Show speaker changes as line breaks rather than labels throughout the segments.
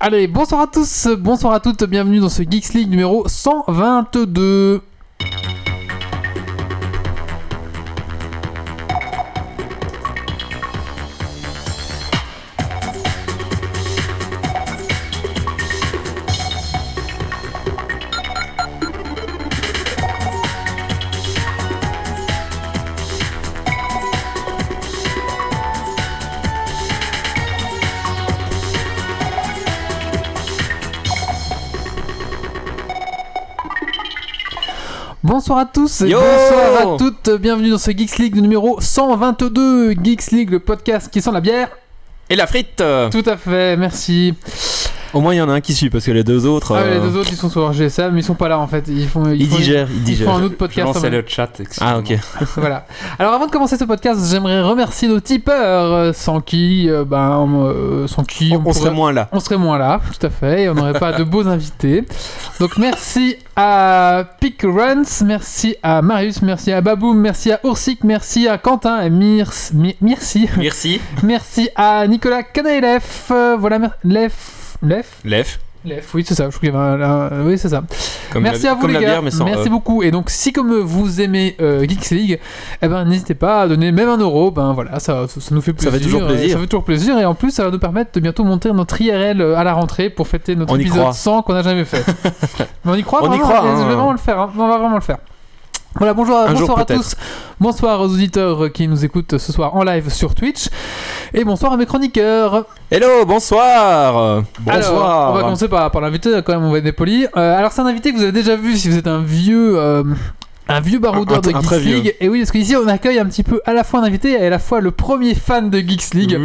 Allez, bonsoir à tous, bonsoir à toutes, bienvenue dans ce Geeks League numéro 122. Bonsoir à tous et
Yo
bonsoir à toutes, bienvenue dans ce Geeks League numéro 122. Geeks League, le podcast qui sent la bière.
Et la frite euh,
Tout à fait, merci.
Au moins, il y en a un qui suit, parce que les deux autres.
Ah,
euh,
les deux autres ils sont sur RGSM, mais ils sont pas là en fait. Ils font,
ils
font-
digèrent, ils
Ils font
digèrent.
un autre
Je
podcast. en
lançais
même
le chat. excusez-moi.
Ah, ok.
voilà. Alors avant de commencer ce podcast, j'aimerais remercier nos tipeurs, euh, sans qui, euh, ben, euh, sans qui,
On,
pourrait-
serait moins là.
on serait moins là, tout à fait, et on n'aurait pas de beaux invités. Donc merci à Pick Runs, merci à Marius, merci à Baboum, merci à Oursic, merci à Quentin, et Mirs- Mi- merci,
Merci.
merci à Nicolas Canelef, voilà, mer- Lef, Lef,
Lef.
Lef, oui c'est ça, je crois qu'il y avait un- un- oui c'est ça.
Comme
Merci
la,
à vous
comme
les
la
gars.
bière, mais sans.
Merci
euh,
beaucoup. Et donc si comme vous aimez euh, Geeks League, eh ben n'hésitez pas à donner même un euro. Ben voilà, ça, ça, ça nous fait
Ça
plaisir.
fait toujours
et
plaisir.
Ça fait toujours plaisir. Et en plus, ça va nous permettre de bientôt monter notre IRL euh, à la rentrée pour fêter notre
On y
épisode
croit.
100 qu'on n'a jamais fait. Mais on y croit.
On y
vraiment,
croit,
On
hein.
va vraiment le faire. hein. On va vraiment le faire. Voilà, bonjour,
Un
bonsoir
jour,
à
peut-être.
tous, bonsoir aux auditeurs qui nous écoutent ce soir en live sur Twitch, et bonsoir à mes chroniqueurs.
Hello, bonsoir.
Alors, on va
Bonsoir.
commencer par, par l'invité, quand même, on va être poli. Euh, alors, c'est un invité que vous avez déjà vu si vous êtes un vieux. euh, un vieux baroudeur
Un- un
de
tr- un très
Geeks
vieux.
League. Et oui, parce qu'ici, on accueille un petit peu à la fois un invité et à la fois le premier fan de Geeks League.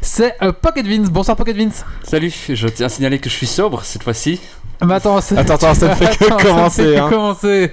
C'est euh, Pocket Vince. Bonsoir, Pocket Vince.
Salut, je tiens à signaler que je suis sobre cette fois-ci.
Ah, Mais attends, c'est-
Attends, attends, ça ne fait que
Attends,
commencer. hein.
Ça ne fait que commencer.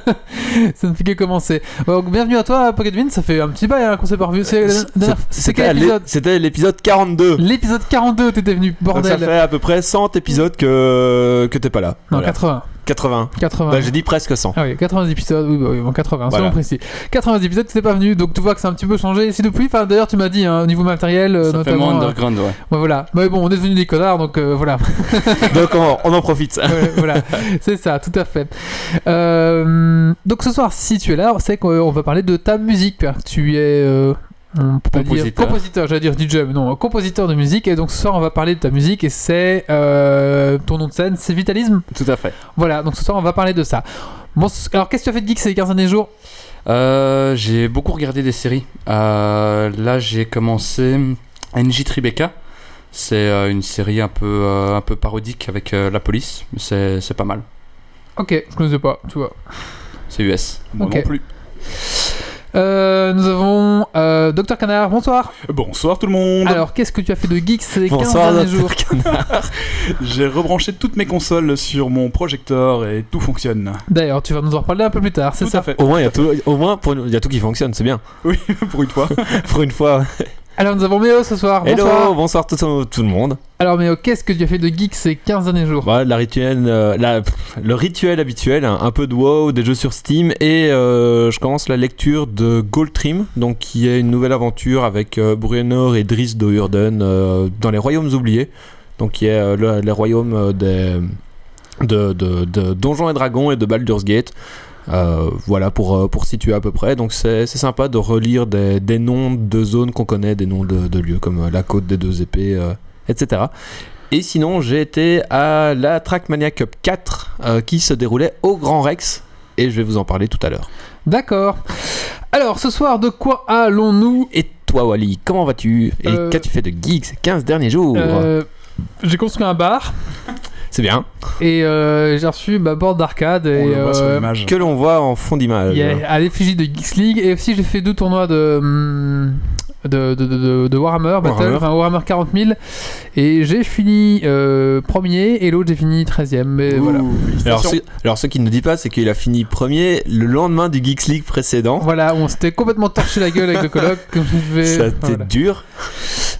ça ne fait que commencer. Bon, bienvenue à toi, Pocket Vince. Ça fait un petit bail hein, qu'on s'est pas revu. C'est-
Euh, C'est-
d'ailleurs, C'est
C'était à
quel
l'é-
épisode
C'était l'épisode 42.
L'épisode 42, t'étais venu,
Donc ça
bordel.
fait à peu près 100 épisodes que, que t'es pas là.
Non,
Voilà.
80.
80.
80.
Bah, j'ai dit presque 100.
Ah oui, 80 épisodes, oui, bah oui, bon, 80,
Voilà.
soyons précis. 80 épisodes, tu n'es pas venu, donc tu vois que c'est un petit peu changé. Si depuis, enfin d'ailleurs, tu m'as dit, hein, au niveau matériel, euh,
ça fait moins
notamment. euh,
underground, ouais.
ouais, voilà. Mais bon, on est devenu des connards, donc euh, voilà.
Donc on, on en profite.
Ouais, voilà, c'est ça, tout à fait. Euh, donc ce soir, si tu es là, c'est qu'on va parler de ta musique. car Tu es euh, on peut pas dire-
Compositeur.
compositeur, j'allais dire DJ, mais non, compositeur de musique. Et donc ce soir, on va parler de ta musique et c'est euh, ton nom de scène, c'est Vitalisme.
Tout à fait.
Voilà, donc ce soir, on va parler de ça. Bon, c- alors qu'est-ce que tu as fait de geek ces 15 derniers jours
Euh, j'ai beaucoup regardé des séries. Euh, là, j'ai commencé NJ Tribeca. C'est euh, une série un peu, euh, un peu parodique avec euh, la police. C'est c'est pas mal.
Ok, je connaissais pas, tu vois.
C'est US.
Moi Ok. non
plus.
Euh, nous avons euh, Docteur Canard, bonsoir.
Bonsoir tout le monde.
Alors, qu'est-ce que tu as fait de geek ces 15
Bonsoir,
derniers
Dr.
jours
J'ai rebranché toutes mes consoles sur mon projecteur et tout fonctionne.
D'ailleurs, tu vas nous en reparler un peu plus tard, c'est
Tout
ça
à fait.
Au moins, il y a tout, au moins pour, nous, il y a tout qui fonctionne, c'est bien.
Oui, pour une fois.
Pour une fois.
Alors, nous avons Méo ce soir,
Hello,
Ah, bonsoir.
bonsoir tout, tout le monde.
Alors, Méo, qu'est-ce que tu as fait de geek ces 15 derniers jours
Voilà, la rituel, euh, la- pff, le rituel habituel, hein, un peu de WoW, des jeux sur Steam, et euh, je commence la lecture de Goldtrim, donc qui est une nouvelle aventure avec euh, Bruenor et Driss de Hurden euh, dans les royaumes oubliés, donc qui est euh, le- les royaumes euh, des, de, de- de Donjons et Dragons et de Baldur's Gate. Euh, voilà pour, euh, pour situer à peu près. Donc c'est c'est sympa de relire des, des noms de zones qu'on connaît, des noms de, de lieux comme euh, la côte des deux épées, euh, etc. Et sinon, j'ai été à la Trackmania Cup 4 euh, qui se déroulait au Grand Rex. Et je vais vous en parler tout à l'heure.
D'accord. Alors, ce soir, de quoi allons-nous
Et toi, Wally, comment vas-tu Et
Euh,
qu'as-tu fait de geek ces 15 derniers jours
Euh, J'ai construit un bar
C'est bien.
et euh, j'ai reçu ma borne d'arcade.
On
et
Oh, le voit sur
euh,
l'image.
Que l'on voit en fond d'image.
il y a- à l'effigie de Geeks League. Et aussi, j'ai fait deux tournois de. hum, de, de- de- de- de Warhammer Battle,
Warhammer.
enfin Warhammer 40 000, et j'ai fini euh, premier et l'autre j'ai fini 13 e Mais voilà.
Ouh,
Alors,
félicitations.
ce, alors, ce qu'il ne dit pas, c'est qu'il a fini premier le lendemain du Geeks League précédent.
Voilà, on s'était complètement torché la gueule avec le colloque. comme je vais-
Ça a été
voilà.
dur.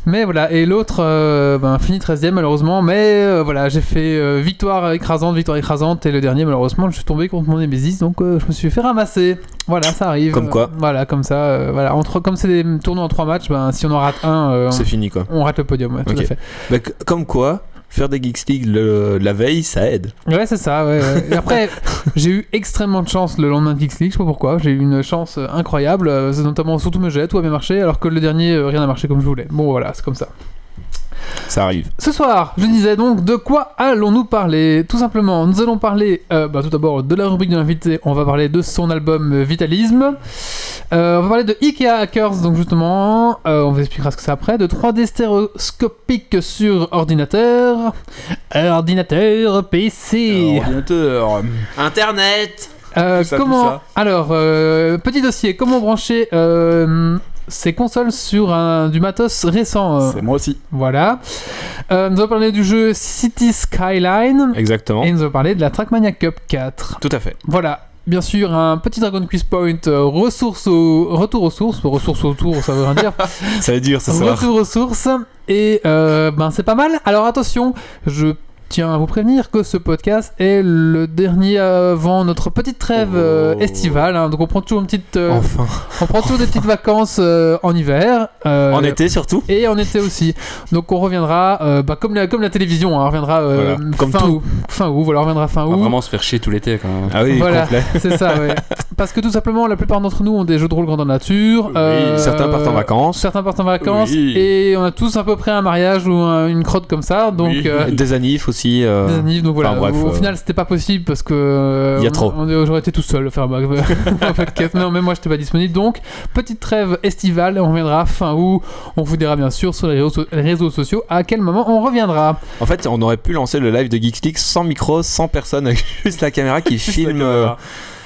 Mais voilà, et l'autre, euh, ben, fini 13 e malheureusement, mais euh, voilà, j'ai fait euh, victoire écrasante, victoire écrasante, et le dernier, malheureusement, je suis tombé contre mon Nemesis, donc euh, je me suis fait ramasser. Voilà, ça arrive.
Comme quoi.
Euh, Voilà, comme ça, euh, voilà. Entre, comme c'est des tournois en 3 matchs, ben, si on en rate un, euh,
C'est fini quoi.
on rate le podium, ouais, tout
Ok.
à fait.
Bah, c- comme quoi, faire des Geeks League le- la veille, ça aide.
Ouais, c'est ça. ouais, ouais. Et après, j'ai eu extrêmement de chance le lendemain de Geeks League, je sais pas pourquoi. J'ai eu une chance euh, incroyable. euh, c'est notamment, surtout mes jets, tout avait marché, alors que le dernier, euh, rien n'a marché comme je voulais. Bon, voilà, c'est comme ça.
Ça arrive.
Ce soir, je disais donc, de quoi allons-nous parler Tout simplement, nous allons parler euh, bah, tout d'abord de la rubrique de l'invité. On va parler de son album euh, Vitalisme. Euh, on va parler de Ikea Hackers, donc justement, euh, on vous expliquera ce que c'est après. De 3D stéréoscopique sur ordinateur. Ordinateur PC.
Ordinateur.
Internet
Euh,
Tout ça, tout
comment
ça.
Alors, euh, petit dossier, comment brancher euh, ces consoles sur un, du matos récent euh,
C'est moi aussi.
Voilà. Euh, nous allons parler du jeu City Skyline
Exactement.
et nous allons parler de la Trackmania Cup 4.
Tout à fait.
Voilà. Bien sûr, un petit Dragon Quiz Point, euh, ressources au... retour aux sources, ressources autour, ça veut rien dire.
Ça va être dur ce soir.
Retour aux sources. Et euh, ben c'est pas mal. Alors attention, je tiens à vous prévenir que ce podcast est le dernier avant notre petite trêve euh,
Oh.
estivale. hein. Donc on prend toujours une petite, euh,
Enfin.
on prend toujours des petites vacances euh, en hiver. euh,
En été surtout.
Et en été aussi. Donc on reviendra, euh, bah, comme, la, comme la télévision, hein, on reviendra euh,
Voilà, comme
fin
tout.
août. Fin août, voilà, on reviendra fin
On va
août.
vraiment se faire chier tout l'été quand même.
Ah oui,
Voilà.
complet.
C'est ça, ouais. Parce que tout simplement, la plupart d'entre nous ont des jeux de rôle grandeur nature. euh,
Oui,
Certains partent en vacances.
Certains partent en vacances
Oui.
et on a tous à peu près un mariage ou un- une crotte comme ça, donc
Oui.
euh,
Des anifs aussi. euh,
des annives, donc voilà.
enfin, bref,
au
euh,
final, c'était pas possible parce que euh,
y a
on-
trop.
on- j'aurais été tout seul à faire un un podcast. Non, même moi, j'étais pas disponible. Donc petite trêve estivale, on reviendra fin août. On vous dira bien sûr sur les réseaux, so- les réseaux sociaux à quel moment on reviendra.
En fait, on aurait pu lancer le live de Geeks League sans micro, sans personne, avec juste la caméra qui filme. euh,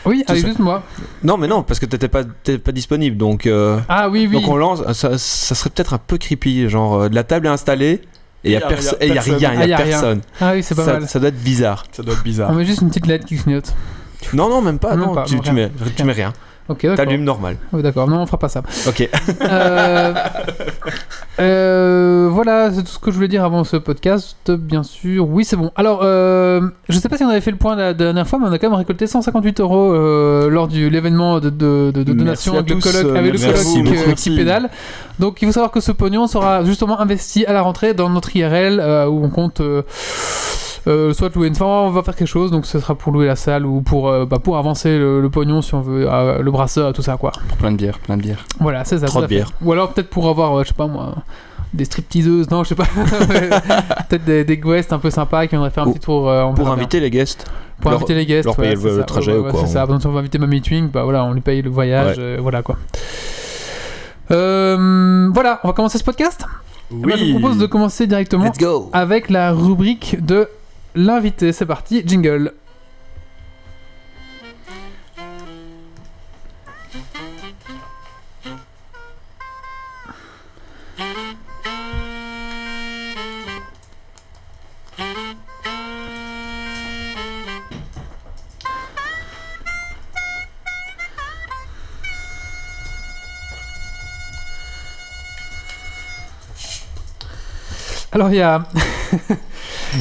Oui,
Tout
avec
ça.
juste moi.
Non, mais non, parce que t'étais pas, t'étais pas disponible, donc. euh,
Ah oui, oui.
Donc on lance, ça, ça serait peut-être un peu creepy, genre euh, la table est installée et il n'y a,
Y a-
perso-
y a
et y a
personne.
rien, il
Ah,
n'y
y
a,
a rien.
personne.
Ah oui, c'est pas
ça,
mal.
ça doit être bizarre. Ah,
Ça doit être
On
bizarre.
met juste une petite lettre qui clignote.
Non, non, même pas,
Même
non,
pas,
tu,
non,
tu
rien.
mets, tu mets rien.
Ok, d'accord.
T'allumes normal.
Oui, d'accord. Non, on fera pas ça.
Ok.
Euh, euh, voilà, c'est tout ce que je voulais dire avant ce podcast, bien sûr. Oui, c'est bon. Alors, euh, je sais pas si on avait fait le point la dernière fois, mais on a quand même récolté 158 euros euh, lors de l'événement de, de, de- de
Merci
donation
à
avec le
tous,
colloque,
euh,
avec le
merci
colloque,
beaucoup.
euh, qui
Merci.
pédale. Donc, il faut savoir que ce pognon sera justement investi à la rentrée dans notre IRL euh, où on compte. euh, euh, soit louer une enfin, on va faire quelque chose, donc ce sera pour louer la salle ou pour, euh, bah, pour avancer le, le pognon si on veut, euh, le brasseur, tout ça quoi.
Pour plein de bières, plein de bières.
Voilà, c'est ça.
Trop
tout à
de bière.
fait. Ou alors peut-être pour avoir, euh, je sais pas moi, des stripteaseuses, non, je sais pas. peut-être des, des guests un peu sympas qui viendraient faire un
Ou
petit tour. euh, on
Pour
verra bien.
inviter les guests.
pour
leur-
inviter les guests.
leur
ouais,
payer le-
c'est
le
ça.
trajet
Ouais,
ou
ouais,
quoi,
C'est
hein.
ça. Par exemple, si on veut inviter Mamie Twink, bah voilà, on lui paye le voyage,
Ouais.
euh, voilà quoi. Euh, voilà, on va commencer ce podcast. Eh ben, je vous propose de commencer directement
go
avec la rubrique de l'invité. C'est parti, jingle. Alors il y a,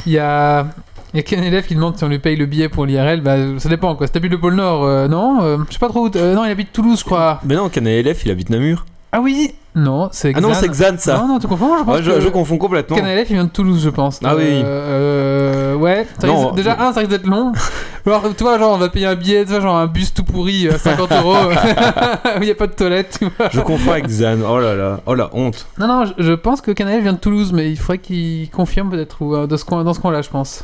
il y a, il y a qu'un élève qui demande si on lui paye le billet pour l'IRL. Bah, ça dépend quoi. Si t'habites le pôle Nord, euh, non euh, Je sais pas trop où. t- euh, non, il habite Toulouse, je crois.
Mais non, Canet LF, il habite Namur.
Ah oui. Non, c'est.
Ah non,
Xan.
c'est Xan ça.
Non, non, tu confonds. Je pense
Ouais, je,
que
je confonds complètement.
Canal F, il vient de Toulouse, je pense.
Ah oui.
Euh, euh, ouais. Ça
Non,
risque- déjà
euh,
un, ça risque d'être long. Alors, tu vois, genre, on va payer un billet, tu vois, genre un bus tout pourri, euh, 50 euros, où il y a pas de toilette. tu vois.
Je confonds avec Xan. Oh là là, oh la honte.
Non, non, je, je pense que Canal vient de Toulouse, mais il faudrait qu'il confirme peut-être ou, euh, de ce coin, dans ce coin-là, je pense.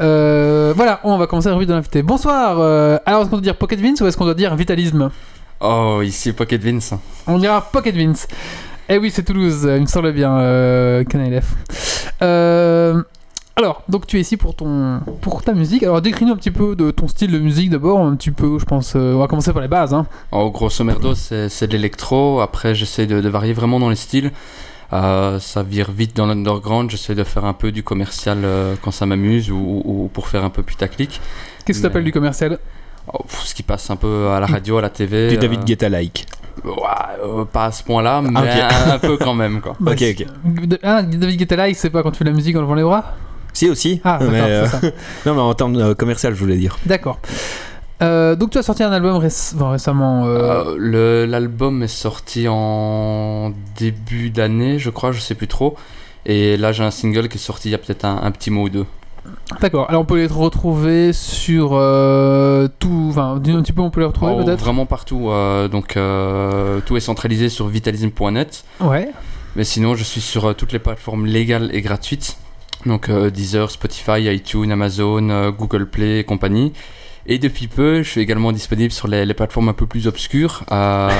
Euh, voilà, on va commencer la revue de l'invité. Bonsoir euh, Alors, est-ce qu'on doit dire Pocket Vince ou est-ce qu'on doit dire Vitalisme
Oh, ici Pocket Vince.
On dira Pocket Vince. Eh oui, c'est Toulouse, euh, il me semble bien, euh, Canal F. Euh, alors, donc tu es ici pour, ton, pour ta musique. Alors, décris-nous un petit peu de ton style de musique d'abord, un petit peu, je pense. euh, on va commencer par les bases, hein.
En grosso merdo, c'est c'est de l'électro. Après, j'essaie de, de varier vraiment dans les styles. Euh, ça vire vite dans l'underground. J'essaie de faire un peu du commercial euh, quand ça m'amuse ou, ou- ou pour faire un peu putaclic.
Qu'est-ce que
Mais-
t'appelles du commercial
Oh, pff, ce qui passe un peu à la radio, à la TV.
Du
euh,
David Guetta like.
ouais, euh, pas à ce point-là, mais
ok.
un, un peu quand même. Quoi.
Ok, ok.
De- ah, David Guetta Live, c'est pas quand tu fais de la musique en levant les bras
Si aussi.
Ah, d'accord,
mais, euh,
c'est ça.
non, mais en termes euh, commercial, je voulais dire.
D'accord. Euh, donc tu as sorti un album réc- enfin, récemment. euh,
Euh, le- L'album est sorti en début d'année, je crois, je sais plus trop. Et là, j'ai un single qui est sorti il y a peut-être un, un petit mois ou deux.
D'accord. Alors on peut les retrouver sur euh, tout. Enfin, dis un petit peu, on peut les retrouver
Oh,
peut-être.
vraiment partout. euh, donc, euh, tout est centralisé sur vitalism.net.
Ouais.
Mais sinon, je suis sur euh, toutes les plateformes légales et gratuites. Donc euh, Deezer, Spotify, iTunes, Amazon, euh, Google Play et compagnie. Et depuis peu, je suis également disponible sur les, les plateformes un peu plus obscures. euh,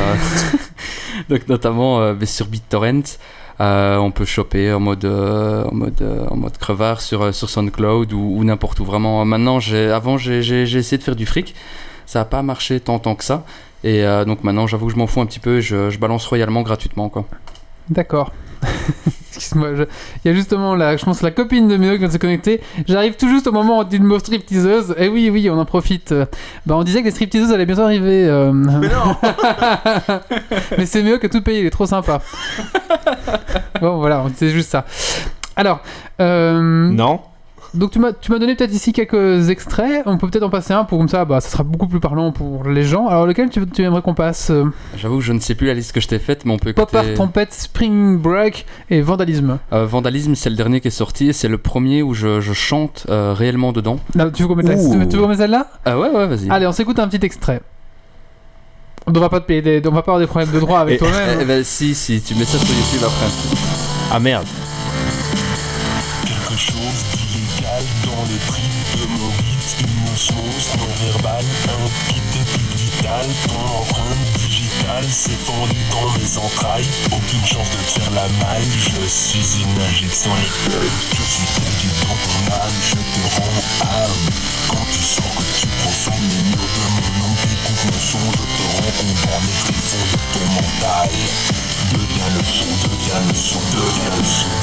donc notamment euh, mais sur BitTorrent. euh, on peut choper en mode, euh, en mode, euh, en mode crevard sur, euh, sur SoundCloud ou, ou n'importe où. Vraiment, euh, maintenant, j'ai- avant, j'ai j'ai- j'ai essayé de faire du fric. Ça n'a pas marché tant, tant que ça. Et euh, donc maintenant, j'avoue que je m'en fous un petit peu. Je, je balance royalement gratuitement. Quoi.
D'accord. Excuse-moi, je- il y a justement la, je pense la copine de Méo qui vient de se connecter. J'arrive tout juste au moment d'une mot stripteaseuse. Et oui, oui, on en profite. Euh, Bah, on disait que les stripteaseuses allaient bientôt arriver. euh.
Mais non
Mais c'est Méo qui a tout payé, il est trop sympa. bon, voilà, c'est juste ça. Alors, euh,
Non
donc tu m'as tu m'as donné peut-être ici quelques extraits. On peut peut-être en passer un pour comme ça, bah, ça sera beaucoup plus parlant pour les gens. Alors, lequel tu, tu aimerais qu'on passe euh,
J'avoue, que je ne sais plus la liste que je t'ai faite, mais on peut écouter.
Pop-Art, Trompette, Spring Break et Vandalisme.
Euh, Vandalisme, c'est le dernier qui est sorti, et c'est le premier où je, je chante euh, réellement dedans.
Là, tu veux qu'on mette la-
Ouh.
tu veux- tu veux qu'on mette celle-là
Ah ouais, ouais, vas-y.
Allez, on s'écoute un petit extrait. On ne va pas te payer des... on va pas avoir des problèmes de droit avec
Et-
toi-même. hein.
Eh ben, si, si, tu mets ça sur YouTube après.
Ah merde
Quelque chose d'illégal dans les tripes de mon beat, une osmose non verbale, un kit vital, ton empreinte digitale s'est fendue dans mes entrailles, aucune chance de te faire la maille, je suis une injection légale, je suis perdu dans ton âme, je te rends âme, quand tu sens que tu profanes les murs de mon nom, découvre mon son, je te rencontre dans les griffons de ton mental, deviens le son, deviens le son, deviens le son.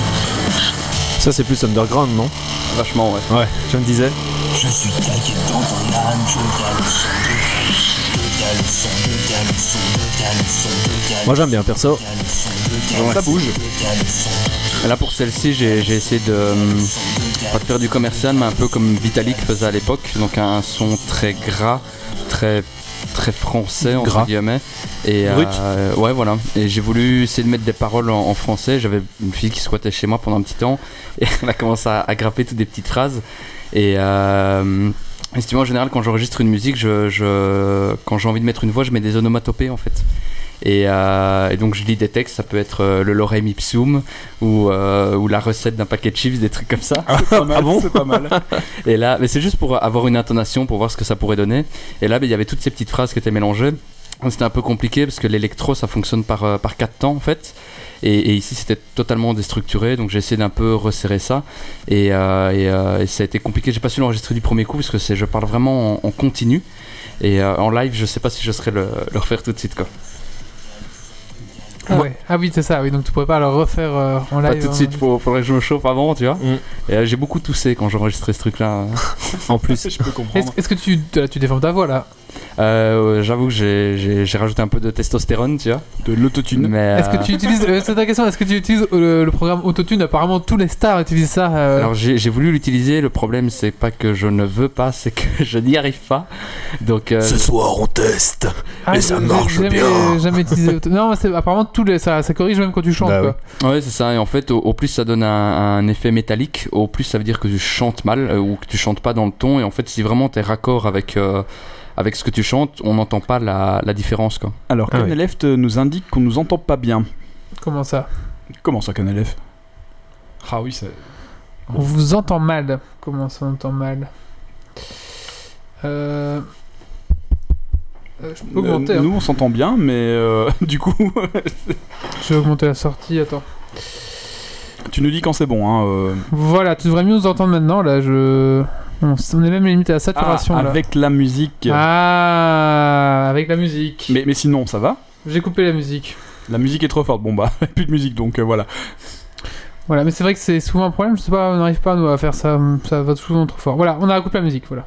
Ça, c'est plus underground, non
Vachement, ouais.
Ouais, je me disais.
Je suis calqué dans ton âme, je viens le son de deviens le son, deviens le son, deviens le son, deviens
Moi, j'aime bien, perso.
le son, deviens
Ça bouge.
le son,
Là, pour celle-ci, j'ai j'ai essayé de. hum, Pas de faire du commercial, mais un peu comme Vitalik faisait à l'époque. Donc, un son très gras, très très français entre
Gras.
guillemets et
Brut.
euh, ouais voilà et j'ai voulu essayer de mettre des paroles en, en français j'avais une fille qui squattait chez moi pendant un petit temps et elle a commencé à, à grapper toutes des petites phrases et euh, et si tu veux, en général quand j'enregistre une musique je, je- quand j'ai envie de mettre une voix je mets des onomatopées en fait et, euh, et donc je lis des textes ça peut être euh, le lorem ipsum ou, euh, ou la recette d'un paquet de chips des trucs comme ça
Pas mal,
Ah bon
C'est pas mal.
et là, mais c'est juste pour avoir une intonation, pour voir ce que ça pourrait donner. Et là, ben, il y avait toutes ces petites phrases qui étaient mélangées. C'était un peu compliqué parce que l'électro, ça fonctionne par, euh, par quatre temps en fait. Et, et ici, c'était totalement déstructuré, donc j'ai essayé d'un peu resserrer ça. Et, euh, et, euh, et ça a été compliqué. J'ai pas su l'enregistrer du premier coup parce que c'est, je parle vraiment en, en continu. Et euh, en live, je sais pas si je serais le, le refaire tout de suite quoi.
Ah, ouais. Ah oui, c'est ça. Oui, donc tu pourrais pas le refaire euh, en live.
pas tout de
hein.
suite, faut- faudrait que je me chauffe avant, tu vois.
Mm.
Et euh, j'ai beaucoup toussé quand j'enregistrais ce truc là.
En plus.
Je peux
Est-ce
comprendre.
est-ce que tu, là, tu déformes ta voix là
Euh, j'avoue que j'ai, j'ai- j'ai rajouté un peu de testostérone, tu vois.
De l'autotune.
Mais,
Est-ce
euh,
que tu utilises euh, C'est ta question. Est-ce que tu utilises euh, le, le programme Autotune Apparemment, tous les stars utilisent ça. euh.
Alors j'ai j'ai voulu l'utiliser, le problème c'est pas que je ne veux pas, c'est que je n'y arrive pas. Donc euh,
Ce soir, on teste.
Ah,
et ça
j'ai-
marche
j'ai jamais,
bien.
Jamais utilisé Auto- Non, mais c'est- apparemment tous les ça, ça corrige même quand tu chantes.
Bah
quoi.
ouais c'est ça, et en fait au, au plus ça donne un, un effet métallique, au plus ça veut dire que tu chantes mal euh, ou que tu chantes pas dans le ton, et en fait si vraiment t'es raccord avec, euh, avec ce que tu chantes, on n'entend pas la, la différence quoi.
Alors,
Ah ouais.
Caneleft nous indique qu'on nous entend pas bien.
Comment ça
Comment ça, Caneleft Ah oui, c'est.
On vous entend mal. Comment ça on entend mal euh... euh, Je peux augmenter. hein.
nous, on s'entend bien, mais euh, du coup,
Euh,
Je vais augmenter la sortie, attends.
tu nous dis quand c'est bon. Hein, euh.
Voilà, tu devrais mieux nous entendre maintenant, là, je... On, s- on est même limité à la
Ah,
saturation, là.
avec la musique.
Ah, avec la musique.
Mais, mais sinon, ça va
J'ai coupé la musique.
La musique est trop forte. Bon, bah, plus de musique, donc euh, voilà.
Voilà, mais c'est vrai que c'est souvent un problème, je sais pas, on n'arrive pas, nous, à faire ça, ça va souvent trop fort. Voilà, on a coupé la musique, voilà.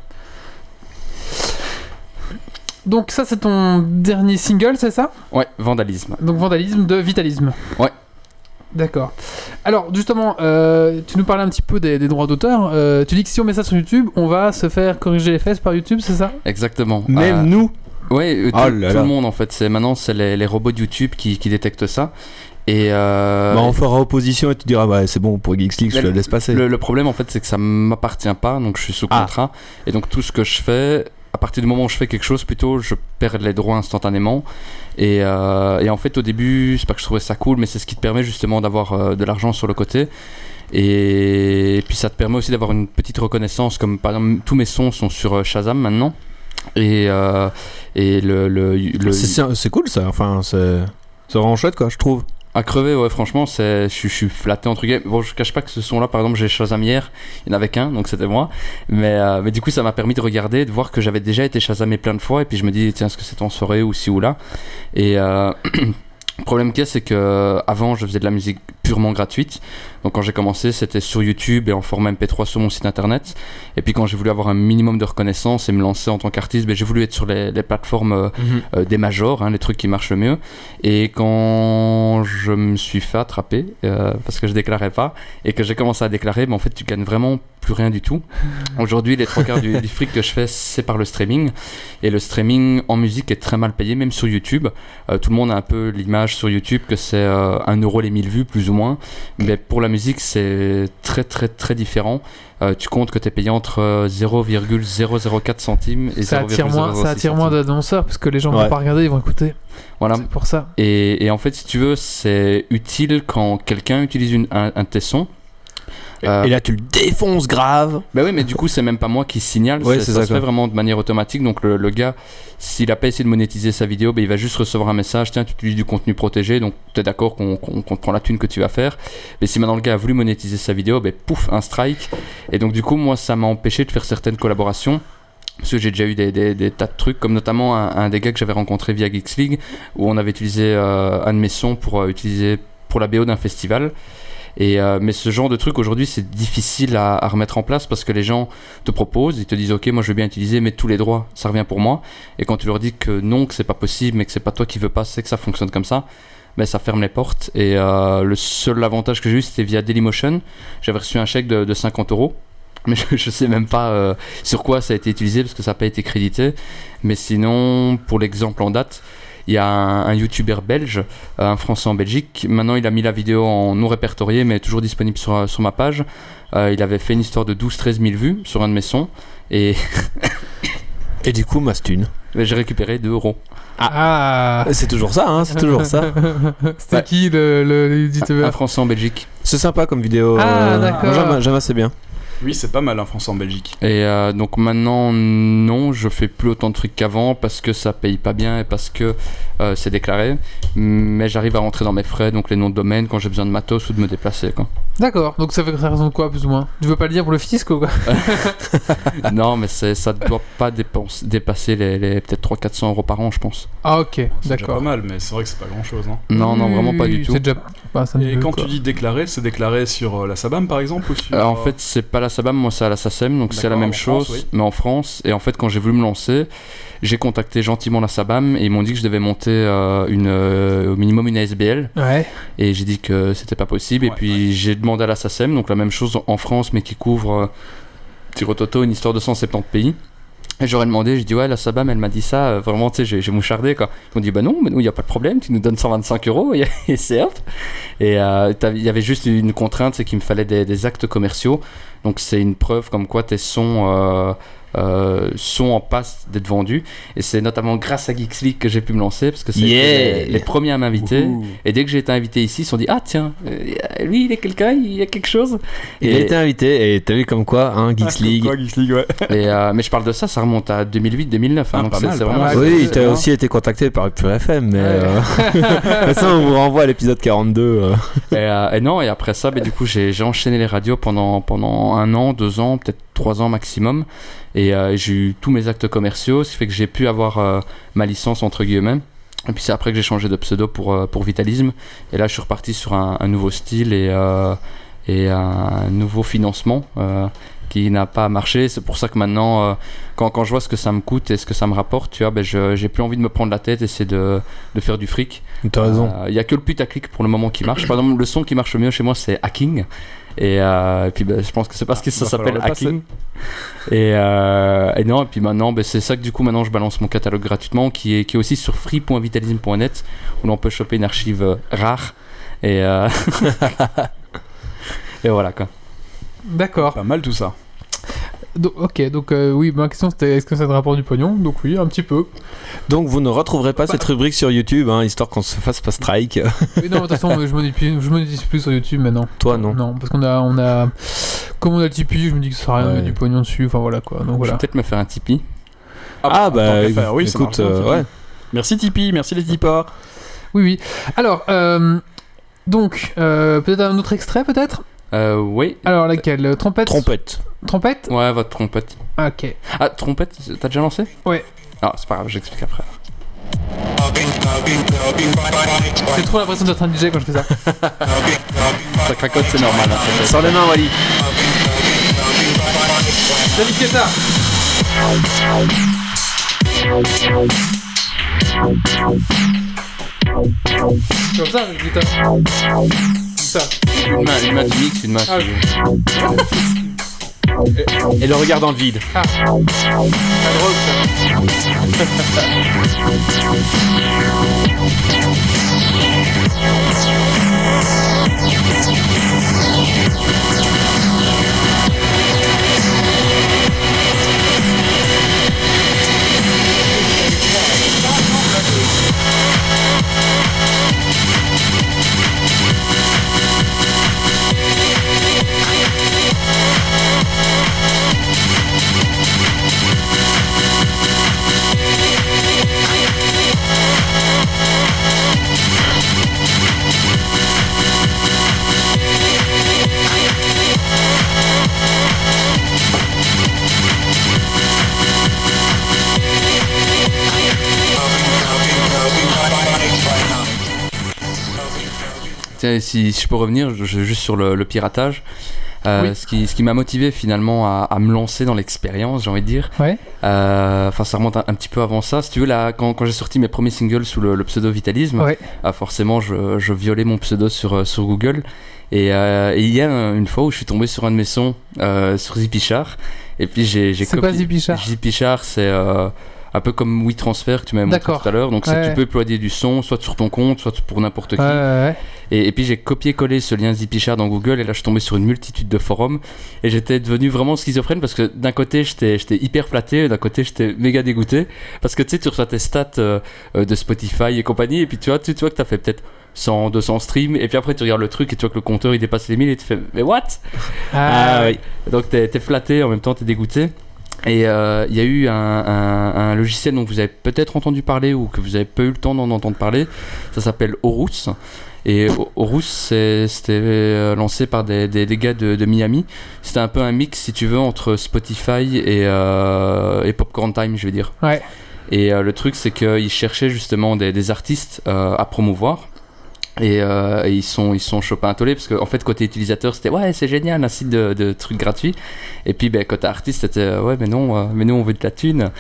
Donc ça, c'est ton dernier single, c'est ça
Ouais, vandalisme.
Donc vandalisme de vitalisme.
Ouais.
D'accord. Alors justement, euh, tu nous parlais un petit peu des, des droits d'auteur. Euh, tu dis que si on met ça sur YouTube, on va se faire corriger les fesses par YouTube, c'est ça
Exactement.
Même
Euh,
nous
Ouais, euh, tout,
Oh là
tout
là.
le monde en fait. C'est maintenant c'est les, les robots de YouTube qui, qui détectent ça. Et euh,
Bah, on fera opposition et tu diras, bah, c'est bon, pour Geeks League, je
Mais
le laisse passer.
le, le problème en fait c'est que ça m'appartient pas, donc je suis sous
Ah.
contrat. Et donc tout ce que je fais, à partir du moment où je fais quelque chose, plutôt je perds les droits instantanément. Et, euh, et en fait au début, c'est pas que je trouvais ça cool, mais c'est ce qui te permet justement d'avoir euh, de l'argent sur le côté. Et puis ça te permet aussi d'avoir une petite reconnaissance, comme par exemple tous mes sons sont sur euh, Shazam maintenant. Et, euh, et le, le, le-
C'est- C'est c'est cool ça, enfin, c'est c'est vraiment chouette quoi, je trouve.
À crever, ouais, franchement, c'est, je, suis- je suis flatté entre guillemets. Bon, je cache pas que ce son-là, par exemple, j'ai Shazam hier, il n'y en avait qu'un, donc c'était moi. Mais, euh, mais du coup, ça m'a permis de regarder, de voir que j'avais déjà été Shazamé plein de fois, et puis je me dis, tiens, est-ce que c'est en soirée ou ci ou là Et euh, le problème qu'il y a, c'est que avant, je faisais de la musique purement gratuite. Donc quand j'ai commencé, c'était sur YouTube et en format MP3 sur mon site internet. Et puis quand j'ai voulu avoir un minimum de reconnaissance et me lancer en tant qu'artiste, ben, j'ai voulu être sur les, les plateformes euh, euh, des majors, hein, les trucs qui marchent le mieux. Et quand je me suis fait attraper, euh, parce que je déclarais pas, et que j'ai commencé à déclarer, mais en fait, tu gagnes vraiment plus rien du tout. Aujourd'hui, les trois quarts du, du fric que je fais, c'est par le streaming. Et le streaming en musique est très mal payé, même sur YouTube. Euh, tout le monde a un peu l'image sur YouTube que c'est euh, 1 euro les 1000 vues, plus ou moins. Mais pour la musique, c'est très, très, très différent. Euh, tu comptes que tu es payé entre euh, 0,004 centimes et
Ça attire
0,006
moins, ça attire moins
centimes.
d'annonceurs parce que les gens vont
Ouais.
pas regarder, ils vont écouter.
Voilà,
C'est pour ça.
Et, et en fait, si tu veux, c'est utile quand quelqu'un utilise une, un, un de tes sons. Euh,
Et là, tu le défonces grave.
bah oui, mais du coup, c'est même pas moi qui signale.
Ouais,
c'est-
c'est
ça,
ça,
se fait
quoi.
vraiment de manière automatique. Donc, le, le gars, s'il a pas essayé de monétiser sa vidéo, bah, il va juste recevoir un message Tiens, tu utilises du contenu protégé, donc tu es d'accord qu'on qu'on- qu'on te prend la thune que tu vas faire. Mais si maintenant le gars a voulu monétiser sa vidéo, bah, pouf, un strike. Et donc, du coup, moi, ça m'a empêché de faire certaines collaborations. Parce que j'ai déjà eu des, des- des tas de trucs, comme notamment un, un des gars que j'avais rencontré via Geeks League, où on avait utilisé euh, un de mes sons pour euh, utiliser pour la BO d'un festival. Et, euh, mais ce genre de truc aujourd'hui c'est difficile à, à remettre en place parce que les gens te proposent, ils te disent ok moi je veux bien utiliser mais tous les droits ça revient pour moi et quand tu leur dis que non que c'est pas possible mais que c'est pas toi qui veux pas c'est que ça fonctionne comme ça mais ça ferme les portes et euh, le seul avantage que j'ai eu c'était via Dailymotion j'avais reçu un chèque de, de 50 euros mais je, je sais même pas euh, sur quoi ça a été utilisé parce que ça n'a pas été crédité mais sinon pour l'exemple en date il y a un, un youtubeur belge euh, un Français en Belgique. Maintenant, il a mis la vidéo en non répertorié, mais toujours disponible sur, euh, sur ma page. Euh, il avait fait une histoire de 12-13 000 vues sur un de mes sons, et
Et du coup, Mastune.
j'ai récupéré 2 euros.
Ah,
C'est toujours ça, hein, c'est toujours ça.
C'était
Ouais.
qui le, le, le youtubeur
Un Français en Belgique.
C'est sympa comme vidéo.
Ah,
euh,
d'accord.
moi, J'aime j'aime assez bien.
Oui, c'est pas mal, un français en Belgique.
Et euh, donc maintenant, non, je fais plus autant de trucs qu'avant parce que ça paye pas bien et parce que euh, c'est déclaré. Mais j'arrive à rentrer dans mes frais, donc les noms de domaine quand j'ai besoin de matos ou de me déplacer. Quoi.
D'accord, donc ça fait ça raison de quoi, plus ou moins Tu veux pas le dire pour le fisc ou quoi
non, mais c'est- ça ne doit pas dépense- dépasser les, les peut-être 300-400 euros par an, je pense.
Ah, ok,
C'est déjà pas
d'accord.
mal, mais c'est vrai que c'est pas grand chose. Hein.
Non,
Mmh,
non, vraiment pas
Oui,
du tout.
C'est déjà. bah, ça ne
Et
veut
quand
quoi.
tu dis déclarer, c'est déclaré sur euh, la Sabam par exemple ou sur,
Euh, en
euh,
fait, c'est pas la SABAM, moi c'est à la SACEM, donc c'est la
D'accord,
même
en
chose,
France, oui.
mais en France. Et en fait, quand j'ai voulu me lancer, j'ai contacté gentiment la SABAM et ils m'ont dit que je devais monter euh, une, euh, au minimum une ASBL.
Ouais,
Et j'ai dit que c'était pas possible. et
Ouais,
puis j'ai demandé à la SACEM, donc la même chose en France, mais qui couvre, euh, petit rototo, une histoire de 170 pays. Et j'aurais demandé, j'ai dit ouais, la SABAM, elle m'a dit ça, euh, vraiment, tu sais, j'ai- j'ai mouchardé quoi. Ils m'ont dit bah non, mais non, il n'y a pas de problème, tu nous donnes 125 euros et, et c'est hop. Et euh, t'avais- il y avait juste une contrainte, c'est qu'il me fallait des, des actes commerciaux. Donc c'est une preuve comme quoi tes sons euh, euh, sont en passe d'être vendus. Et c'est notamment grâce à Geeks League que j'ai pu me lancer parce que c'est
Yeah.
les, les premiers à m'inviter.
Ouhou.
Et dès que j'ai été invité ici, ils se sont dit Ah, tiens, euh, lui, il est quelqu'un, il y a quelque chose.
Il a été invité et t'as vu comme quoi, hein,
Ah,
Geeks
c'est
League.
quoi, Geeks League, ouais.
Et, euh, mais je parle de ça, ça remonte à 2008-2009.
Ah, pas mal,
hein, c'est
pas
vraiment. Hein.
mal.
Oui,
Ouais.
t'as aussi été contacté par Pure FM, mais euh, ça, on vous renvoie à l'épisode 42. euh.
Et, euh, et non, et après ça, bah, du coup, j'ai j'ai enchaîné les radios pendant, pendant un an, deux ans, peut-être trois ans maximum. Et euh, j'ai eu tous mes actes commerciaux, ce qui fait que j'ai pu avoir euh, ma licence, entre guillemets. Et puis c'est après que j'ai changé de pseudo pour, euh, pour Vitalisme. Et là, je suis reparti sur un, un nouveau style et, euh, et un nouveau financement. euh, qui n'a pas marché, c'est pour ça que maintenant, euh, quand, quand je vois ce que ça me coûte et ce que ça me rapporte, tu vois, ben, je- j'ai plus envie de me prendre la tête, essayer de, de faire du fric.
T'as raison.
Euh, Il n'y a que le putaclic pour le moment qui marche. Par exemple, le son qui marche le mieux chez moi, c'est hacking. Et, euh, et puis ben, je pense que c'est parce que ça
va falloir
s'appelle
le passer.
hacking. Et, euh, et non, et puis maintenant, ben, c'est ça que du coup, maintenant je balance mon catalogue gratuitement qui est, qui est aussi sur free.vitalisme.net où l'on peut choper une archive euh, rare. Et, euh, et voilà quoi.
D'accord.
Ah, Pas mal tout ça.
Donc, ok, donc euh, oui, ma question c'était est-ce que ça te rapporte du pognon Donc oui, un petit peu.
Donc vous ne retrouverez pas cette rubrique sur YouTube, hein, histoire qu'on se fasse pas strike.
Oui, non, de toute façon, je monétise, je monétise plus sur YouTube maintenant.
Toi, non.
Non, parce qu'on a, on a. Comme on a le Tipeee, je me dis que ça sert à rien de
Ouais.
mettre du pognon dessus. Enfin voilà quoi. Donc
Je vais
voilà.
peut-être me faire un Tipeee.
Ah,
en tant
bah
qu'à faire, oui, ça
écoute,
marche bien,
euh,
Tipeee.
ouais.
Merci Tipeee, merci les tipeurs.
Oui, oui. Alors, euh, donc, euh, peut-être un autre extrait peut-être
Euh, oui.
Alors laquelle Trompette
Trompette.
Trompette
Ouais, votre trompette.
Ok.
Ah, trompette, t'as déjà lancé
Ouais.
Ah, c'est pas grave, j'explique après.
J'ai trop l'impression d'être un DJ quand je fais ça.
Ça cracote, c'est normal. hein.
Sors les mains, Wally.
T'as niqué ça Comme ça, avec guitare. Comme ça.
Une main, une main du mix, une main.
Ah,
sur-
Et le regard dans le vide.
Pas drôle ça.
Tiens, si, si je peux revenir je- je- juste sur le, le piratage, euh, ce qui, ce qui m'a motivé finalement à, à me lancer dans l'expérience, j'ai envie de dire.
Ouais.
Euh, Enfin, ça remonte un, un petit peu avant ça. Si tu veux, là, quand, quand j'ai sorti mes premiers singles sous le, le pseudo Vitalisme,
Ouais.
ah, forcément, je, je violais mon pseudo sur, euh, sur Google. Et, euh, et il y a un- une fois où je suis tombé sur un de mes sons euh, sur Zipichar. Et puis j'ai j'ai
C'est
copié.
pas Zipichard.
Zipichar, c'est euh, un peu comme WeTransfer que tu m'avais montré
D'accord.
tout à l'heure. Donc c'est que
Ouais.
tu peux uploader du son, soit sur ton compte, soit pour n'importe qui.
Ouais, ouais, ouais.
Et, et puis j'ai copié-collé ce lien Zipichard dans Google et là je suis tombé sur une multitude de forums et j'étais devenu vraiment schizophrène parce que d'un côté j'étais j'étais hyper flatté et d'un côté j'étais méga dégoûté parce que tu sais tu reçois tes stats euh, euh, de Spotify et compagnie et puis tu vois, tu, tu vois que t'as fait peut-être 100, 200 streams et puis après tu regardes le truc et tu vois que le compteur il dépasse les 1000 et tu fais mais what
Ah,
oui.
donc t'es t'es flatté, en même temps t'es dégoûté. Et euh, il y a eu un, un- un logiciel dont vous avez peut-être entendu parler ou que vous avez pas eu le temps d'en entendre parler. Ça s'appelle Horus. Et O- Horus, c'est- c'était euh, lancé par des, des, des gars de, de Miami. C'était un peu un mix, si tu veux, entre Spotify et, euh, et Popcorn Time, je veux dire.
Ouais.
Et euh, le truc, c'est qu'ils cherchaient justement des, des artistes euh, à promouvoir. Et, euh, et ils sont ils sont chopés un tollé parce qu'en en fait côté utilisateur c'était ouais c'est génial un site de, de trucs gratuits et puis ben, côté artiste c'était euh, ouais mais non euh, mais nous on veut de la thune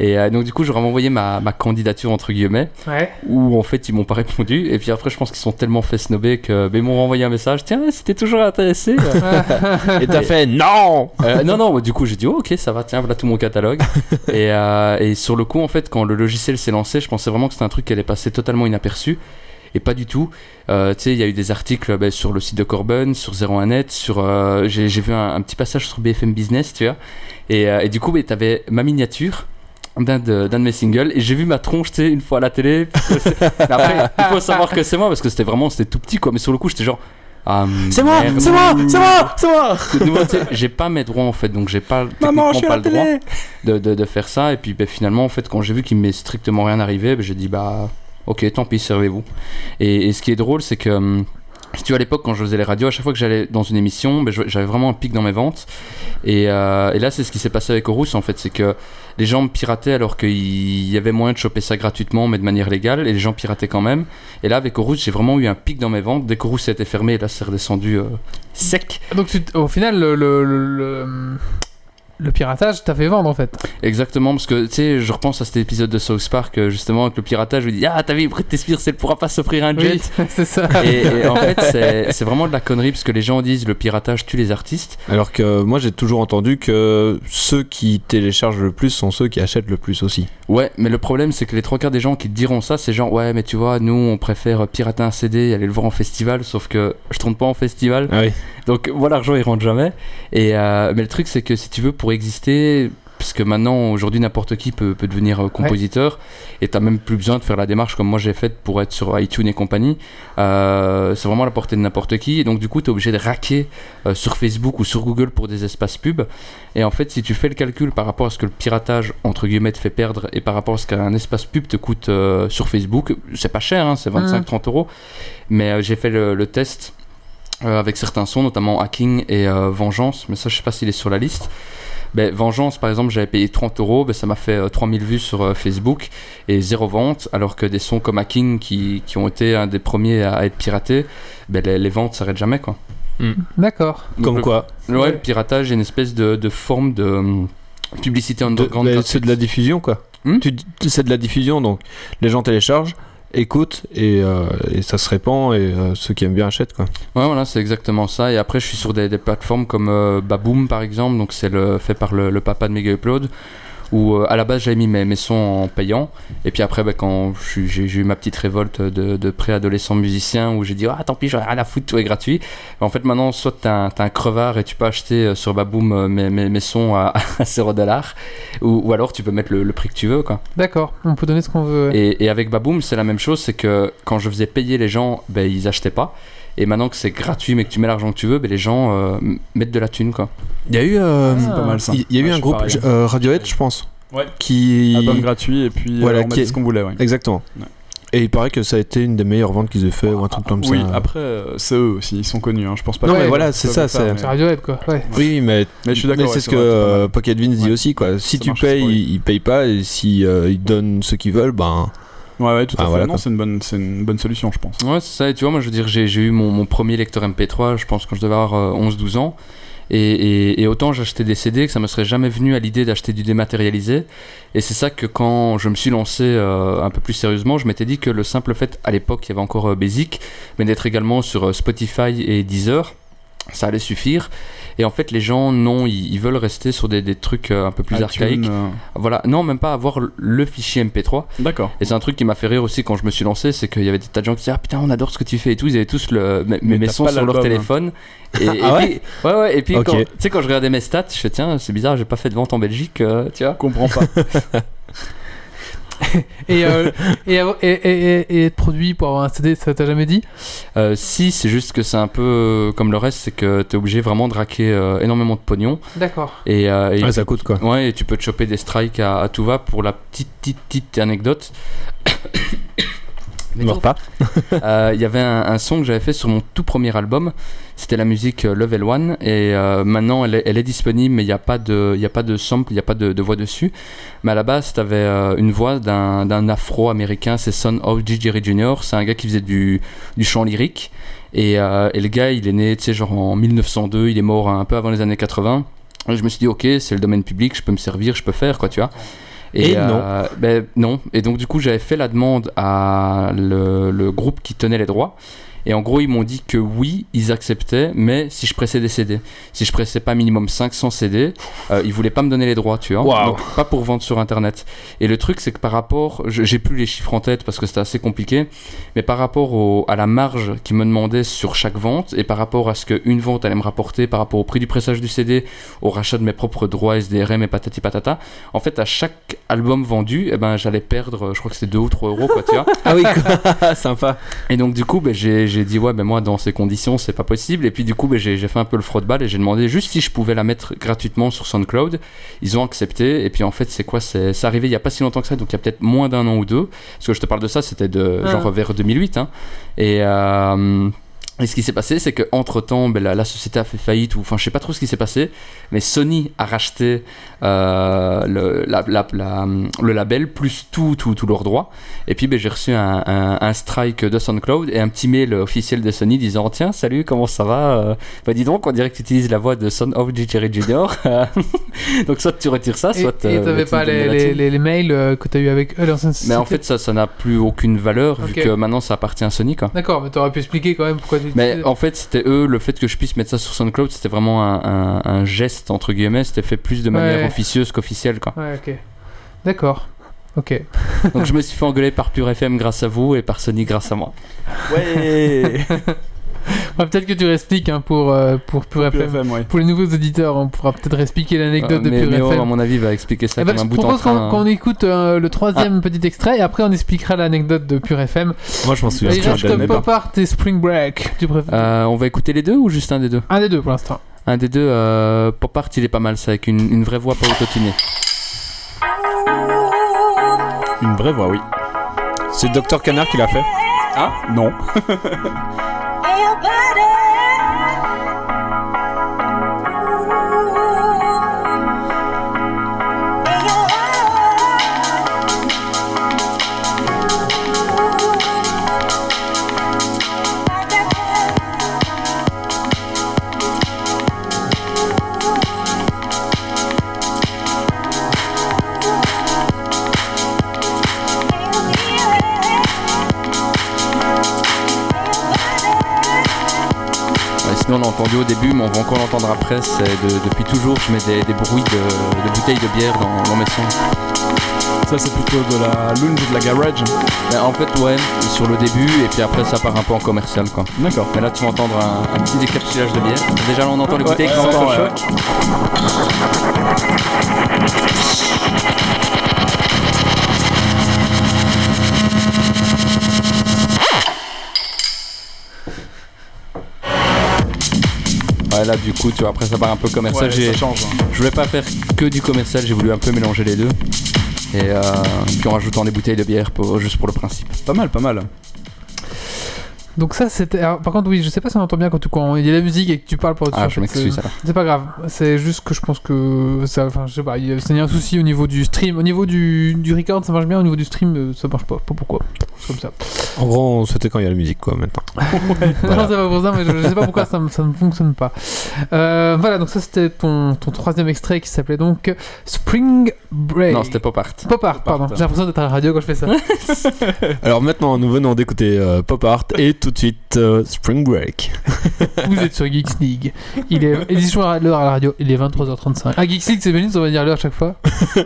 et euh, donc du coup j'aurais envoyé ma, ma candidature entre guillemets
ouais.
où en fait ils m'ont pas répondu et puis après je pense qu'ils sont tellement fait snobber que ben, ils m'ont renvoyé un message tiens c'était toujours intéressé
Et t'as fait non
Euh, non, non, du coup j'ai dit oh, ok, ça va, tiens, voilà tout mon catalogue. et, euh, et sur le coup, en fait, quand le logiciel s'est lancé, je pensais vraiment que c'était un truc qui allait passer totalement inaperçu. Et pas du tout. Euh, tu sais, il y a eu des articles ben, sur le site de Corben, sur 01net, sur. euh, j'ai j'ai vu un, un petit passage sur BFM Business, tu vois. Et, euh, et du coup, ben, t'avais ma miniature d'un de, d'un de mes singles et j'ai vu ma tronche, tu sais, une fois à la télé. Puis c'est- Mais après, il faut savoir que c'est moi parce que c'était vraiment, c'était tout petit, quoi. Mais sur le coup, j'étais genre. Ah,
C'est moi
merde.
C'est moi C'est moi C'est moi
De nouveau, tu sais, j'ai pas mes droits en fait, donc j'ai pas techniquement pas le droit de, de, de faire ça. Et puis ben, finalement, en fait, quand j'ai vu qu'il m'est strictement rien arrivé, ben, j'ai dit bah ok, tant pis, servez-vous. Et, et ce qui est drôle, c'est que hum, si tu vois, à l'époque, quand je faisais les radios, à chaque fois que j'allais dans une émission, ben, je- j'avais vraiment un pic dans mes ventes. Et, euh, et là, c'est ce qui s'est passé avec Horus en fait, c'est que les gens me pirataient alors qu'il y avait moyen de choper ça gratuitement, mais de manière légale, et les gens pirataient quand même. Et là, avec Horus, j'ai vraiment eu un pic dans mes ventes. Dès qu'Horus a été fermé, là, c'est redescendu euh, sec.
Donc tu t- au final, le, le- le- le- le piratage t'a fait vendre en fait.
Exactement, parce que tu sais, je repense à cet épisode de South Park, euh, justement, avec le piratage, où il dit Ah, t'as vu, Britney Spears, elle pourra pas s'offrir un jet.
Oui, c'est ça.
Et, et en fait, c'est- c'est vraiment de la connerie, parce que les gens disent Le piratage tue les artistes.
Alors que moi j'ai toujours entendu que ceux qui téléchargent le plus sont ceux qui achètent le plus aussi.
Ouais, mais le problème, c'est que les trois quarts des gens qui te diront ça, c'est genre Ouais, mais tu vois, nous, on préfère pirater un CD et aller le voir en festival, sauf que je tourne pas en festival.
Ah oui.
Donc voilà, l'argent il rentre jamais. Et euh, mais le truc c'est que si tu veux pour exister, parce que maintenant aujourd'hui n'importe qui peut, peut devenir euh, compositeur, et t'as même plus besoin de faire la démarche comme moi j'ai faite pour être sur iTunes et compagnie. Euh, c'est vraiment à la portée de n'importe qui. Et donc du coup t'es obligé de raquer euh, sur Facebook ou sur Google pour des espaces pubs. Et en fait si tu fais le calcul par rapport à ce que le piratage entre guillemets te fait perdre et par rapport à ce qu'un espace pub te coûte euh, sur Facebook, c'est pas cher, hein, c'est 25-30 euros. Mais euh, j'ai fait le, le test. Euh, avec certains sons, notamment Hacking et euh, Vengeance, mais ça je sais pas s'il est sur la liste. Ben, Vengeance, par exemple, j'avais payé 30 euros, ben, ça m'a fait euh, 3000 vues sur euh, Facebook et zéro vente, alors que des sons comme Hacking, qui, qui ont été un des premiers à, à être piratés, ben, les, les ventes s'arrêtent jamais. Quoi.
D'accord.
Donc,
Comme
le-
quoi
Ouais,
Ouais.
le piratage est une espèce de, de forme de hum, publicité
De-
underground.
bah,
gratuite.
C'est de la diffusion quoi.
Hmm
Tu- tu- c'est de la diffusion donc les gens téléchargent, écoutent et, euh, et ça se répand et euh, ceux qui aiment bien achètent quoi.
Ouais, voilà, c'est exactement ça. Et après, je suis sur des, des plateformes comme euh, Baboom, par exemple, donc c'est le, fait par le, le papa de Mega Upload, où euh, à la base, j'avais mis mes, mes sons en payant. Et puis après, bah, quand je suis- j'ai j'ai eu ma petite révolte de, de préadolescent musicien, où j'ai dit, ah, tant pis, j'en ai rien à foutre, tout est gratuit. en fait, maintenant, soit t'as un, t'as un crevard et tu peux acheter euh, sur Baboom euh, mes, mes, mes sons à, à 0$, ou, ou alors tu peux mettre le, le prix que tu veux, quoi.
D'accord, on peut donner ce qu'on veut. ouais.
Et, et avec Baboom, c'est la même chose, c'est que quand je faisais payer les gens, ben, ils achetaient pas. Et maintenant que c'est gratuit, mais que tu mets l'argent que tu veux, ben, les gens euh, m- mettent de la thune, quoi.
Il y a eu euh,
Ah.
C'est pas mal ça.
il y a eu
Ouais,
un
je
groupe
suis pareil.
euh, Radiohead je pense
Ouais.
qui
Album gratuit et puis
Voilà,
euh, on
qui
mettait
est-
ce qu'on voulait. ouais.
Exactement.
Ouais.
Et il paraît que ça a été une des meilleures ventes qu'ils aient fait ou un truc comme
Oui,
ça.
après, euh, c'est eux aussi, ils sont connus. hein. Je pense pas
Non,
mais
que-
voilà, c'est
peuvent
ça,
le faire,
c'est-
mais-
C'est Radio Web quoi. Ouais.
Oui, mais,
Mais je suis d'accord,
mais c'est
ouais,
ce
c'est
que
vrai, c'est pas
euh,
mal.
Pocket Vince dit
Ouais.
aussi, quoi. Si
Ça
tu
marche, c'est
payes,
pour lui.
ils, ils payent pas, et si euh, ils donnent ce qu'ils veulent, ben.
Ouais, ouais, tout
Ah,
à
voilà,
fait. Non,
quoi.
c'est une bonne, c'est une bonne solution, je pense.
Ouais, c'est ça. Et tu vois, moi, je veux dire, j'ai j'ai eu mon, mon premier lecteur MP3, je pense, quand je devais avoir 11-12 ans. Et, et- et autant j'achetais des CD que ça me serait jamais venu à l'idée d'acheter du dématérialisé. Et c'est ça que quand je me suis lancé euh, un peu plus sérieusement, je m'étais dit que le simple fait, à l'époque, il y avait encore euh, Basic, mais d'être également sur euh, Spotify et Deezer, ça allait suffire. Et en fait, les gens, non, ils, ils veulent rester sur des, des trucs euh, un peu plus
iTunes,
archaïques.
euh,
Voilà, non, même pas avoir le- le fichier MP3.
D'accord.
Et c'est un truc qui m'a fait rire aussi quand je me suis lancé, c'est qu'il y avait des tas de gens qui disaient Ah putain, on adore ce que tu fais et tout. Ils avaient tous le, mes,
Mais
mes
t'as
sons
pas
sur leur
l'album,
téléphone. Et, et
Ah ouais
puis, ouais, ouais, et puis
Ok.
quand- tu sais, quand je regardais mes stats, je fais Tiens, c'est bizarre, j'ai pas fait de vente en Belgique, euh, tu vois.
Je comprends pas.
Et, euh, et, avoir- et, et, et- et être produit pour avoir un CD, ça t'a jamais dit
Euh, si, c'est juste que c'est un peu euh, comme le reste, c'est que t'es obligé vraiment de raquer euh, énormément de pognon.
D'accord.
Et, euh, et
Ah, ça coûte, quoi.
Ouais, et tu peux te choper des strikes à, à tout va pour la petite, petite, petite anecdote.
Ils meurent pas.
Euh, Il y avait un, un son que j'avais fait sur mon tout premier album. C'était la musique euh, Level One. Et euh, maintenant, elle est, elle est disponible, mais il n'y a, pas de- il y a pas de sample, il n'y a pas de, de voix dessus. Mais à la base, tu avais une voix d'un d'un afro-américain, c'est Son of G. Jerry Jr. C'est un gars qui faisait du, du chant lyrique. Et, euh, et le gars, il est né, tu sais, genre en 1902, il est mort un peu avant les années 80. Et je me suis dit, ok, c'est le domaine public, je peux me servir, je peux faire, quoi, tu vois.
Et non.
euh, ben, non. Et donc, du coup, j'avais fait la demande à le, le groupe qui tenait les droits. Et en gros, ils m'ont dit que oui, ils acceptaient, mais si je pressais des CD. Si je pressais pas minimum 500 CD, euh, ils voulaient pas me donner les droits, tu vois.
Waouh.
Donc, pas pour vendre sur Internet. Et le truc, c'est que par rapport, je- j'ai plus les chiffres en tête parce que c'était assez compliqué, mais par rapport au- à la marge qu'ils me demandaient sur chaque vente et par rapport à ce qu'une vente allait me rapporter, par rapport au prix du pressage du CD, au rachat de mes propres droits SDRM et patati patata, en fait, à chaque album vendu, eh ben, j'allais perdre, euh, je crois que c'était 2 ou 3 euros, quoi, tu vois.
Ah oui, sympa.
Et donc du coup, ben, j'ai j'ai dit ouais, mais moi dans ces conditions, c'est pas possible. Et puis du coup, ben, j'ai j'ai fait un peu le fraude balle et j'ai demandé juste si je pouvais la mettre gratuitement sur SoundCloud. Ils ont accepté. Et puis en fait, c'est quoi C'est c'est arrivé il y a pas si longtemps que ça, donc il y a peut-être moins d'un an ou deux. Parce que je te parle de ça, c'était de
Ah.
genre vers 2008. hein. Et euh, Et ce qui s'est passé, c'est que entre temps, la, la société a fait faillite, ou enfin, je sais pas trop ce qui s'est passé, mais Sony a racheté euh, le, la- la- la- le label plus tout, tout, tout leurs droits. Et puis, ben, j'ai reçu un, un- un strike de SoundCloud et un petit mail officiel de Sony disant Tiens, salut, comment ça va Euh, Bah, dis donc, on dirait que tu utilises la voix de Son of G. Jerry Jr. donc, soit tu retires ça,
Et
soit.
et
euh,
t'avais
tu
pas
me donnes
les,
la
les,
tienne.
les- les mails euh, que t'as eu avec eux leur
Mais en
sensibilité
fait, ça ça n'a plus aucune valeur,
Ok.
vu que maintenant, ça appartient à Sony, quoi.
D'accord, mais t'aurais pu expliquer quand même pourquoi tu
Mais en fait, c'était eux, le fait que je puisse mettre ça sur SoundCloud, c'était vraiment un, un- un geste, entre guillemets, c'était fait plus de manière
Ouais.
officieuse qu'officielle, quoi.
Ouais, ok. D'accord. Ok.
Donc je me suis fait engueuler par Pure FM grâce à vous et par Sony grâce à moi. Euh,
Ouais
Ouais, Bah, peut-être que tu réexpliques hein, pour, euh, pour Pure
Pure
FM.
FM, ouais.
Pour les nouveaux auditeurs, on pourra peut-être expliquer
Euh,
l'anecdote de
mais
Pure
mais
FM.
à mon avis, va expliquer ça
Eh ben,
comme
je
un bout en
propose qu'on
train. hein. Ah.
qu'on écoute euh, le troisième petit extrait et après on expliquera l'anecdote de Pure FM.
Moi je m'en souviens.
Il reste
je l'avais
comme
pas.
Pop Art et Spring Break. Tu préfères
Euh, on va écouter les deux ou juste un des deux
Un des deux pour l'instant.
Un des deux, euh, Pop Art, il est pas mal, ça, avec une, une vraie voix pas autotunée.
Une vraie voix, oui.
C'est Dr Canard qui l'a fait.
Ah Non.
Ouais, sinon, on l'a entendu au début, mais on va encore l'entendre après. C'est de- depuis toujours, je mets des, des bruits de, de bouteilles de bière dans, dans mes sons.
Ça, c'est plutôt de la lounge ou de la garage.
Mais en fait, ouais, sur le début, et puis après, ça part un peu en commercial, quoi.
D'accord.
Mais là, tu vas entendre un, un petit décapsulage de bière. Déjà, là, on entend les bouteilles qui sont encore chaudes. Ouais, là, du coup, tu vois, après, ça part un peu commercial.
Ouais,
J'ai-
ça change. hein.
je voulais pas faire que du commercial, j'ai voulu un peu mélanger les deux. Et euh, puis en rajoutant des bouteilles de bière pour, juste pour le principe.
Pas mal, pas mal.
Donc ça c'était. alors, Par contre oui, je sais pas si on entend bien quand, tu- quand il y a la musique et que tu parles pour
Ah, je m'excuse. alors.
C'est pas grave, c'est juste que je pense que ça, enfin, je sais pas, il y a- c'est un souci au niveau du stream, au niveau du, du record ça marche bien, au niveau du stream euh, ça marche pas, pas pourquoi, c'est comme ça.
En gros, c'était quand il y a la musique quoi maintenant. Voilà.
Non c'est pas pour ça, mais je, je sais pas pourquoi ça, me- ça ne fonctionne pas. Euh, voilà, donc ça c'était ton, ton troisième extrait qui s'appelait donc Spring Break.
Non, c'était pop art.
Pop Art, pardon, j'ai l'impression d'être à la radio quand je fais ça.
Alors maintenant, nous venons d'écouter euh, Pop Art et tout de suite euh, Spring Break.
Vous êtes sur Geeks League. Il est édition à l'heure à la radio, il est 23h35. Ah, Geeks League, c'est venu, on va dire l'heure à chaque fois.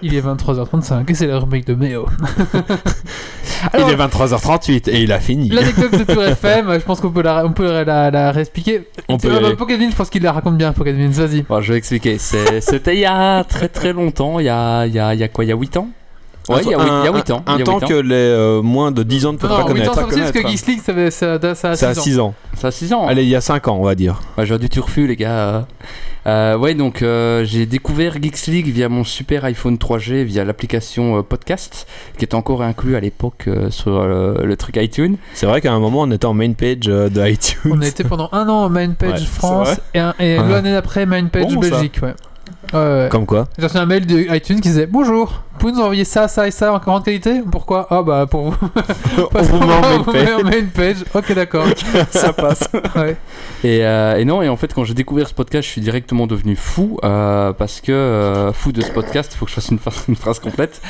Il est 23h35 et c'est la rubrique de Méo. Alors,
Il est 23h38 et il a fini.
L'anecdote de Pure FM, je pense qu'on peut la, on peut la, la réexpliquer.
On peut y
Ah bah,
aller.
Pokédean, je pense qu'il la raconte bien, Pokédean, vas-y.
Bon, je vais expliquer. C'est- C'était il y a très très longtemps, il y a, il y a, il y a quoi Il y a 8 ans Ouais, il y a huit- il y a 8 ans.
Un,
il y a
temps
huit ans.
que les euh, moins de 10 ans ne peuvent pas
Non, mais
connaître. hein.
attends, c'est aussi parce que Geeks League, ça, va- ça, ça,
C'est
ça
à
a 6 ans.
6 ans.
Ça a 6 ans. hein.
Allez, il y a 5 ans, on va dire.
Ouais, j'ai du turfu, les gars. euh. Euh, ouais, donc euh, j'ai découvert Geeks League via mon super iPhone 3G, via l'application euh, Podcast, qui était encore inclus à l'époque euh, sur euh, le truc iTunes.
C'est vrai qu'à un moment, on était en main page euh, de iTunes.
On a été pendant un an au Main Page
Ouais, c'est
France et, un- et
Ouais.
l'année d'après Main Page
Bon, ça.
Belgique, ouais. Ouais, ouais.
Comme quoi
J'ai reçu un mail de iTunes qui disait Bonjour, pouvez nous envoyer ça, ça et ça en grande qualité Pourquoi Ah bah pour vous.
On vous met en main
On vous met
page.
en main page. Ok, d'accord.
Ça passe.
Ouais.
Et, euh, et non, et en fait, quand j'ai découvert ce podcast, je suis directement devenu fou euh, parce que euh, fou de ce podcast. Il faut que je fasse une, phrase- une phrase complète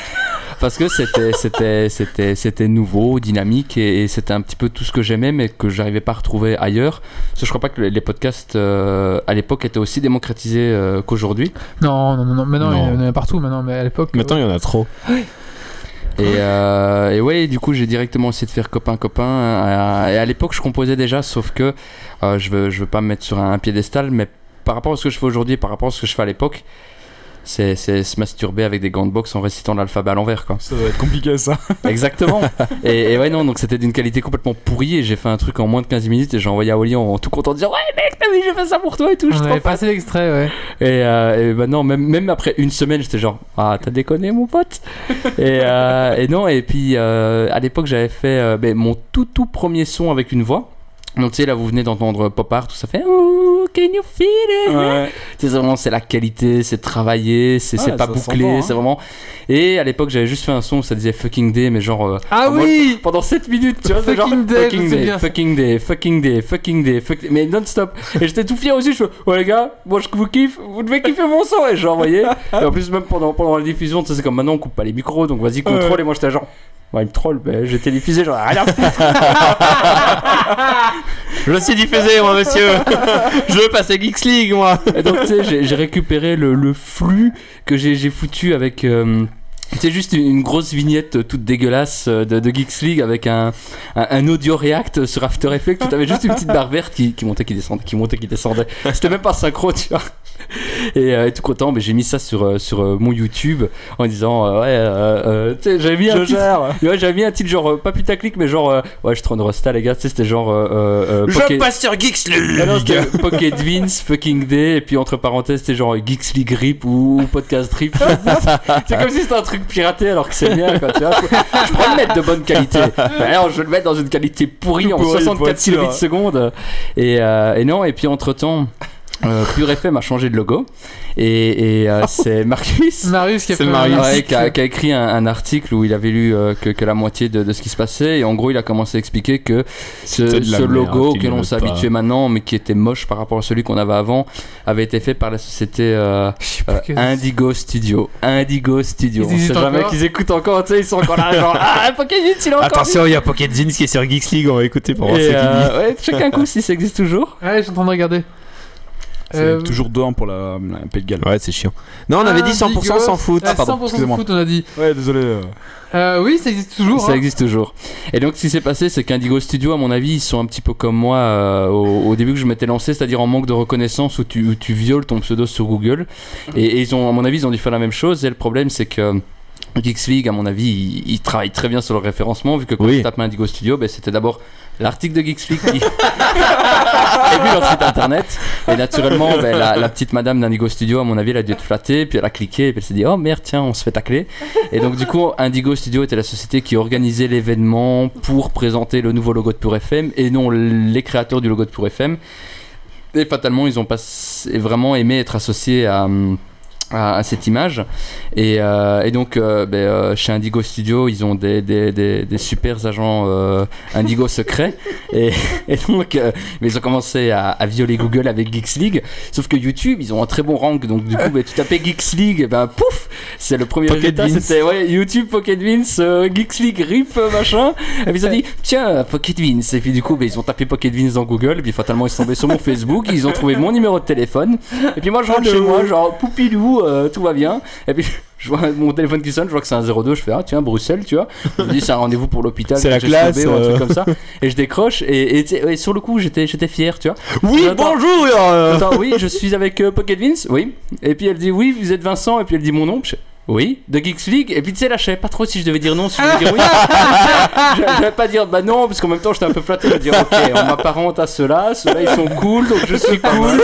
parce que c'était c'était c'était c'était nouveau, dynamique et, et c'était un petit peu tout ce que j'aimais mais que j'arrivais pas à retrouver ailleurs. Parce que je crois pas que les podcasts euh, à l'époque étaient aussi démocratisés euh, qu'aujourd'hui.
Non, non, non, non, maintenant
Non.
il y en a partout, maintenant, mais à l'époque.
Maintenant, il y en a trop.
Et, euh, et ouais, du coup, j'ai directement essayé de faire copain-copain. euh, et à l'époque, je composais déjà, sauf que euh, je veux, je veux pas me mettre sur un, piédestal, mais par rapport à ce que je fais aujourd'hui, par rapport à ce que je fais à l'époque, c'est c'est se masturber avec des gants de boxe en récitant l'alphabet à l'envers, quoi.
Ça doit être compliqué, ça.
Exactement. et, et ouais, non, donc c'était d'une qualité complètement pourrie. Et j'ai fait un truc en moins de 15 minutes et j'ai envoyé à Oli en, en tout content, disant Ouais, mec, t'as vu, j'ai fait ça pour toi et tout. je
on
suis
avait
trop
passé l'extrait, ouais.
et, euh, et bah non, même, même après une semaine, j'étais genre, ah, t'as déconné, mon pote. et, euh, et non, et puis euh, à l'époque, j'avais fait euh, ben, mon tout tout premier son avec une voix. Donc, tu sais, là, vous venez d'entendre Pop Art, tout ça fait Oh, can you feel it?
Ouais.
C'est vraiment, c'est la qualité, c'est travaillé, c'est
Ouais,
c'est pas
ça
bouclé,
s'entend, hein.
c'est vraiment. Et à l'époque, j'avais juste fait un son où ça disait fucking day, mais genre. euh,
Ah
en mode-
oui
Pendant 7 minutes, tu vois, c'est genre.
Fucking day,
fucking,
c'est
day
bien.
fucking day, fucking day, fucking day, fuck- mais non-stop. Et j'étais tout fier aussi, je fais, ouais les gars, moi je vous kiffe, vous devez kiffer mon son, et genre, vous voyez. Et en plus, même pendant, pendant la diffusion, tu sais, c'est comme maintenant on coupe pas les micros, donc vas-y, contrôle, et moi j'étais genre. Ouais, il me troll, mais j'étais diffusé, genre, rien à foutre.
Je suis diffusé, moi, monsieur. je veux passer Geeks League, moi.
Et donc, tu sais, j'ai- j'ai récupéré le, le flux que j'ai j'ai foutu avec. euh, tu sais, juste une, une grosse vignette toute dégueulasse euh, de, de Geeks League avec un, un, un audio react sur After Effects où t'avais juste une petite barre verte qui, qui montait, qui descendait, qui montait, qui descendait. C'était même pas synchro, tu vois. Et, euh, et tout content, mais j'ai mis ça sur, euh, sur euh, mon YouTube en disant euh, Ouais, euh, euh, tu sais, j'avais mis, un
Je
titre-
gère.
ouais, j'avais mis un titre genre euh, pas putaclic, mais genre euh, Ouais, je trône Rosta, les gars, tu sais, c'était genre euh, euh, euh, Poké-
passe sur Geeks League.
ah non, c'était Pocket Vince, Fucking Day, et puis entre parenthèses, c'était genre euh, Geeks League Rip ou, ou Podcast Rip. c'est comme si c'était un truc piraté alors que c'est bien. Quoi, tu vois, je, je pourrais le mettre de bonne qualité. Mais alors, je vais le mettre dans une qualité pourrie
Tout
en
pourri,
64
pour être sûr.
kilobits seconde. Et, euh, et non, et puis entre temps. Euh, Pure FM a changé de logo et, et,
Oh.
euh, c'est Marcus
Marius qui a
C'est
fait
le Marius.
un
Ouais,
article.
qui, a, qui a écrit un, un article où il avait lu euh, que, que la moitié de, de ce qui se passait et en gros il a commencé à expliquer que ce,
C'était de la
ce
merde,
logo
qu'il
que l'on
n'aimait
s'habituait maintenant mais qui était moche par rapport à celui qu'on avait avant avait été fait par la société euh,
Je sais plus
euh,
que-
Indigo Studio. Indigo Studio.
Ils
On sait
hésitent
jamais
encore.
qu'ils écoutent encore, tu sais, ils sont encore là genre ah Pokémon il a encore.
Attention, il y a Pocket Jeans qui est sur Geeks League. On va écouter
Et,
pour voir ce qu'il dit.
euh, ouais, check un coup si ça existe toujours.
Ouais, je suis en train de regarder.
C'est
Euh,
toujours dehors pour la, la paix de Galles.
Ouais, c'est chiant. Non, on avait dit 100% s'en foutre.
Ah,
pardon,
100% s'en
excusez-moi.
foot, on a dit.
Ouais, désolé. euh.
Euh, oui, ça existe toujours.
Ça
hein.
existe toujours. Et donc, ce qui s'est passé, c'est qu'Indigo Studio, à mon avis, ils sont un petit peu comme moi euh, au, au début que je m'étais lancé, c'est-à-dire en manque de reconnaissance où tu, où tu violes ton pseudo sur Google. Et, et ils ont, à mon avis, ils ont dû faire la même chose. Et le problème, c'est que. euh, Geeks League, à mon avis, ils, ils travaillent très bien sur le référencement, vu que quand
Oui.
tu tapes Indigo Studio, ben, c'était d'abord l'article de Geeks League qui... et puis leur site internet. Et naturellement, ben, la, la petite madame d'Indigo Studio, à mon avis, elle a dû être flattée, puis elle a cliqué, et puis elle s'est dit, oh merde, tiens, on se fait tacler. Et donc, du coup, Indigo Studio était la société qui organisait l'événement pour présenter le nouveau logo de Pure FM, et non les créateurs du logo de Pure FM. Et fatalement, ils ont pas s- vraiment aimé être associés à, hum, à, à cette image. Et, euh, et donc, euh, ben, euh, chez Indigo Studio, ils ont des, des, des, des super agents euh, Indigo secrets. Et, et donc, euh, mais ils ont commencé à, à violer Google avec Geeks League. Sauf que YouTube, ils ont un très bon rank. Donc, du coup, ben, tu tapais Geeks League, et ben pouf C'est le premier
Pocket
résultat.
Beans.
C'était ouais, YouTube, Pocket Vince, Geeks League, RIP, euh, machin. Et puis, ils ont dit, tiens, Pocket Vince. Et puis, du coup, ben, ils ont tapé Pocket Vince dans Google. Et puis, fatalement, ils sont tombés sur mon Facebook. Ils ont trouvé mon numéro de téléphone. Et puis, moi, je rentre chez moi, genre, poupilou, euh, tout va bien. Et puis je vois mon téléphone qui sonne, je vois que c'est un 02, je fais ah tiens Bruxelles, tu vois. Je me dis c'est un rendez-vous pour l'hôpital,
C'est
que
la
j'ai
classe,
snobé ou un
euh.
truc comme ça. Et je décroche et, et tu sais, ouais, sur le coup j'étais j'étais fier, tu vois.
Oui,
Attends.
bonjour. euh,
Attends, oui, je suis avec euh, Pocket Vince, oui. Et puis elle dit oui, vous êtes Vincent, et puis elle dit mon nom. Je fais, oui, de Geeks League. Et puis tu sais, là, je savais pas trop si je devais dire non, si je devais dire oui. je, je vais pas dire bah non, parce qu'en même temps, j'étais un peu flatté de dire ok, on m'apparente à ceux-là, ceux-là ils sont cool, donc je suis cool.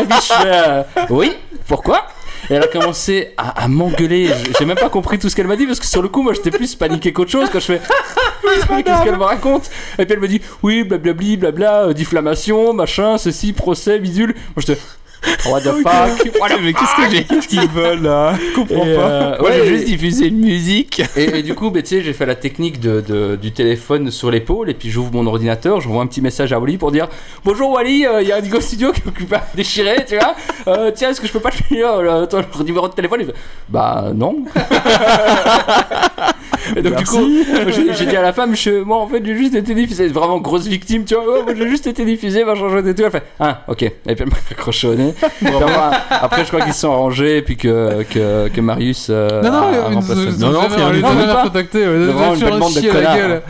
Et puis je fais euh, oui, pourquoi et elle a commencé à, à m'engueuler. Je- J'ai même pas compris tout ce qu'elle m'a dit parce que sur le coup, moi j'étais plus paniqué qu'autre chose quand je fais Putain, Qu'est-ce qu'elle me raconte Et puis elle me dit Oui, blablabli, blabla, euh, diffamation, machin, ceci, procès, bidule. Moi j'étais What the fuck What the
Mais qu'est-ce que j'ai
Qu'est-ce qu'ils veulent là Je comprends
Et,
pas.
euh,
Moi,
ouais,
j'ai juste diffusé une musique.
et, et du coup, ben, tu sais, j'ai fait la technique de, de- du téléphone sur l'épaule, et puis j'ouvre mon ordinateur, j'envoie un petit message à Wally pour dire Bonjour Wally, euh, il y a Indigo Studio qui est occupé à me déchirer, tu vois. Euh, tiens, est-ce que je peux pas te finir euh, ton numéro de téléphone Il fait, Bah non. et donc, du coup, j'ai- j'ai dit à la femme je, Moi en fait, j'ai juste été diffusé. C'est vraiment grosse victime, tu vois. Ouais, moi, j'ai juste été diffusé, machin, chouette et tout. Elle fait Ah, ok. Et puis elle m'a accroché au nez. Enfin, après, je crois qu'ils se sont arrangés, et puis que, que, que Marius. euh,
Non, non,
a- a
euh,
remplacé
euh,
Non, non,
jamais-
rien
on
du
les
tout.
a jamais
Pas.
contactés, on les a
Vraiment une
toujours
belle bande de
chié à la
connards.
gueule.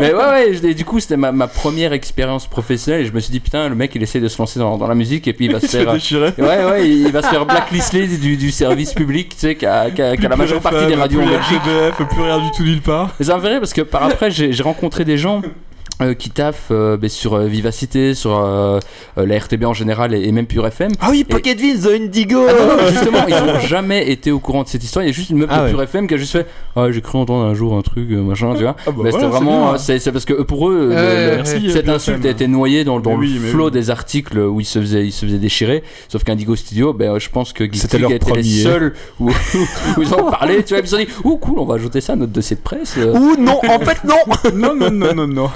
Mais ouais, ouais, je- et du coup, c'était ma, ma première expérience professionnelle. Et je me suis dit, putain, le mec, il essaie de se lancer dans, dans la musique et puis il va se
Je
faire. euh,
déchiré.
Ouais, ouais, il il va se faire blacklister du, du service public, tu sais, qu'à qu'à- qu'à la majeure partie des radios en
Plus
Belgique.
RGBF, plus rien du tout nulle part.
Mais ça me fait rire parce que par après, j'ai j'ai rencontré des gens euh, qui taffent euh, ben, sur euh, Vivacité, sur euh, euh, la RTB en général et, et même Pure FM.
Ah oui, Pocketville, The Indigo
Ah non, justement, ils n'ont jamais été au courant de cette histoire. Il y a juste une meuf
Ah
de
ouais.
Pure FM qui a juste fait Ah, j'ai cru entendre un jour un truc, euh, machin, tu vois.
Ah bah
mais
voilà,
c'était
c'est
vraiment.
bien.
euh, C'est c'est parce que euh, pour eux, le-
Euh,
le-
Merci,
cette
BFM.
insulte a été noyée dans, dans
Mais oui,
le
mais
flot
oui.
des articles où ils se faisaient, ils se faisaient déchirer. Sauf qu'Indigo Studio, ben, euh, je pense que
C'était
Geek
leur
a été les
premier.
seuls où, où ils ont parlé. Tu vois, ils se sont dit Ouh, cool, on va ajouter ça à notre dossier de presse. euh.
Ou non, en fait non
non, non, non, non, non.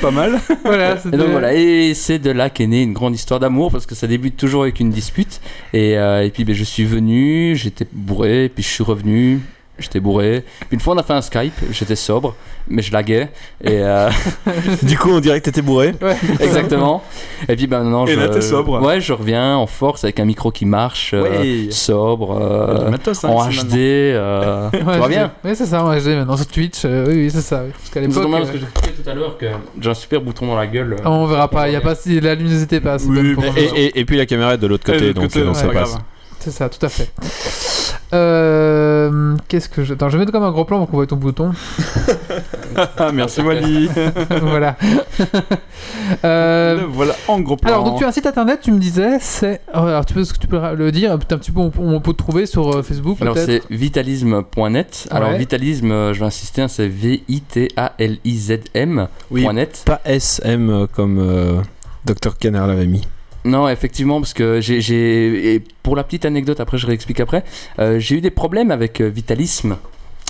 Pas mal.
Voilà,
Et donc
c'était-
voilà, et c'est de là qu'est née une grande histoire d'amour parce que ça débute toujours avec une dispute. Et, euh, et puis ben, je suis venu, j'étais bourré, puis je suis revenu, j'étais bourré. Puis une fois on a fait un Skype, j'étais sobre, mais je laguais. Et euh,
Du coup, on dirait que t'étais bourré.
Ouais.
exactement. Et puis ben maintenant
Et
je.
là, t'es sobre.
Ouais, je reviens en force avec un micro qui marche, euh,
Ouais.
sobre, euh,
Du matos, hein,
en
c'est
HD. euh, tu
Ouais,
vois
c'est-
bien.
Oui, c'est ça, en HD maintenant sur Twitch. euh, oui, oui, c'est ça. oui. Parce
C'est
qu'à l'époque,
normal parce
euh,
que je disais tout à l'heure que j'ai un super bouton dans la gueule. euh.
ah, on verra pas. Il y a pas si la luminosité est pas assez
Oui,
bonne pour
mais-
voir.
Et, et- et puis la caméra est de l'autre côté,
Et de l'autre
donc
côté,
euh,
donc
ça
c'est pas
passe.
grave.
C'est ça, tout à fait. Euh, Qu'est-ce que je. Attends, je vais mettre comme un gros plan pour qu'on voit ton bouton.
Ah, merci Wally.
voilà. Euh,
Le voilà en gros plan.
Alors, donc tu as un site internet, tu me disais, c'est. oh, Alors, tu peux, est-ce que tu peux le dire Peut-être un petit peu, on, on peut te trouver sur euh, Facebook
Alors c'est
peut-être
vitalisme.net. Alors
Ouais.
vitalisme, euh, je vais insister, hein, c'est V-I-T-A-L-I-Z-M.net.
Oui. Pas SM euh, comme euh, Dr Canard l'avait mis.
Non, effectivement, parce que j'ai- j'ai. et Pour la petite anecdote, après je réexplique après, euh, j'ai eu des problèmes avec euh, vitalisme.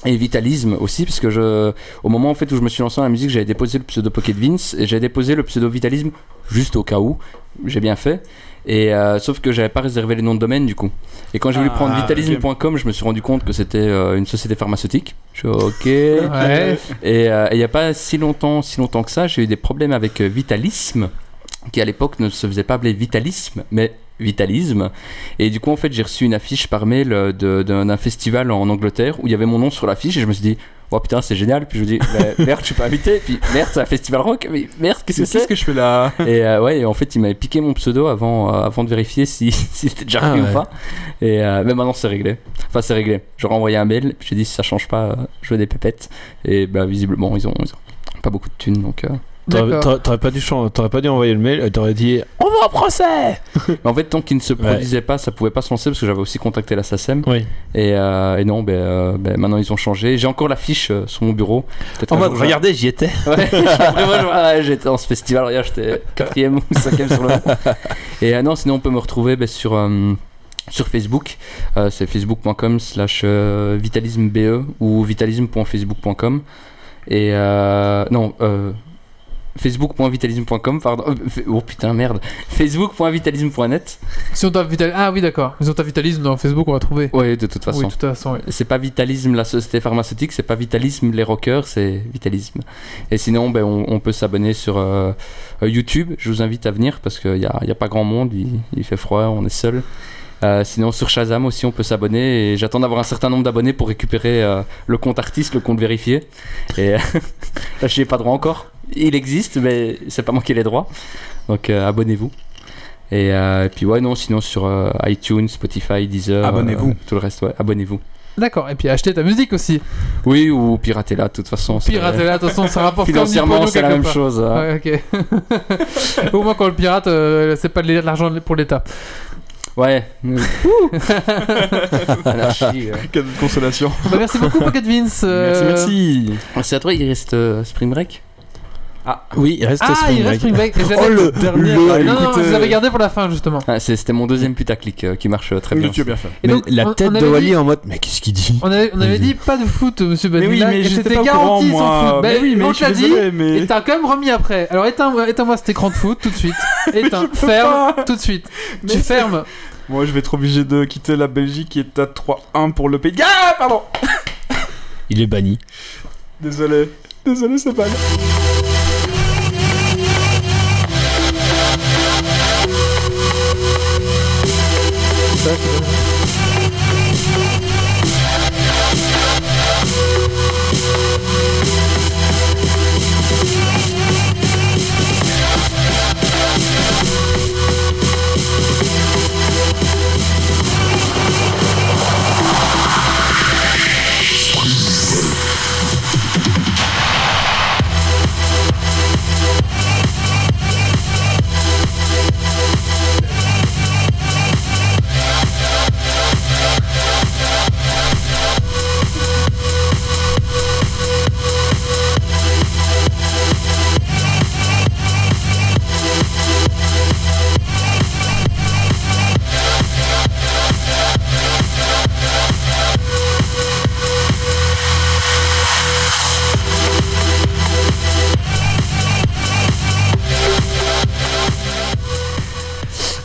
Et vitalisme aussi, parce que je, au moment en fait où je me suis lancé dans la musique, j'avais déposé le pseudo Pocket Vince et j'avais déposé le pseudo Vitalisme juste au cas où. J'ai bien fait. Et euh, sauf que j'avais pas réservé les noms de domaine du coup. Et quand j'ai voulu
Ah,
prendre vitalisme.com, je me suis rendu compte que c'était euh, une société pharmaceutique. Je suis ok.
Ouais.
Et euh, et il n'y a pas si longtemps, si longtemps que ça, j'ai eu des problèmes avec euh, Vitalisme, qui à l'époque ne se faisait pas appeler Vitalisme, mais Vitalisme. Et du coup, en fait, j'ai reçu une affiche par mail euh, de- d'un d'un festival en Angleterre où il y avait mon nom sur l'affiche et je me suis dit, oh putain, c'est génial. Puis je me dis, Bah, merde, je suis pas invité. Puis merde, c'est un festival rock. Mais merde, qu'est-ce que
Qu'est-ce
c'est
que je fais là
Et euh, ouais, et en fait, il m'avait piqué mon pseudo avant, euh, avant de vérifier si, si c'était déjà
Ah,
arrivé
ouais.
ou pas. Et euh, mais maintenant, c'est réglé. Enfin, c'est réglé. J'aurais envoyé un mail, puis j'ai dit si ça change pas, euh, je veux des pépettes. Et bah, visiblement, ils ont, ils ont pas beaucoup de thunes, donc. euh.
T'aurais
D'accord.
t'aurais- t'aurais pas, dû chan- t'aurais pas dû envoyer le mail, euh, t'aurais dit On va au procès
Mais en fait, tant qu'ils ne se
Ouais.
produisaient pas, ça pouvait pas se lancer parce que j'avais aussi contacté la SACEM.
Oui.
Et, euh, et non, ben, euh, ben, maintenant ils ont changé. J'ai encore l'affiche euh, sur mon bureau. Peut-être
En
un
mode,
jour, j'ai-
Oh, regardez, j'y étais.
Ouais, je suis vraiment genre, ah, j'étais dans ce festival, regarde, j'étais quatrième ou cinquième sur le moment. Et euh, non, sinon on peut me retrouver ben, sur, euh, sur Facebook, Euh, c'est facebook.com slash euh, vitalismebe ou vitalisme.facebook.com. Et euh, non, euh, facebook.vitalisme.com, pardon. Euh, fa- Oh putain, merde. facebook.vitalisme.net.
Si on tape Vital- Ah oui, d'accord. Si on tape Vitalisme dans Facebook, on va trouver.
Oui, de toute façon.
Oui, tout à façon. oui.
C'est pas Vitalisme la société pharmaceutique, c'est pas Vitalisme les rockers, c'est Vitalisme. Et sinon, ben, on, on peut s'abonner sur euh, euh, YouTube. Je vous invite à venir parce qu'il n'y a, y a pas grand monde, il, il fait froid, on est seul. Euh, sinon, sur Shazam aussi, on peut s'abonner. Et j'attends d'avoir un certain nombre d'abonnés pour récupérer euh, le compte artiste, le compte vérifié. Et euh, là, je n'y ai pas droit encore. Il existe, mais c'est pas moi qui ai les droits. Donc, euh, abonnez-vous. Et, euh, et puis, ouais, non, sinon sur euh, iTunes, Spotify, Deezer. euh,
Abonnez-vous.
tout le reste, ouais, abonnez-vous.
D'accord. Et puis acheter ta musique aussi.
Oui, ou piratez-la, de toute façon. c'est-
Piratez-la, attention, ça rapporte comme du
Financièrement,
pognon
c'est la
quelque
même
part.
chose. hein.
Ouais, ok. Au moins, quand on le pirate, euh, c'est pas de l'argent pour l'État.
Ouais. Anarchie, ouais.
Quelle consolation.
Bah, merci beaucoup, Pocket Vince.
Merci,
euh,
merci.
Ah, C'est à toi, il reste euh, Spring Break
Oui, il reste
Ah, il reste Spring Break. Et
Oh,
j'avais-
le
dernier,
le-
allez,
Non, non,
écoute,
je
euh,
l'avais gardé pour la fin, justement.
Ah, c'est- C'était mon deuxième putaclic euh, qui marche euh, très
Mais
bien.
tu as bien fait.
Et
Mais
donc,
la
on-
tête
on
de
avait
Wally
dit-
en mode Mais qu'est-ce qu'il dit
On avait, on avait
Vas-y.
dit pas de foot, monsieur
Mais oui,
Badmila,
mais
et
j'étais
c'était
pas au
garanti
courant,
sans
moi.
foot.
Mais oui, mais
on
je suis
te l'a dit,
désolé, mais-
et t'as quand même remis après. Alors éteins, éteins-moi cet écran de foot tout de suite. Éteins, ferme, tout de suite. Tu
Mais-
fermes.
Moi, je vais être obligé de quitter la Belgique qui est à 3-1 pour le pays. Ah, pardon
Il est banni.
Désolé. Désolé, c'est mal.
Spring Break.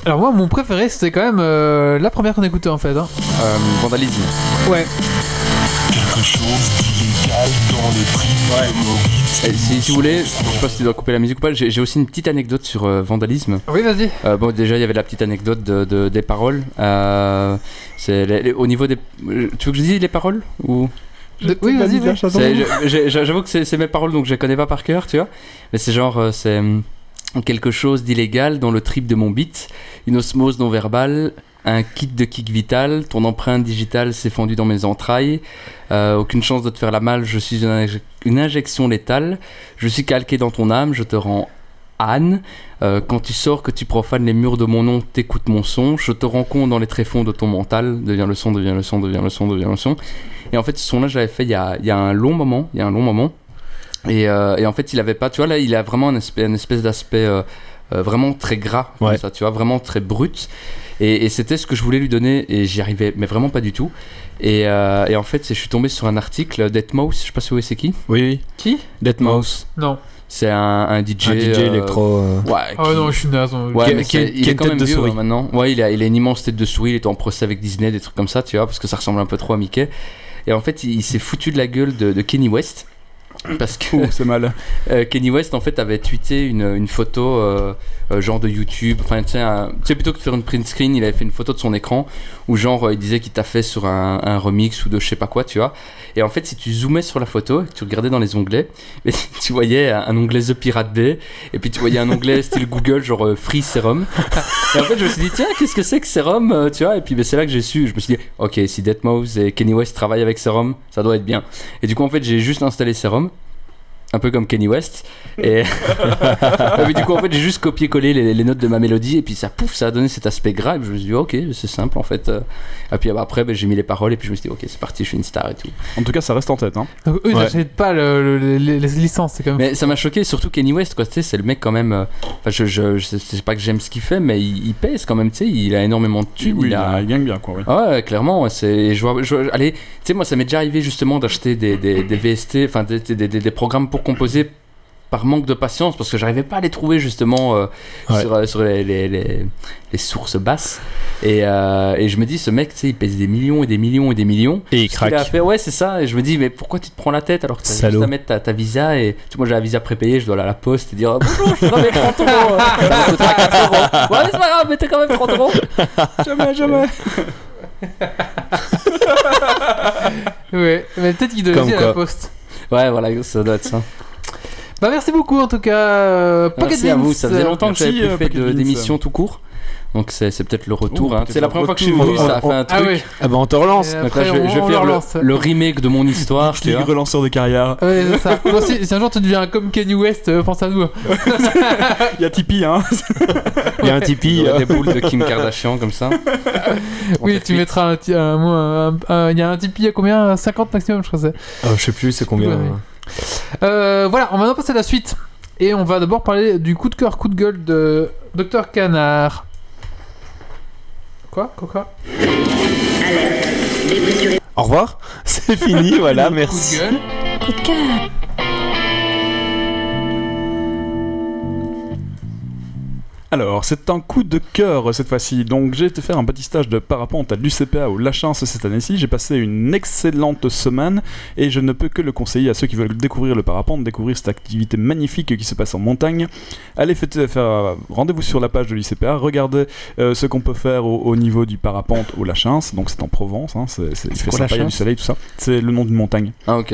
Alors moi, mon préféré, c'était quand même euh, la première qu'on écoutait en fait. hein.
Euh, vandalisme.
Ouais.
Quelque chose d'illégal dans les prix de nos rythmes.
Et si, si vous voulez, je sais pas si tu dois couper la musique ou pas, j'ai j'ai aussi une petite anecdote sur euh, vandalisme.
Ah
Oui, vas-y.
Euh, bon, déjà, il y avait la petite anecdote de, de- des paroles. Euh, c'est les- les- au niveau des. euh, Tu veux que je dise les paroles ou
De- Oui, vas-y. vas-y.
C'est- je- j'ai- J'avoue que c'est c'est mes paroles, donc je les connais pas par cœur, tu vois. Mais c'est genre, euh, c'est hum, quelque chose d'illégal dans le trip de mon beat, une osmose non verbale, un kit de kick vital, ton empreinte digitale s'est fendue dans mes entrailles, euh, aucune chance de te faire la malle, je suis une, inje- une injection létale, je suis calqué dans ton âme, je te rends Anne, Euh, quand tu sors, que tu profanes les murs de mon nom, t'écoutes mon son, je te rencontre dans les tréfonds de ton mental, devient le son, devient le son, devient le son, devient le son. Et en fait, ce son-là, je l'avais fait il y, a, il y a un long moment. Il y a un long moment. Et, euh, et en fait, il avait pas. Tu vois, là, il a vraiment un aspect, un espèce d'aspect euh, euh, vraiment très gras, comme
Ouais.
ça, tu vois, vraiment très brut. Et, et c'était ce que je voulais lui donner, et j'y arrivais, mais vraiment pas du tout. Et, euh, et en fait, c'est- je suis tombé sur un article d'Etmouse, je sais pas si vous voyez c'est qui.
Oui, oui.
Qui
Deathmouse.
Non.
C'est un, un DJ.
Oh, Un DJ
euh,
électro. euh,
Ouais,
Oh
qui-
non, je suis naze. on-
Ouais,
Qui-
mais
qui-
c'est-
qui
il
a
est
une
quand
tête
même
de
vieux
souris.
hein, maintenant. Ouais, il a, il a une immense tête de souris, il est en procès avec Disney, des trucs comme ça, tu vois, parce que ça ressemble un peu trop à Mickey. Et en fait, il, il s'est foutu de la gueule de, de Kenny West. Parce que
Ouh, Oh, c'est mal.
euh, Kenny West, en fait, avait tweeté une, une photo, euh, euh, genre de YouTube. Enfin, tu sais, un- tu sais, plutôt que de faire une print screen, il avait fait une photo de son écran où, genre, euh, il disait qu'il taffait sur un, un remix ou de je sais pas quoi, tu vois. Et en fait, si tu zoomais sur la photo, tu regardais dans les onglets, mais tu voyais un, un onglet The Pirate Bay, et puis tu voyais un onglet style Google, genre euh, Free Serum. Et en fait, je me suis dit, tiens, qu'est-ce que c'est que Serum, euh, tu vois Et puis, ben, c'est là que j'ai su, je me suis dit, ok, si Deadmau5 et Kenny West travaillent avec Serum, ça doit être bien. Et du coup, en fait, j'ai juste installé Serum. Un peu comme Kenny West. Et Ah, mais du coup, en fait, j'ai juste copié-collé les, les notes de ma mélodie. Et puis ça, pouf, ça a donné cet aspect grave. Je me suis dit, ok, c'est simple en fait. Euh, Et puis après, ben, j'ai mis les paroles. Et puis je me suis dit, ok, c'est parti, je suis une star et tout.
En tout cas, ça reste en tête. Hein.
Donc, eux, ils
Ouais.
n'achètent pas le- le- les, les licences, c'est quand même.
Mais ça m'a choqué, surtout Kenny West, quoi. Tu sais, c'est le mec quand même. euh, Enfin, je, je, je sais- je sais pas que j'aime ce qu'il fait, mais il, il pèse quand même, tu sais. Il a énormément de thunes.
oui,
il a-
gagne bien, quoi. Oui.
Ah ouais, clairement, c'est. Je vois, je vois- allez, tu sais, moi, ça m'est déjà arrivé justement d'acheter des, des, des VST, enfin des, des, des- des programmes pour composer par manque de patience parce que j'arrivais pas à les trouver justement euh,
Ouais.
sur, euh, sur les, les, les- les sources basses. Et, euh, et je me dis, ce mec, tu sais, il pèse des millions et des millions et des millions.
Et il
Ce qu'il a
craque.
fait, ouais, c'est ça. Et je me dis, mais pourquoi tu te prends la tête alors que t'as
Salaud.
juste à mettre ta, ta visa et tu vois, moi j'ai la visa prépayée, je dois aller à la poste et dire Ah, bonjour, je te remets 30 euros. euh, Ça me coûtera 4 euros. Ouais, c'est pas grave, mettez quand même 30 euros.
jamais, jamais.
Ouais. Mais peut-être qu'ils devaient
Comme
aussi à la
quoi.
poste.
Ouais, voilà, ça doit être ça.
Bah merci beaucoup en tout cas. euh, Pocket
Merci à
Vince,
vous, ça faisait
euh,
longtemps que
merci,
j'avais
euh,
plus fait
Pocket
de-
Vince.
d'émission tout court. Donc c'est c'est peut-être le retour.
Ouh,
hein.
peut-être
C'est la
le
première fois que je suis
retour.
venu, ça a fait un
Ah
truc.
oui.
Ah bah on te relance.
Euh,
Donc là, je vais,
Après,
je vais
on- on
faire
le
le,
relance.
le remake de mon histoire. tu
Petit
vois.
relanceur de carrière.
Ouais, c'est ça. Bon, si, si un jour tu deviens comme Kenny West, euh, pense à nous.
Il y a Tipeee, hein.
Il y a un
Il
Tipeee.
y
euh,
a des boules de Kim Kardashian comme ça.
Oui, tu mettras un. ti- un- moi, un- un- Il y a un Tipeee à combien 50 maximum, je crois. que c'est.
euh, je sais plus c'est combien.
Ouais, ouais.
hein.
Euh, voilà, on va maintenant passer à la suite. Et on va d'abord parler du coup de cœur, coup de gueule de Docteur Canard. Quoi Quoi Quoi
Au revoir. C'est fini, voilà, merci.
Coup de gueule.
Coup de cœur.
Alors, c'est un coup de cœur cette fois-ci. Donc, j'ai été faire un petit stage de parapente à l'UCPA au Lachance cette année-ci. J'ai passé une excellente semaine et je ne peux que le conseiller à ceux qui veulent découvrir le parapente, découvrir cette activité magnifique qui se passe en montagne. Allez fêter- faire euh, rendez-vous sur la page de l'UCPA, regardez euh, ce qu'on peut faire au, au niveau du parapente au Lachance. Donc, c'est en Provence, hein. c'est, c'est- il fait
quoi,
sympa, il y a du
Lachance
soleil, tout ça. C'est le nom d'une montagne.
Ah ok.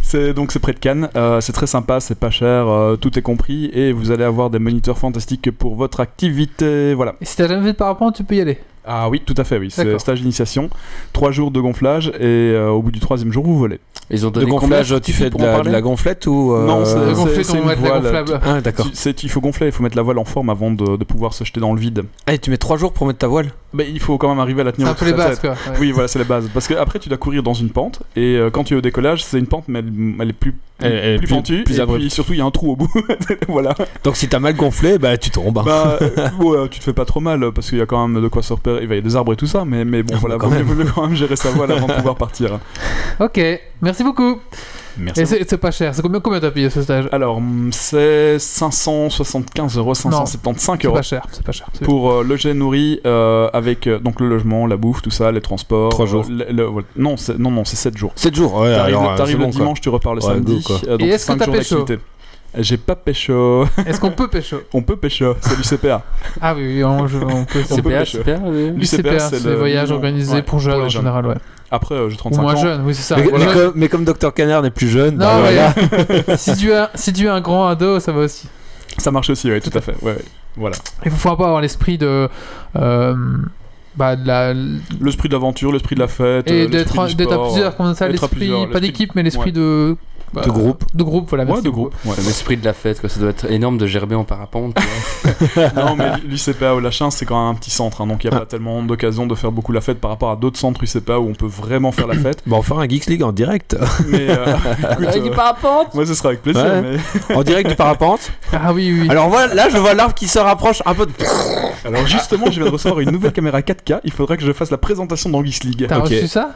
C'est donc c'est près de Cannes, Euh, c'est très sympa, c'est pas cher, euh, tout est compris et vous allez avoir des moniteurs fantastiques pour votre activité, voilà.
Et si t'as jamais fait de parapente, tu peux y aller.
Ah oui, tout à fait, oui, c'est
D'accord.
stage d'initiation, trois jours de gonflage et euh, au bout du troisième jour vous volez.
Ils ont
De
donné combien
gonflage, tu
tu
fais de
fais pour en
la,
parler
de la gonflette ou. euh,
Non, c'est-
Le gonflé,
c'est une
on va mettre la
voile,
gonflable.
Ah, d'accord.
Tu- c'est- il faut gonfler, il faut mettre la voile en forme avant de, de pouvoir se jeter dans le vide.
Ah, et tu mets 3 jours pour mettre ta voile
Mais il faut quand même arriver à la
C'est
tenir
un
au-dessus
peu les
de la
bases
tête.
quoi. Ouais.
Oui, voilà, c'est les bases. Parce que après, tu dois courir dans une pente, et euh, quand tu es au décollage, c'est une pente, mais elle, elle est plus,
Elle- elle est
plus,
plus-
pentue,
plus
et
abrupte.
puis surtout, il y a un trou au bout. voilà.
Donc si t'as mal gonflé, bah tu tombes. hein.
Bah, euh, ouais, tu te fais pas trop mal euh, parce qu'il y a quand même de quoi se repérer. Il va y a des arbres et tout ça, mais, mais bon,
Ah,
voilà,
quand
vaut mieux-
même.
vaut mieux quand même gérer sa voile avant de pouvoir partir.
Ok, merci beaucoup.
Merci.
Et c'est c'est pas cher. C'est combien, combien t'as payé ce stage
Alors, hum, c'est 575 euros, 575
C'est
euros
pas cher, c'est pas cher. c'est-
pour euh, loger, nourri, euh, avec euh, donc le logement, la bouffe, tout ça, les transports.
Trois
euh,
jours.
le- le- voilà. non, c'est- non, non, c'est 7 jours.
7 jours, ouais,
T'arrives
alors, euh,
t'arrives
c'est
le
bon, quoi.
dimanche, tu repars le
Ouais,
samedi.
go, quoi.
euh, donc
Et est-ce que
cinq
t'as
jours
pécho
d'activité. Euh, J'ai pas pécho.
Est-ce qu'on peut pécho
On peut pécho, c'est du CPA.
Ah oui, oui, on, je- on peut.
On
c'est-
peut
CPH,
pêcher.
CPH, oui.
Du
CPR,
CPR,
c'est
c'est
le
les voyages
minimum.
organisés
Ouais,
pour jeunes
pour les
en
jeunes.
général, ouais.
Après, euh, j'ai
Ou
35
moins
ans.
jeunes, oui, c'est ça.
Mais,
Voilà.
mais comme, mais comme Dr Canard n'est plus jeune,
Non,
bah
mais
voilà.
si, tu es un, si tu es un grand ado, ça va aussi.
Ça marche aussi, oui, tout à fait. ouais, ouais. Voilà.
Il ne faut pas avoir l'esprit de. euh, bah, de la,
Le esprit de l'aventure, l'esprit de la fête.
et
euh, l'esprit
d'être
du
d'être à
sport,
plusieurs, comme ça,
être à
l'esprit,
plusieurs,
pas
l'esprit-
d'équipe, mais l'esprit
ouais.
de. bah,
De groupe.
De groupe, voilà.
Ouais,
merci
de
beaucoup.
groupe. ouais.
L'esprit de la fête, quoi. Ça doit être énorme de gerber en parapente. tu vois.
non, mais l'UCPA au Lachin, c'est quand même un petit centre, hein, donc il n'y a pas tellement d'occasion de faire beaucoup la fête par rapport à d'autres centres UCPA où on peut vraiment faire la fête.
Bon, on fera un Geeks League en direct.
Mais euh, écoute, euh,
parapente
moi, ce sera avec plaisir.
Ouais.
mais-
en direct du parapente.
Ah oui, oui. oui.
Alors voilà, là je vois l'arbre qui se rapproche un peu de...
Alors, justement, je viens de recevoir une nouvelle caméra 4K. Il faudra que je fasse la présentation dans Geeks League.
T'as
ok.
reçu ça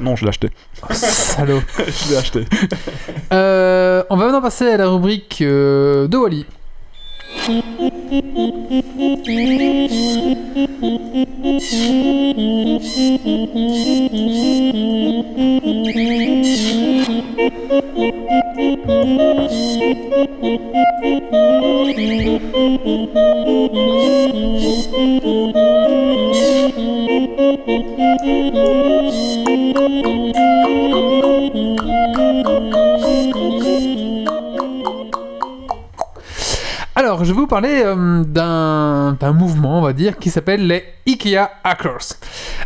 Non, je l'ai acheté.
Oh, Salaud.
je l'ai acheté.
Euh, on va maintenant passer à la rubrique euh, de Wally. Alors, je vais vous parler euh, d'un d'un mouvement, on va dire, qui s'appelle les IKEA Hackers.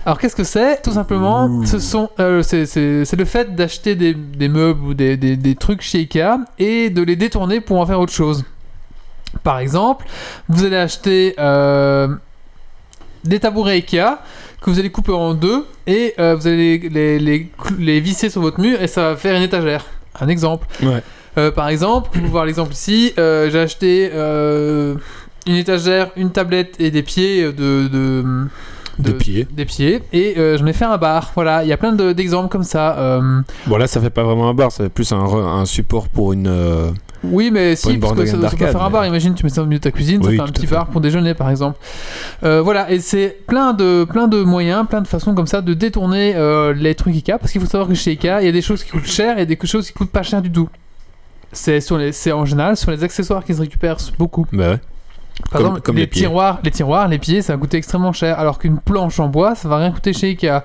Alors, qu'est-ce que c'est Tout simplement, ce sont, euh, c'est- c'est c'est le fait d'acheter des, des meubles ou des, des- des trucs chez IKEA et de les détourner pour en faire autre chose. Par exemple, vous allez acheter euh, des tabourets IKEA que vous allez couper en deux et euh, vous allez les, les- les clou- les visser sur votre mur et ça va faire une étagère. Un exemple. Euh, par exemple, pour voir l'exemple ici, euh, j'ai acheté euh, une étagère, une tablette et des pieds euh, de. de, de-
de pied.
des pieds et euh, j'en ai fait un bar voilà il y a plein de- d'exemples comme ça euh,
Bon là ça fait pas vraiment un bar, ça fait plus un, re- un support pour une... euh,
oui mais si
une
parce
borne
que
de
ça,
game
ça peut
d'arcade,
faire un
mais-
bar imagine tu mets ça au milieu de ta cuisine
Oui,
ça fait un
tout à
petit
fait.
bar pour déjeuner par exemple Euh, voilà et c'est plein de plein de moyens plein de façons comme ça de détourner euh, les trucs Ikea parce qu'il faut savoir que chez Ikea il y a des choses qui coûtent cher et des choses qui coûtent pas cher du tout c'est sur les c'est en général sur les accessoires qui se récupèrent beaucoup
Bah ouais.
Par
Comme-
exemple,
comme
les,
les pieds.
tiroirs, les tiroirs, les pieds, ça va coûter extrêmement cher, alors qu'une planche en bois, ça va rien coûter chez Ikea.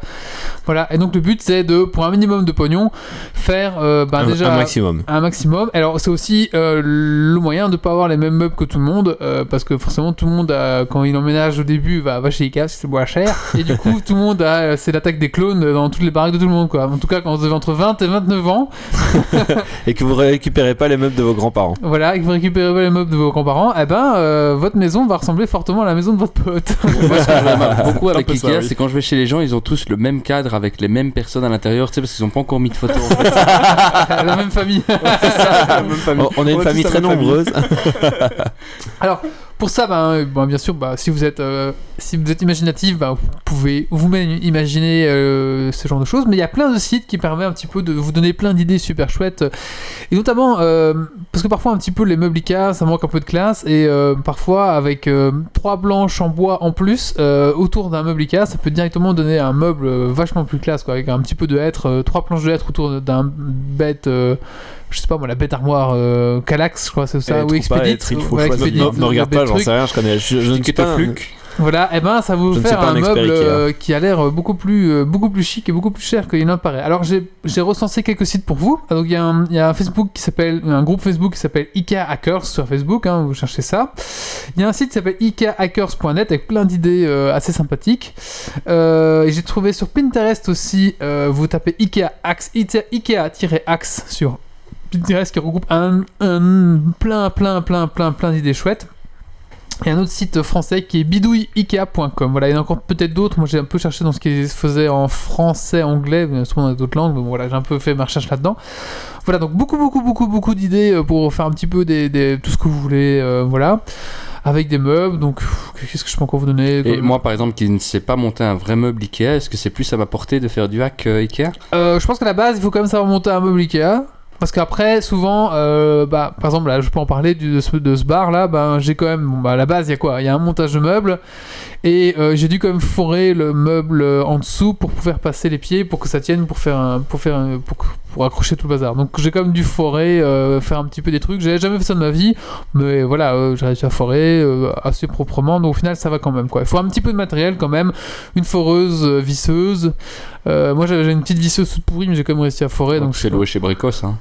Voilà. Et donc le but, c'est de, pour un minimum de pognon, faire euh, bah,
un,
déjà
un maximum.
un maximum. Alors c'est aussi euh, le moyen de pas avoir les mêmes meubles que tout le monde, euh, parce que forcément tout le monde, a- quand il emménage au début, va, va chez Ikea parce que c'est moins cher. Et du coup, tout le monde a, euh, c'est l'attaque des clones dans toutes les baraques de tout le monde, quoi. En tout cas, quand vous avez entre 20 et 29 ans,
Et que vous récupérez pas les meubles de vos grands-parents.
voilà, et que vous récupérez pas les meubles de vos grands-parents, eh ben, euh, votre maison va ressembler fortement à la maison de votre pote.
Moi, ce que je remarque beaucoup
Un
avec
peu
Ikea,
ça, oui.
c'est quand je vais chez les gens, ils ont tous le même cadre avec les mêmes personnes à l'intérieur, tu sais, parce qu'ils ont pas encore mis de photos. en fait.
la même famille.
Oh, on est une
On a
famille
tous la
très
même famille.
nombreuse.
Alors, pour ça, ben, euh, ben, bien sûr, bah, si vous êtes, euh, si vous êtes imaginatif, ben, vous pouvez vous-même imaginer euh, ce genre de choses. Mais il y a plein de sites qui permettent un petit peu de vous donner plein d'idées super chouettes. Et notamment, euh, parce que parfois, un petit peu, les meubles Ikea, ça manque un peu de classe. Et euh, parfois, avec euh, trois planches en bois en plus, euh, autour d'un meuble Ikea, ça peut directement donner un meuble euh, vachement plus classe, quoi, avec un petit peu de hêtre, euh, trois planches de hêtre autour d'un bête... euh, je sais pas moi, la bête armoire euh, Calax, je crois, c'est ça,
Eh,
ou
trouve pas, eh,
Expedit.
Trid, faut
ouais,
choisir.
Expedit,
Ne- Ne
le
regarde
bête
pas, j'en
truc.
sais rien, je connais. Je, je ne suis
Ticket
pas
au
un-
fluc.
Voilà, et ben ça vous
Je ne
fait
suis pas un
un
expert
meuble
Ikea.
euh, qui a l'air euh, beaucoup plus, euh, beaucoup plus chic et beaucoup plus cher qu'il n'en paraît. Alors j'ai j'ai recensé quelques sites pour vous. Ah, Donc il y, a un- il y a un Facebook qui s'appelle, un groupe Facebook qui s'appelle Ikea Hackers sur Facebook. hein, vous cherchez ça. Il y a un site qui s'appelle ikeahackers.net avec plein d'idées euh, assez sympathiques. Euh, et j'ai trouvé sur Pinterest aussi. euh, vous tapez Ikea Axe, Ikea- Ikea-Axe sur Pinterest qui regroupe un, un plein, plein, plein, plein, plein d'idées chouettes. Et un autre site français qui est bidouilleikea.com. Voilà, il y en a encore peut-être d'autres. Moi, j'ai un peu cherché dans ce qui se faisait en français, anglais, mais souvent dans d'autres langues. Mais bon, voilà, j'ai un peu fait ma recherche là-dedans. Voilà, donc beaucoup, beaucoup, beaucoup, beaucoup d'idées euh, pour faire un petit peu des, des- tout ce que vous voulez. euh, voilà, avec des meubles. Donc, pff, qu'est-ce que je peux encore vous donner
Et moi, par exemple, qui ne sais pas monter un vrai meuble Ikea, est-ce que c'est plus à ma portée de faire du hack euh, Ikea
Euh, je pense qu'à la base, il faut quand même savoir monter un meuble Ikea. Parce qu'après, souvent, euh, bah, par exemple, là, je peux en parler du- de ce, de ce bar là. Ben, j'ai quand même, bon, bah, à la base, il y a quoi Il y a un montage de meubles et euh, j'ai dû quand même forer le meuble euh, en dessous pour pouvoir passer les pieds, pour que ça tienne, pour faire, un- pour faire, un- pour, pour accrocher tout le bazar. Donc j'ai quand même dû forer, euh, faire un petit peu des trucs. J'avais jamais fait ça de ma vie, mais voilà, euh, j'ai réussi à forer euh, assez proprement. Donc au final, ça va quand même quoi. Il faut un petit peu de matériel quand même, une foreuse, euh, visseuse. Euh, moi, j'avais j'avais une petite visseuse toute pourrie, mais j'ai quand même réussi à forer. Donc
c'est loué chez Brico, ça.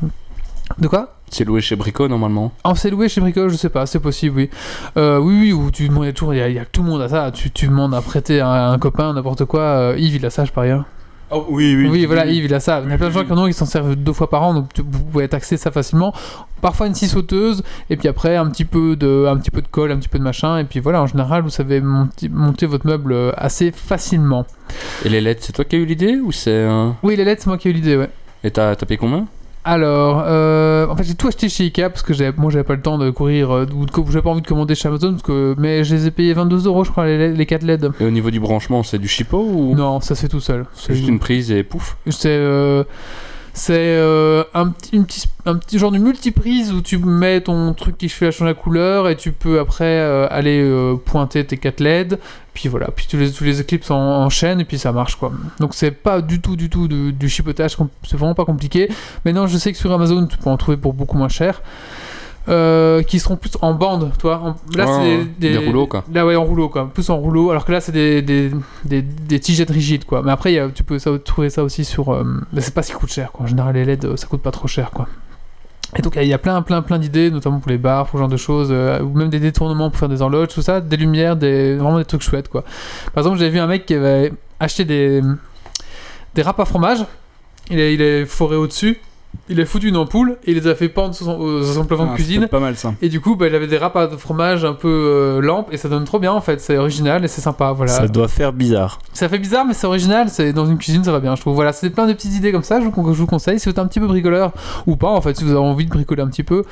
De quoi
C'est loué chez Brico, normalement.
en c'est loué chez Bricole, je sais pas, c'est possible, oui. Euh, oui, oui, où tu demandes toujours, il y, a- il y a tout le monde à ça. Tu, tu demandes à prêter à un copain, n'importe quoi. Euh, Yves, il a ça, je parie. hein.
Oh, oui, oui.
Oui, voilà, Yves, il a ça. Il y a plein de gens qui en ont, qui s'en servent deux fois par an, donc tu- vous pouvez taxer ça facilement. Parfois une scie sauteuse, et puis après un petit peu de, un petit peu de colle, un petit peu de machin, et puis voilà, en général, vous savez monter, monter votre meuble euh, assez facilement.
Et les LED, c'est toi qui as eu l'idée ou c'est. euh,
Oui, les lettres, c'est moi qui ai eu l'idée, ouais.
Et t'as t'as payé combien
Alors, euh, en fait, j'ai tout acheté chez Ikea parce que j'avais, moi, j'avais pas le temps de courir, euh, ou de co- j'avais pas envie de commander chez Amazon parce que, mais je les ai payés 22 euros, je crois, les, les 4 LED.
Et au niveau du branchement, c'est du chipot ou.
Non, ça se fait tout seul.
C'est juste une prise et pouf.
C'est, euh, c'est euh, un, petit, une petite- un petit genre de multiprise où tu mets ton truc qui fait changer la couleur et tu peux après euh, aller euh, pointer tes 4 LED. Puis voilà, puis tu les, tu les éclipses en, en chaîne et puis ça marche quoi. Donc c'est pas du tout, du tout du, du chipotage, com- c'est vraiment pas compliqué. Maintenant je sais que sur Amazon tu peux en trouver pour beaucoup moins cher. euh, qui seront plus en bande, toi. En- là,
Ouais,
c'est
ouais,
des,
des rouleaux, quoi.
Là, ouais, en rouleau, quoi. Plus en rouleau, alors que là, c'est des, des, des, des tigettes rigides, quoi. Mais après, il y a- tu peux ça, trouver ça aussi sur. euh, mais c'est pas ce qui coûte cher, quoi. En général, les LED, euh, ça coûte pas trop cher, quoi. Et donc, il y a plein, plein, plein d'idées, notamment pour les bars, pour ce genre de choses, euh, ou même des détournements pour faire des horloges, tout ça, des lumières, des, vraiment des trucs chouettes, quoi. Par exemple, j'ai vu un mec qui avait acheté des, des râpes à fromage, il est, il est foré au-dessus, il a foutu une ampoule, et il les a fait pendre sur son, euh, sur son plafond de
Ah,
cuisine,
c'était pas mal ça.
et du coup, bah, il avait des râpes à fromage un peu euh, lampe et ça donne trop bien en fait. C'est original et c'est sympa. Voilà.
Ça
Ça,
doit faire bizarre.
fait bizarre, mais c'est original. C'est dans une cuisine, ça va bien, je trouve. Voilà, c'est plein de petites idées comme ça. Je vous, con- je vous conseille. Si vous êtes un petit peu bricoleur ou pas, en fait, si vous avez envie de bricoler un petit peu,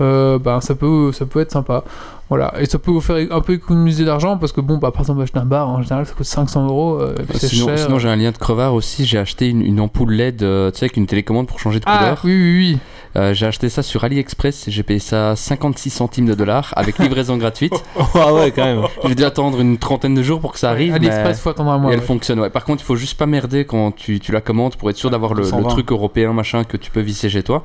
euh, ben ça peut, ça peut être sympa. Voilà, et ça peut vous faire un peu économiser d'argent parce que bon, bah par exemple, acheter un bar en général, ça coûte 500 euros. euh, et puis c'est
Ah, Sinon,
cher.
sinon, j'ai un lien de crevard aussi. J'ai acheté une, une ampoule LED, euh, tu sais, avec une télécommande pour changer de
ah
couleur.
oui, oui,
Euh, j'ai acheté ça sur AliExpress et j'ai payé ça 56 centimes de dollars avec livraison gratuite.
Ah ouais, quand même.
J'ai dû attendre une trentaine de jours pour que ça
oui.
arrive.
AliExpress,
mais-
faut attendre un
et
mois.
elle
ouais.
fonctionne, ouais. Par contre, il faut juste pas merder quand tu, tu la commandes pour être sûr d'avoir le, le
120.
truc européen machin que tu peux visser chez toi.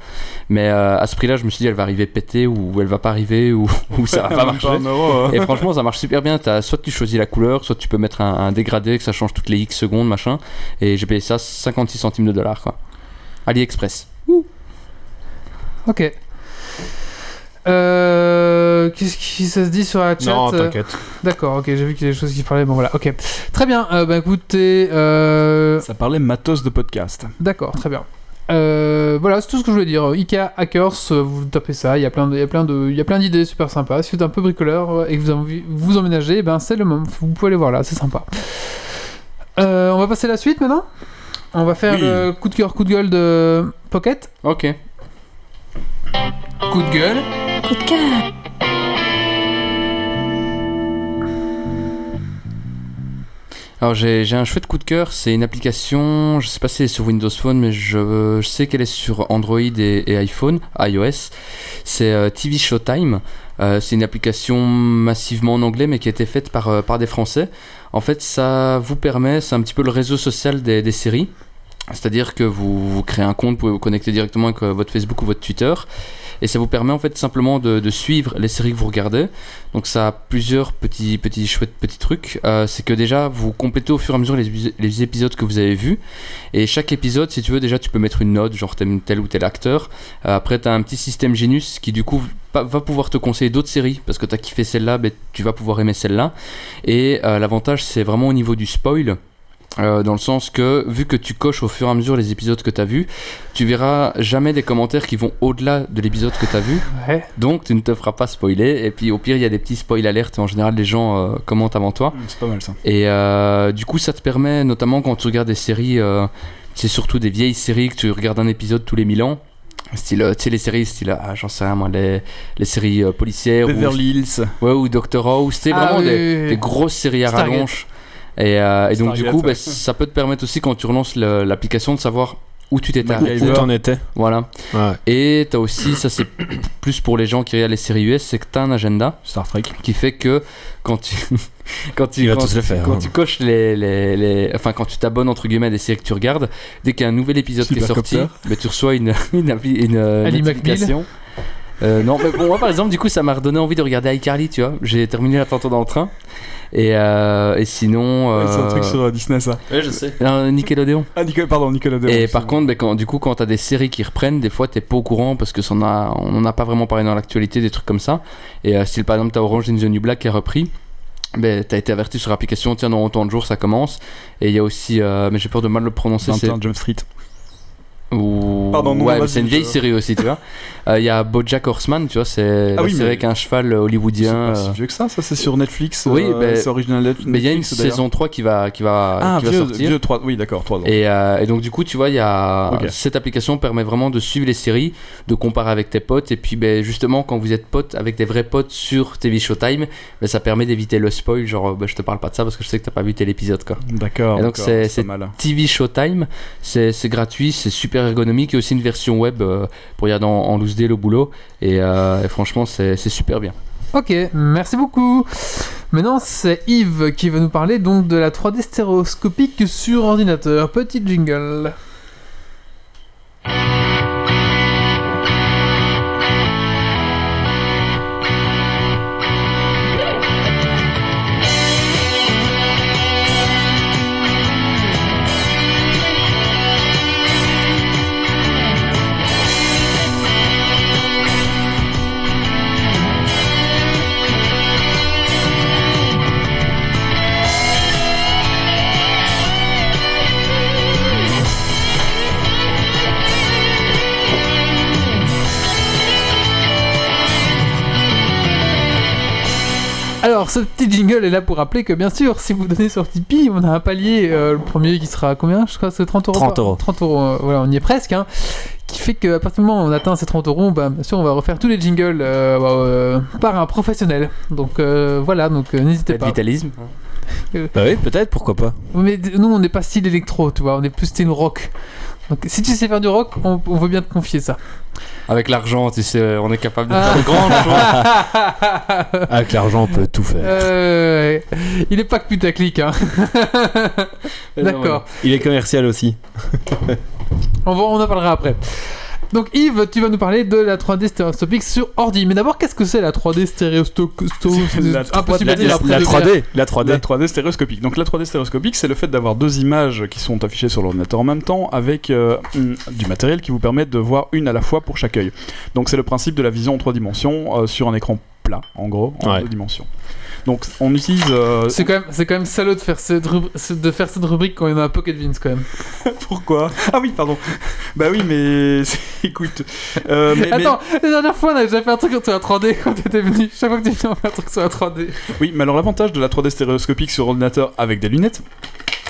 Mais euh, à ce prix-là, je me suis dit, elle va arriver pétée ou, ou elle va pas arriver ou, ou ça va pas marcher.
Un euro, hein.
Et franchement, ça marche super bien. T'as- soit tu choisis la couleur, soit tu peux mettre un, un dégradé que ça change toutes les X secondes, machin. Et j'ai payé ça 56 centimes de dollars, quoi. AliExpress.
Ok. Euh, Qu'est-ce qui ça se dit sur la chat
Non,
euh,
t'inquiète.
D'accord, ok, j'ai vu qu'il y a des choses qui parlaient, bon voilà, ok. Très bien, euh, bah écoutez, euh,
Ça parlait matos de podcast.
d'accord, très bien. Euh, voilà, c'est tout ce que je voulais dire. Ikea Hackers, euh, vous tapez ça, il y a plein de- il y a plein de- il y a plein d'idées super sympas. Si vous êtes un peu bricoleur euh, et que vous avez envie- vous emménagez, eh ben c'est le moment, vous pouvez aller voir là, c'est sympa. Euh, on va passer à la suite maintenant On va faire
Oui.
le coup de cœur, coup de gueule de Pocket.
Ok.
Coup de gueule.
Coup de cœur.
Alors j'ai j'ai un chouette coup de cœur, c'est une application, je sais pas si elle est sur Windows Phone, mais je, je sais qu'elle est sur Android et, et iPhone, iOS. C'est euh, TV Showtime. Euh, c'est une application massivement en anglais, mais qui a été faite par, euh, par des Français. En fait, ça vous permet, c'est un petit peu le réseau social des, des séries. C'est-à-dire que vous, vous créez un compte, vous pouvez vous connecter directement avec euh, votre Facebook ou votre Twitter. Et ça vous permet en fait simplement de- de suivre les séries que vous regardez. Donc ça a plusieurs petits, petits chouettes petits trucs. Euh, c'est que déjà vous complétez au fur et à mesure les, épis- les épisodes que vous avez vus. Et chaque épisode, si tu veux, déjà tu peux mettre une note, genre t'aimes tel ou tel acteur. Euh, après t'as un petit système Genius qui du coup va va pouvoir te conseiller d'autres séries parce que t'as kiffé celle-là, ben, tu vas pouvoir aimer celle-là. Et euh, l'avantage c'est vraiment au niveau du spoil. euh, dans le sens que, vu que tu coches au fur et à mesure les épisodes que t'as vus, tu verras jamais des commentaires qui vont au-delà de l'épisode que t'as vu.
Ouais.
Donc tu ne te feras pas spoiler. Et puis au pire, il y a des petits spoil alertes. En général, les gens euh, commentent avant toi.
C'est pas mal ça.
Et euh, du coup, ça te permet, notamment quand tu regardes des séries, euh, c'est surtout des vieilles séries que tu regardes un épisode tous les mille ans. Style, euh, tu sais, les séries, style, ah, j'en sais rien, moi, les, les séries euh, policières
Beverly Hills.
ou, ouais, ou Doctor House. C'est
Ah,
vraiment
oui,
des,
oui, oui.
des grosses séries à
Stargate.
rallonge. Et, euh, et donc, du
Stargate,
coup,
ouais.
bah, ça peut te permettre aussi, quand tu relances le- l'application, de savoir où tu t'es arrêté.
Où t'en étais
Voilà.
Ouais.
Et t'as aussi, ça c'est plus pour les gens qui regardent les séries US, c'est que t'as un agenda
Star Trek.
qui fait que quand tu quand tu
Il va
quand,
tous le faire,
Ah
quand
hein.
tu coches les, les, les- enfin quand tu t'abonnes entre guillemets à des séries que tu regardes dès qu'il y a un nouvel épisode qui est sorti
Supercopter.
mais tu reçois une une, appli- une, euh,
Ali
notification Euh, non mais bon moi par exemple du coup ça m'a redonné envie de regarder iCarly tu vois j'ai terminé la tantôt dans le train et, euh, et sinon
Ouais, c'est un truc
euh,
sur euh, Disney ça.
Ouais, je sais.
euh, Nickelodeon
Ah, Nicolas, pardon, Nicolas Deo.
et par contre, ben, quand, du coup, quand t'as des séries qui reprennent, des fois t'es pas au courant parce que ça en a, on n'en a pas vraiment parlé dans l'actualité, des trucs comme ça. Et euh, si par exemple t'as Orange in the New Black qui a repris, ben, t'as été averti sur l'application, tiens, dans autant de jours ça commence. Et il y a aussi, euh, mais j'ai peur de mal le prononcer, c'est.
21 Jump Street.
Ou...
Pardon, non,
ouais,
vas-y,
mais c'est une
je-
vieille série aussi, tu vois. Euh, Il y a Bojack Horseman, tu vois, c'est
Ah
la
oui,
série
mais-
avec un cheval
C'est
hollywoodien.
pas
euh,
si vieux que ça, ça c'est sur Netflix.
Oui,
euh,
mais-
c'est original Netflix.
Mais il y a une
d'ailleurs.
saison 3 qui va, qui va,
Ah,
qui va
vieux,
sortir.
vieux 3, oui, d'accord, 3 ans.
Et, euh, et donc du coup, tu vois, il y a
Ok.
cette application permet vraiment de suivre les séries, de comparer avec tes potes, et puis ben, justement quand vous êtes potes avec des vrais potes sur TV Showtime, ben, ça permet d'éviter le spoil. Genre, ben, je te parle pas de ça parce que je sais que t'as pas vu tel épisode quoi.
D'accord.
Et donc,
d'accord,
c'est- c'est-
pas mal.
TV Showtime, c'est c'est gratuit, c'est super ergonomique, et aussi une version web euh, pour regarder en, en loose day le boulot, et, euh, et franchement c'est c'est super bien.
Ok, merci beaucoup. Maintenant, c'est Yves qui va nous parler donc de la 3D stéréoscopique sur ordinateur. Petit jingle. Alors, ce petit jingle est là pour rappeler que, bien sûr, si vous donnez sur Tipeee, on a un palier, euh, le premier qui sera à combien Je crois que c'est 30 euros.
30
par-
euros.
30 euros, euh, voilà, on y est presque, hein. Qui fait qu'à partir du moment où on atteint ces 30 euros, bah, bien sûr, on va refaire tous les jingles euh, bah, euh, par un professionnel. Donc euh, voilà, donc euh, n'hésitez
Peut-être
pas.
Vitalisme.
Bah oui, peut-être, pourquoi pas.
Mais d- nous, on n'est pas style électro, tu vois, on est plus style rock. Donc si tu sais faire du rock, on, on veut bien te confier ça.
Avec l'argent, tu sais, on est capable de
Ah.
faire grand chose.
Avec Ah, l'argent, on peut tout faire.
Euh, il est pas que putaclic, hein. D'accord.
Il est commercial aussi.
On, va- on en parlera après. Donc Yves, tu vas nous parler de la 3D stéréoscopique sur ordi. Mais d'abord, qu'est-ce que c'est la 3D stéréoscopique
La 3D
Impossible à
La,
dire
la-
après
la
de
3D. La 3D.
La 3D stéréoscopique. Donc la 3D stéréoscopique, c'est le fait d'avoir deux images qui sont affichées sur l'ordinateur en même temps avec euh, hum, du matériel qui vous permet de voir une à la fois pour chaque œil. Donc c'est le principe de la vision en trois dimensions euh, sur un écran plat, en gros, en
Ouais.
deux dimensions. Donc on utilise... euh,
C'est quand, même- c'est quand même salaud de faire cette, rubri- de faire cette rubrique quand il y en a un Pocket Vince quand même.
Pourquoi Ah oui, pardon. Bah oui, mais écoute. euh, mais- mais-
Attends, la dernière fois on avait déjà fait un truc sur la 3D quand t'étais venu. Chaque fois que tu viens, on fait un truc sur la 3D.
Oui, mais alors l'avantage de la 3D stéréoscopique sur ordinateur avec des lunettes,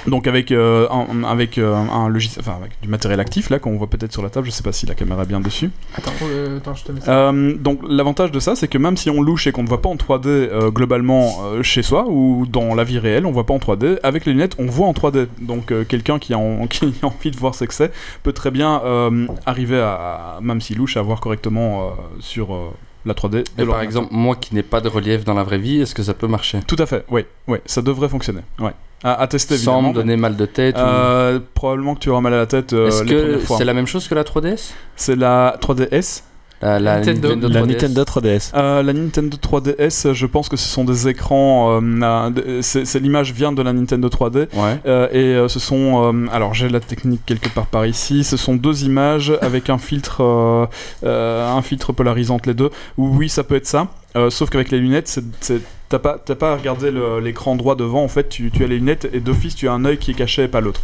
donc avec, euh, un, avec euh, un logiciel, enfin avec du matériel actif là qu'on voit peut-être sur la table, je sais pas si la caméra est bien dessus.
Attends, euh, attends, je te mets ça.
Euh, donc l'avantage de ça, c'est que même si on louche et qu'on ne voit pas en 3D euh, globalement euh, chez soi ou dans la vie réelle, on voit pas en 3D. Avec les lunettes, on voit en 3D. Donc euh, quelqu'un qui a, en- qui a envie de voir ce que c'est peut très bien euh, arriver à, même s'il louche, à voir correctement euh, sur euh, la 3D.
Et par
de l'ordinateur.
exemple, moi qui n'ai pas de relief dans la vraie vie, est-ce que ça peut marcher
Tout à fait, oui, oui, ça devrait fonctionner. Ouais. À, à tester
Sans
évidemment.
me donner mal de tête. ou-
Euh, probablement que tu auras mal à la tête euh,
Est-ce
les
que
premières fois.
c'est la même chose que la 3DS
C'est la... 3DS.
la, la
Nintendo.
La
3DS.
Nintendo 3DS.
Euh, la Nintendo 3DS, je pense que ce sont des écrans. euh, à- de- c'est c'est- L'image vient de la Nintendo 3D.
Ouais.
euh, et euh, ce sont. euh, alors j'ai la technique quelque part par ici. Ce sont deux images avec un filtre, euh, euh, un filtre polarisant entre les deux. Oui, ça peut être ça. Euh, sauf qu'avec les lunettes, c'est- c'est- T'as pas, t'as pas à regarder le- l'écran droit devant, en fait, tu, tu as les lunettes et d'office tu as un œil qui est caché et pas l'autre.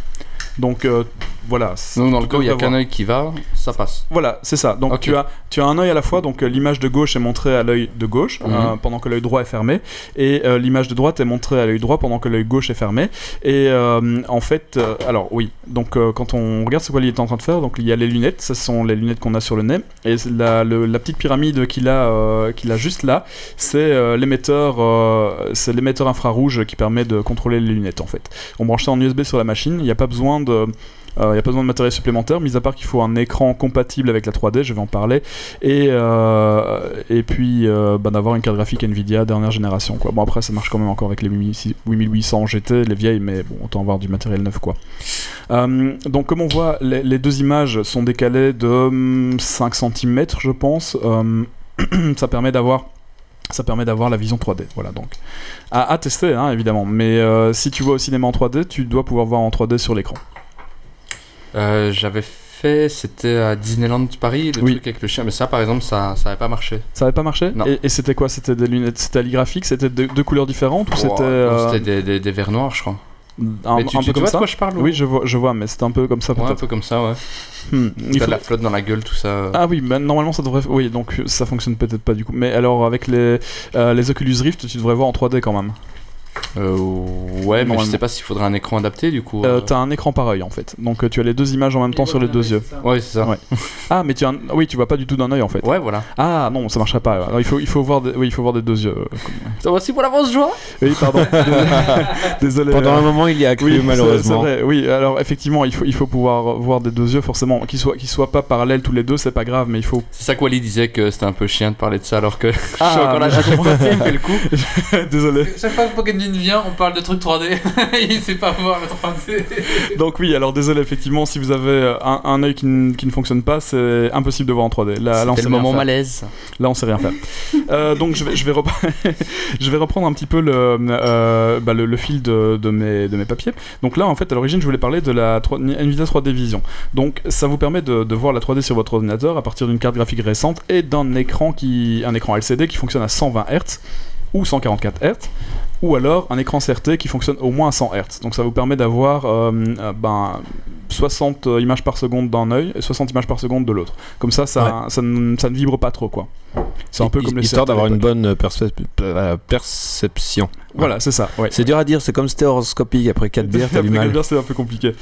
Donc euh, voilà. c'est-
Donc dans le
tu peux
cas où il n'y a
prévoir.
qu'un œil qui va, ça passe.
Voilà, c'est ça. Donc
Ok.
tu as tu as un œil à la fois. Donc euh, l'image de gauche est montrée à l'œil de gauche
Mhm.
euh, pendant que l'œil droit est fermé, et euh, l'image de droite est montrée à l'œil droit pendant que l'œil gauche est fermé. Et euh, en fait, euh, alors oui. Donc euh, quand on regarde ce qu'il est en train de faire, donc il y a les lunettes. Ce sont les lunettes qu'on a sur le nez. Et c'est la, le- la petite pyramide qu'il a euh, qu'il a juste là, c'est euh, l'émetteur euh, c'est l'émetteur infrarouge qui permet de contrôler les lunettes en fait. On branche ça en USB sur la machine. Il n'y a pas besoin de euh, y a n'y a pas besoin de matériel supplémentaire, mis à part qu'il faut un écran compatible avec la 3D, je vais en parler, et, euh, et puis euh, bah, d'avoir une carte graphique Nvidia dernière génération. Quoi. Bon, après, ça marche quand même encore avec les 8800 GT, les vieilles, mais bon, autant avoir du matériel neuf. quoi. Euh, donc, comme on voit, les, les deux images sont décalées de hum, 5 cm, je pense. Euh, ça permet d'avoir. Ça permet d'avoir la vision 3D, voilà donc. À, à tester, hein, évidemment, mais euh, si tu vois au cinéma en 3D, tu dois pouvoir voir en 3D sur l'écran.
Euh, J'avais fait, c'était à Disneyland Paris, le
Oui.
truc avec le chien, mais ça par exemple, ça n'avait pas marché.
Ça avait pas marché
Non.
Et, et c'était quoi C'était des lunettes, c'était graphique, c'était de- deux couleurs différentes ou
Wow, non,
c'était euh,
c'était des, des, des verres noirs, je crois.
un,
mais tu,
un
tu- tu
peu comme
vois de
ça
quoi je parle
Oui, je vois, je vois, mais c'était un peu comme ça
ouais, un
peut-être.
peu comme ça, ouais.
Hmm, il
T'as
faut-
de la flotte dans la gueule, tout ça. euh.
Ah oui, mais normalement ça devrait. Oui, donc euh, ça fonctionne peut-être pas du coup. Mais alors avec les euh, les Oculus Rift, tu devrais voir en 3D quand même.
Euh, ouais, mais je
Normalement.
sais pas s'il faudrait un écran adapté du coup.
Euh,
euh.
T'as un écran pareil en fait, donc euh, tu as les deux images en même temps sur les deux yeux.
Ouais, c'est ça.
Ouais. Ah, mais tu as un- oui, tu vois pas du tout d'un œil en fait.
Ouais, voilà.
Ah non, ça marcherait pas. Alors, il faut il faut voir des... oui, il faut voir des deux yeux.
Ça va aussi pour l'avance, joie
Oui, pardon. Désolé.
Pendant
euh,
un moment, il y a cru,
c'est-
malheureusement.
c'est vrai. Oui, alors effectivement, il faut, il faut pouvoir voir des deux yeux, forcément. Qu'ils soient, qu'ils soient pas parallèles tous les deux, c'est pas grave, mais il faut.
C'est ça que Wally disait que c'était un peu chiant de parler de ça alors que je suis
Ah,
encore là,
mais
je comprends pas, il fait le coup.
Désolé.
Euh, Chaque fois que Pokémon vient, on parle de trucs 3D. il sait pas voir le 3D.
Donc, oui, alors désolé, effectivement, si vous avez euh, un, un œil qui, ne- qui ne fonctionne pas, c'est impossible de voir en 3D. Là, là on
C'était
sait
le
rien
moment
faire.
malaise.
Là, on sait rien faire. Euh, donc, je vais, je, vais repre- je vais reprendre un petit peu le, euh, bah, le, le fil de, de mes, de mes papiers. Donc là, en fait, à l'origine, je voulais parler de la 3 Nvidia 3D Vision. Donc, ça vous permet de, de voir la 3D sur votre ordinateur à partir d'une carte graphique récente et d'un écran, qui, un écran LCD qui fonctionne à 120 Hz ou 144 Hz ou alors un écran CRT qui fonctionne au moins à 100 Hz. Donc ça vous permet d'avoir euh, euh, ben, 60 images par seconde d'un œil et 60 images par seconde de l'autre. Comme ça, ça, ça, ne, ça ne vibre pas trop quoi. C'est un peu comme le
Histoire
CRT à
d'avoir une
l'époque.
bonne percep- euh, perception.
Voilà, c'est ça. Ouais.
C'est dur à dire, c'est comme stéréoscopique après 4 bières, t'as du
Après
mal.
Gabriel, c'est un peu compliqué.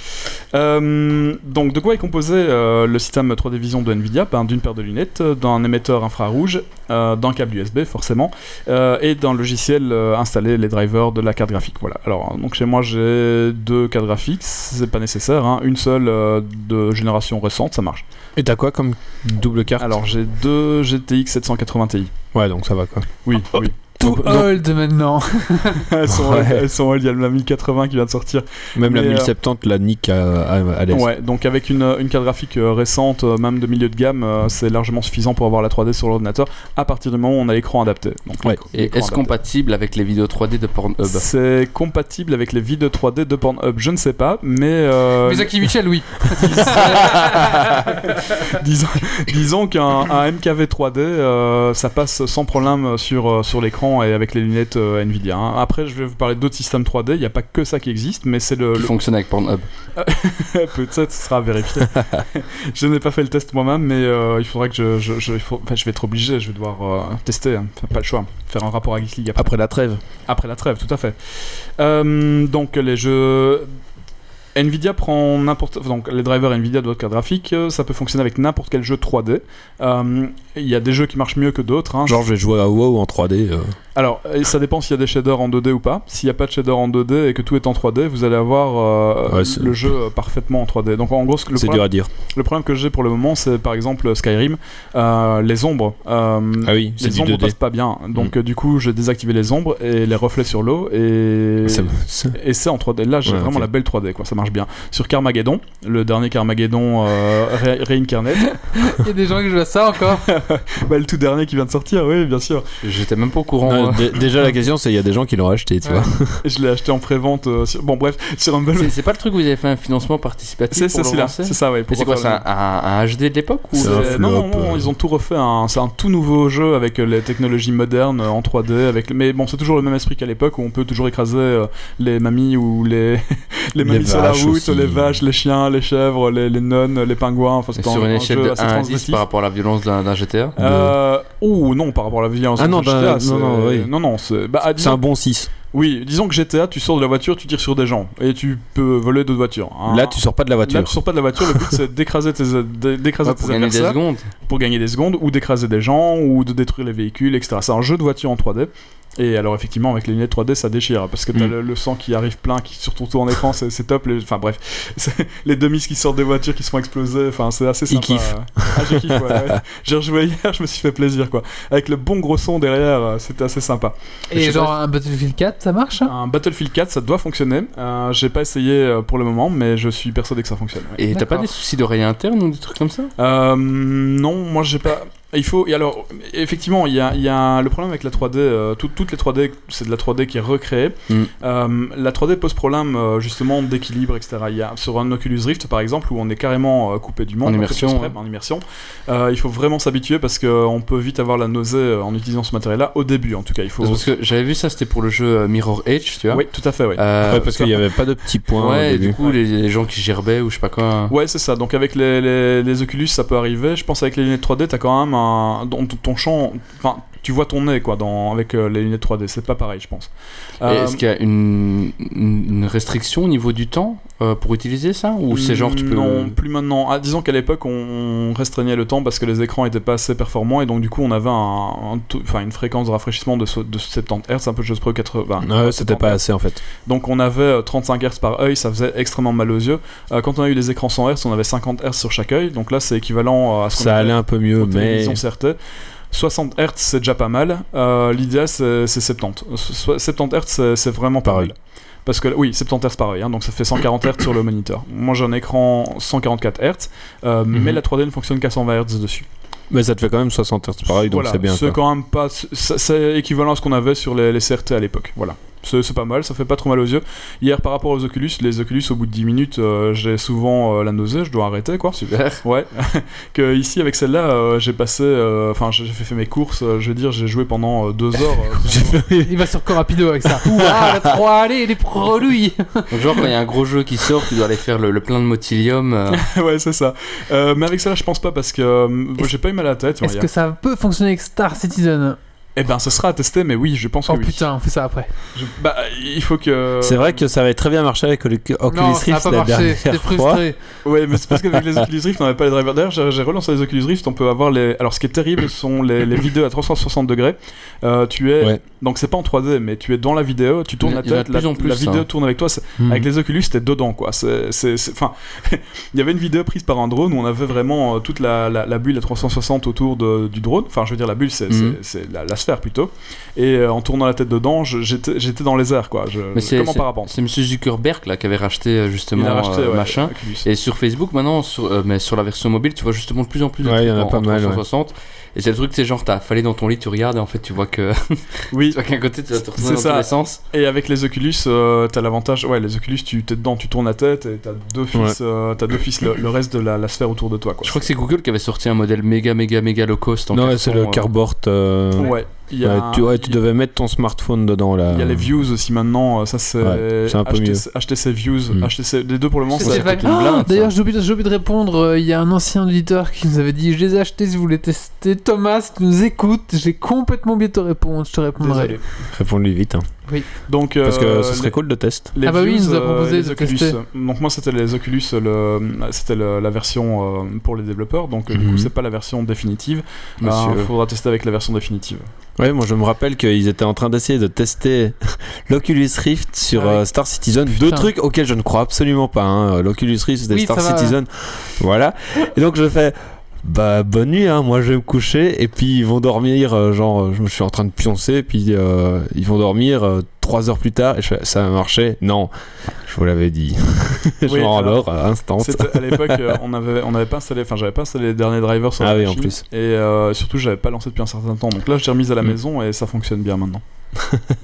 Euh, donc, de quoi est composé euh, le système 3D Vision de Nvidia Ben, D'une paire de lunettes, euh, d'un émetteur infrarouge, euh, d'un câble USB forcément, euh, et d'un logiciel euh, installé les drivers de la carte graphique. Voilà. Alors, donc chez moi, j'ai deux cartes graphiques, c'est pas nécessaire. hein. Une seule euh, de génération récente, ça marche.
Et t'as quoi comme double carte
Alors, j'ai deux GTX 780 Ti.
Ouais, donc ça va quoi.
Oui, oui.
Tout
Donc-
old maintenant.
elles sont,
Oh, Ouais.
elles sont- il y a la 1080 qui vient de sortir.
Même la
Mais, euh,
1070, la nique à, à, à l'aise.
Ouais, donc avec une, une carte graphique euh, récente, euh, même de milieu de gamme, euh, c'est largement suffisant pour avoir la 3D sur l'ordinateur à partir du moment où on a l'écran adapté. Donc,
Ouais.
l'écran-
Et
l'écran
est-ce
adapté.
compatible avec les vidéos 3D de Pornhub
C'est compatible avec les vidéos 3D de Pornhub, je ne sais pas, mais, euh,
Mais Zaki Michel, oui.
disons, disons qu'un un MKV 3D, euh, ça passe sans problème sur, euh, sur l'écran et avec les lunettes euh, Nvidia. hein. Après, je vais vous parler d'autres systèmes 3D, il n'y a pas que ça qui existe, mais c'est le,
Qui
le-
fonctionne avec Pornhub
Peut-être, ce sera à vérifier. je n'ai pas fait le test moi-même, mais euh, il faudra que je, je, je, il faut- enfin, je vais être obligé, je vais devoir euh, tester, hein. Enfin, pas le choix, faire un rapport à Geeks League après,
Après la trêve.
après la trêve, tout à fait. Euh, donc les jeux... Nvidia prend n'importe enfin, donc les drivers Nvidia de votre carte graphique, euh, ça peut fonctionner avec n'importe quel jeu 3D. Euh, Il y a des jeux qui marchent mieux que d'autres. hein.
Genre, je vais jouer à WoW en 3D. euh.
Alors, euh, ça dépend s'il y a des shaders en 2D ou pas. S'il n'y a pas de shaders en 2D et que tout est en 3D, vous allez avoir euh,
Ouais, c'est-
le jeu euh, parfaitement en 3D. Donc en gros, ce que le
C'est
problème,
dur à dire.
le problème que j'ai pour le moment, c'est par exemple Skyrim, euh, les ombres. euh,
Ah oui, c'est
les
du
ombres
2D.
passent pas bien. Donc euh, du coup, j'ai désactivé les ombres et les reflets sur l'eau et.
Ça- ça-
Et c'est en 3D. Là, j'ai
Ouais,
vraiment
ok.
la belle 3D, quoi. Ça marche bien. Sur Carmageddon, le dernier Carmageddon euh, ré- réincarné,
Il y a des gens qui jouent à ça encore.
bah, le tout dernier qui vient de sortir, oui, bien sûr.
J'étais même pas au courant.
Non,
euh.
dé- déjà, la question, c'est il y a des gens qui l'ont acheté, tu
Ouais.
vois.
Je l'ai acheté en pré-vente. euh, sur- Bon, bref, sur Humble.
C'est- C'est pas le truc où vous avez fait un financement participatif
C'est
pour
ça,
le
celui-là.
lancer
C'est ça, ouais.
Et
pour
c'est quoi, c'est
refaire
un, un- un HD de l'époque ou
C'est
le-
un
C'est-
flop,
Non, non, non,
euh.
ils ont tout refait. un- C'est un tout nouveau jeu avec euh, les technologies modernes euh, en 3D. Avec... Mais bon, c'est toujours le même esprit qu'à l'époque où on peut toujours écraser euh, les mamies ou les,
Les
les, mamies sur la
vaches
route,
aussi.
les vaches, les chiens, les chèvres, les, les nonnes, les pingouins. Enfin, c'est
Sur une
un- un
échelle
jeu
de
assez
1 à 10
transgressif.
par rapport à la violence d'un d'un GTA
Euh, ou non par rapport à la violence
Ah non,
dans
bah,
GTA, c'est-
non, non, oui.
non non c'est bah, à
C'est un bon 6.
Oui, disons que GTA, tu sors de la voiture, tu tires sur des gens et tu peux voler d'autres voitures. hein.
Ah. Là, tu sors pas de la voiture.
Là, tu sors pas de la voiture, le but c'est d'écraser tes, d'é- d'écraser
pour
tes
gagner des
adversaires
secondes.
pour gagner des secondes ou d'écraser des gens ou de détruire les véhicules, etc. C'est un jeu de voiture en 3D. Et alors effectivement avec les lunettes 3D ça déchire parce que t'as
Mm.
le, le sang qui arrive plein qui sur ton tour en écran c'est c'est top les- enfin bref C'est- les demis qui sortent des voitures qui se font exploser enfin c'est assez
Ils
sympa
kiffent.
Ah, j'ai kiffé, ouais, ouais. j'ai rejoué hier je me suis fait plaisir quoi avec le bon gros son derrière euh, c'était assez sympa Je
Et
sais
genre un Battlefield 4, ça marche hein
un Battlefield 4 ça doit fonctionner Euh, j'ai pas essayé euh, pour le moment mais je suis persuadé que ça fonctionne ouais.
Et t'as pas
D'accord.
des soucis d'oreille interne ou des trucs comme ça
Euh, non, moi j'ai pas. Il faut. Et alors, effectivement, il y a, il y a le problème avec la 3D. euh, tout- toutes les 3D, c'est de la 3D qui est recréée.
Mm.
Euh, la 3D pose problème euh, justement d'équilibre, etc. Il y a sur un Oculus Rift par exemple où on est carrément euh, coupé du monde,
En
on fait
immersion,
exprès,
ouais.
en immersion. Euh, il faut vraiment s'habituer parce qu'on peut vite avoir la nausée euh, en utilisant ce matériel-là au début. En tout cas, il faut.
Parce que j'avais vu ça, c'était pour le jeu euh, Mirror Edge, tu vois.
Oui, tout à fait. Oui.
Euh,
Ouais, parce qu'il y avait pas de petits points.
ouais,
au
et
début.
du coup, les, les gens qui gerbaient ou je sais pas quoi.
Ouais, c'est ça. Donc avec les, les, les Oculus, ça peut arriver. Je pense avec les lunettes 3D, t'as quand même un ton, ton champ. Enfin, tu vois ton nez quoi. Dans avec euh, les lunettes 3D, c'est pas pareil, je pense.
Et
Euh,
Est-ce qu'il y a une, une une restriction au niveau du temps euh, pour utiliser ça Ou c'est genre tu peux.
Non, plus maintenant. Ah, disons qu'à l'époque, on restreignait le temps parce que les écrans étaient pas assez performants et donc du coup, on avait un, un taux- enfin une fréquence de rafraîchissement de, so- de 70 Hz, un peu de chose près 80.
Ouais, c'était pas assez en fait.
Donc on avait euh, 35 Hz par œil, ça faisait extrêmement mal aux yeux. Euh, quand on a eu les écrans 100 Hz, on avait 50 Hz sur chaque œil. Donc là, c'est équivalent euh, à ce qu'on
Ça
avait-
allait un peu mieux,
aux
mais.
télévisions CRT. 60 Hz, c'est déjà pas mal. Euh, L'idéal, c'est c'est 70. So- 70 Hz, c'est- c'est vraiment pas
Pareil.
mal. Parce que oui, 70 Hz pareil, hein, donc ça fait 140 Hz sur le moniteur. Moi j'ai un écran 144 Hz, euh,
Mhm.
mais la 3D ne fonctionne qu'à 120 Hz dessus.
Mais ça te fait quand même 60 Hz pareil, donc
Voilà,
c'est bien.
C'est
quoi.
quand même pas. C'est c'est équivalent à ce qu'on avait sur les, les CRT à l'époque. Voilà. C'est c'est pas mal, ça fait pas trop mal aux yeux. Hier, par rapport aux Oculus, les Oculus, au bout de 10 minutes, euh, j'ai souvent euh, la nausée, je dois arrêter quoi.
Super.
Ouais, que ici avec celle-là, euh, j'ai passé, euh, enfin j'ai fait, fait mes courses, euh, je veux dire, j'ai joué pendant euh, deux heures. euh,
J'ai
sans-
fait-
Il va sur Corapido avec ça. Ah, Ouah, la 3, allez, les produits
Donc, genre, quand il y a un gros jeu qui sort, tu dois aller faire le, le plein de motilium. euh,
ouais, c'est ça. Euh, mais avec celle-là, je pense pas parce que euh,
Est-ce-
j'ai pas eu mal à la tête.
Est-ce
Maria.
que ça peut fonctionner avec Star Citizen
Eh ben, ce sera à tester, mais oui, je pense que
Oh
oui.
putain, on fait ça après.
Je- Bah, il faut que.
C'est vrai que ça avait très bien marché avec le- Oculus
non, ça n'a
Rift
pas
la
marché, j'étais
dernière fois.
frustré.
Ouais, mais c'est parce qu'avec les Oculus Rift, on n'avait pas les drivers. D'ailleurs, j'ai j'ai relancé les Oculus Rift, on peut avoir les. Alors, ce qui est terrible, ce sont les, les vidéos à 360 degrés. Euh, tu es.
Ouais.
Donc, c'est pas en 3D, mais tu es dans la vidéo, tu tournes
Il y
la
a- il y en a
tête,
de
la,
plus hein. en plus,
la
ça.
vidéo tourne avec toi.
Hmm.
Avec les Oculus, t'es dedans, quoi. C'est, c'est, c'est- Enfin, il y avait une vidéo prise par un drone où on avait vraiment euh, toute la, la, la bulle à 360 autour de- du drone. Enfin, je veux dire, la bulle, c'est,
Mhm.
c'est, c'est la, la sphère plutôt. Et euh, en tournant la tête dedans, je- j'étais, j'étais dans les airs, quoi. Je,
Mais
je-
c'est
comme en
c'est-
parapente.
c'est Monsieur Zuckerberg là qui avait racheté euh, justement
Il a racheté
euh,
ouais,
machin.
Oculus.
Et sur Facebook maintenant, sur, euh, mais sur la version mobile, tu vois justement de plus en plus de
Ouais,
trucs
il y en a pas mal, ouais.
360. Et c'est le truc, c'est genre t'as fallu dans ton lit, tu regardes et en fait tu vois que tu
Oui,
vois qu'un côté tu vas te
C'est
retourner dans
ça.
tous les sens.
et avec les Oculus, euh, t'as l'avantage. Ouais, les Oculus, tu t'es dedans, tu tournes la tête et t'as deux fils, euh, t'as deux fils le, le reste de la, la sphère autour de toi, quoi.
Je crois que c'est Google qui avait sorti un modèle méga méga méga low cost. En
Non, ouais,
carton,
c'est le
euh,
Cardboard. euh,
Ouais, il y a.
ouais, tu, ouais, tu
il-
devais mettre ton smartphone dedans là.
Il y a les views aussi maintenant, euh, ça c'est
Ouais, c'est un peu
HTC, HTC views,
Mm.
HTC, les deux pour le moment
J'étais
c'est
vague.
une blinde,
Ah,
ça.
D'ailleurs, j'ai oublié, j'ai oublié de répondre. euh, Il y a un ancien auditeur qui nous avait dit Je les ai achetés si vous voulez tester. Thomas, si tu nous écoutes. J'ai complètement oublié de te répondre. Je te répondrai.
Désolé.
Réponds-lui vite. hein.
Donc
Parce que
euh,
ce serait
les-
cool de test.
les
Ah bah oui, il
views,
nous a
euh,
proposé
les
de
Oculus. euh,
tester.
Donc moi c'était les Oculus, euh, le, c'était le- la version euh, pour les développeurs, donc du
Mhm.
coup c'est pas la version définitive. Il
monsieur.
faudra tester avec la version définitive.
Ouais, moi je me rappelle qu'ils étaient en train d'essayer de tester l'Oculus Rift sur
Ah oui.
euh, Star Citizen.
Putain.
Deux trucs auxquels je ne crois absolument pas. hein. L'Oculus Rift, c'était
Oui,
Star
ça va.
Citizen. Voilà. Et donc je fais. Bah bonne nuit, hein. moi je vais me coucher et puis ils vont dormir, euh, genre je me suis en train de pioncer et puis euh, ils vont dormir euh, trois heures plus tard et je fais ça a marché Non, je vous l'avais dit. je
Oui,
m'en
alors,
rendors euh, instant.
C'était- À l'époque, euh, on avait, on avait pas installé, enfin, j'avais pas installé les derniers drivers sur
Ah
la
oui, en
machine,
plus.
Et euh, surtout, j'avais pas lancé depuis un certain temps. Donc là, je l'ai remise à la
Mm.
maison et ça fonctionne bien maintenant.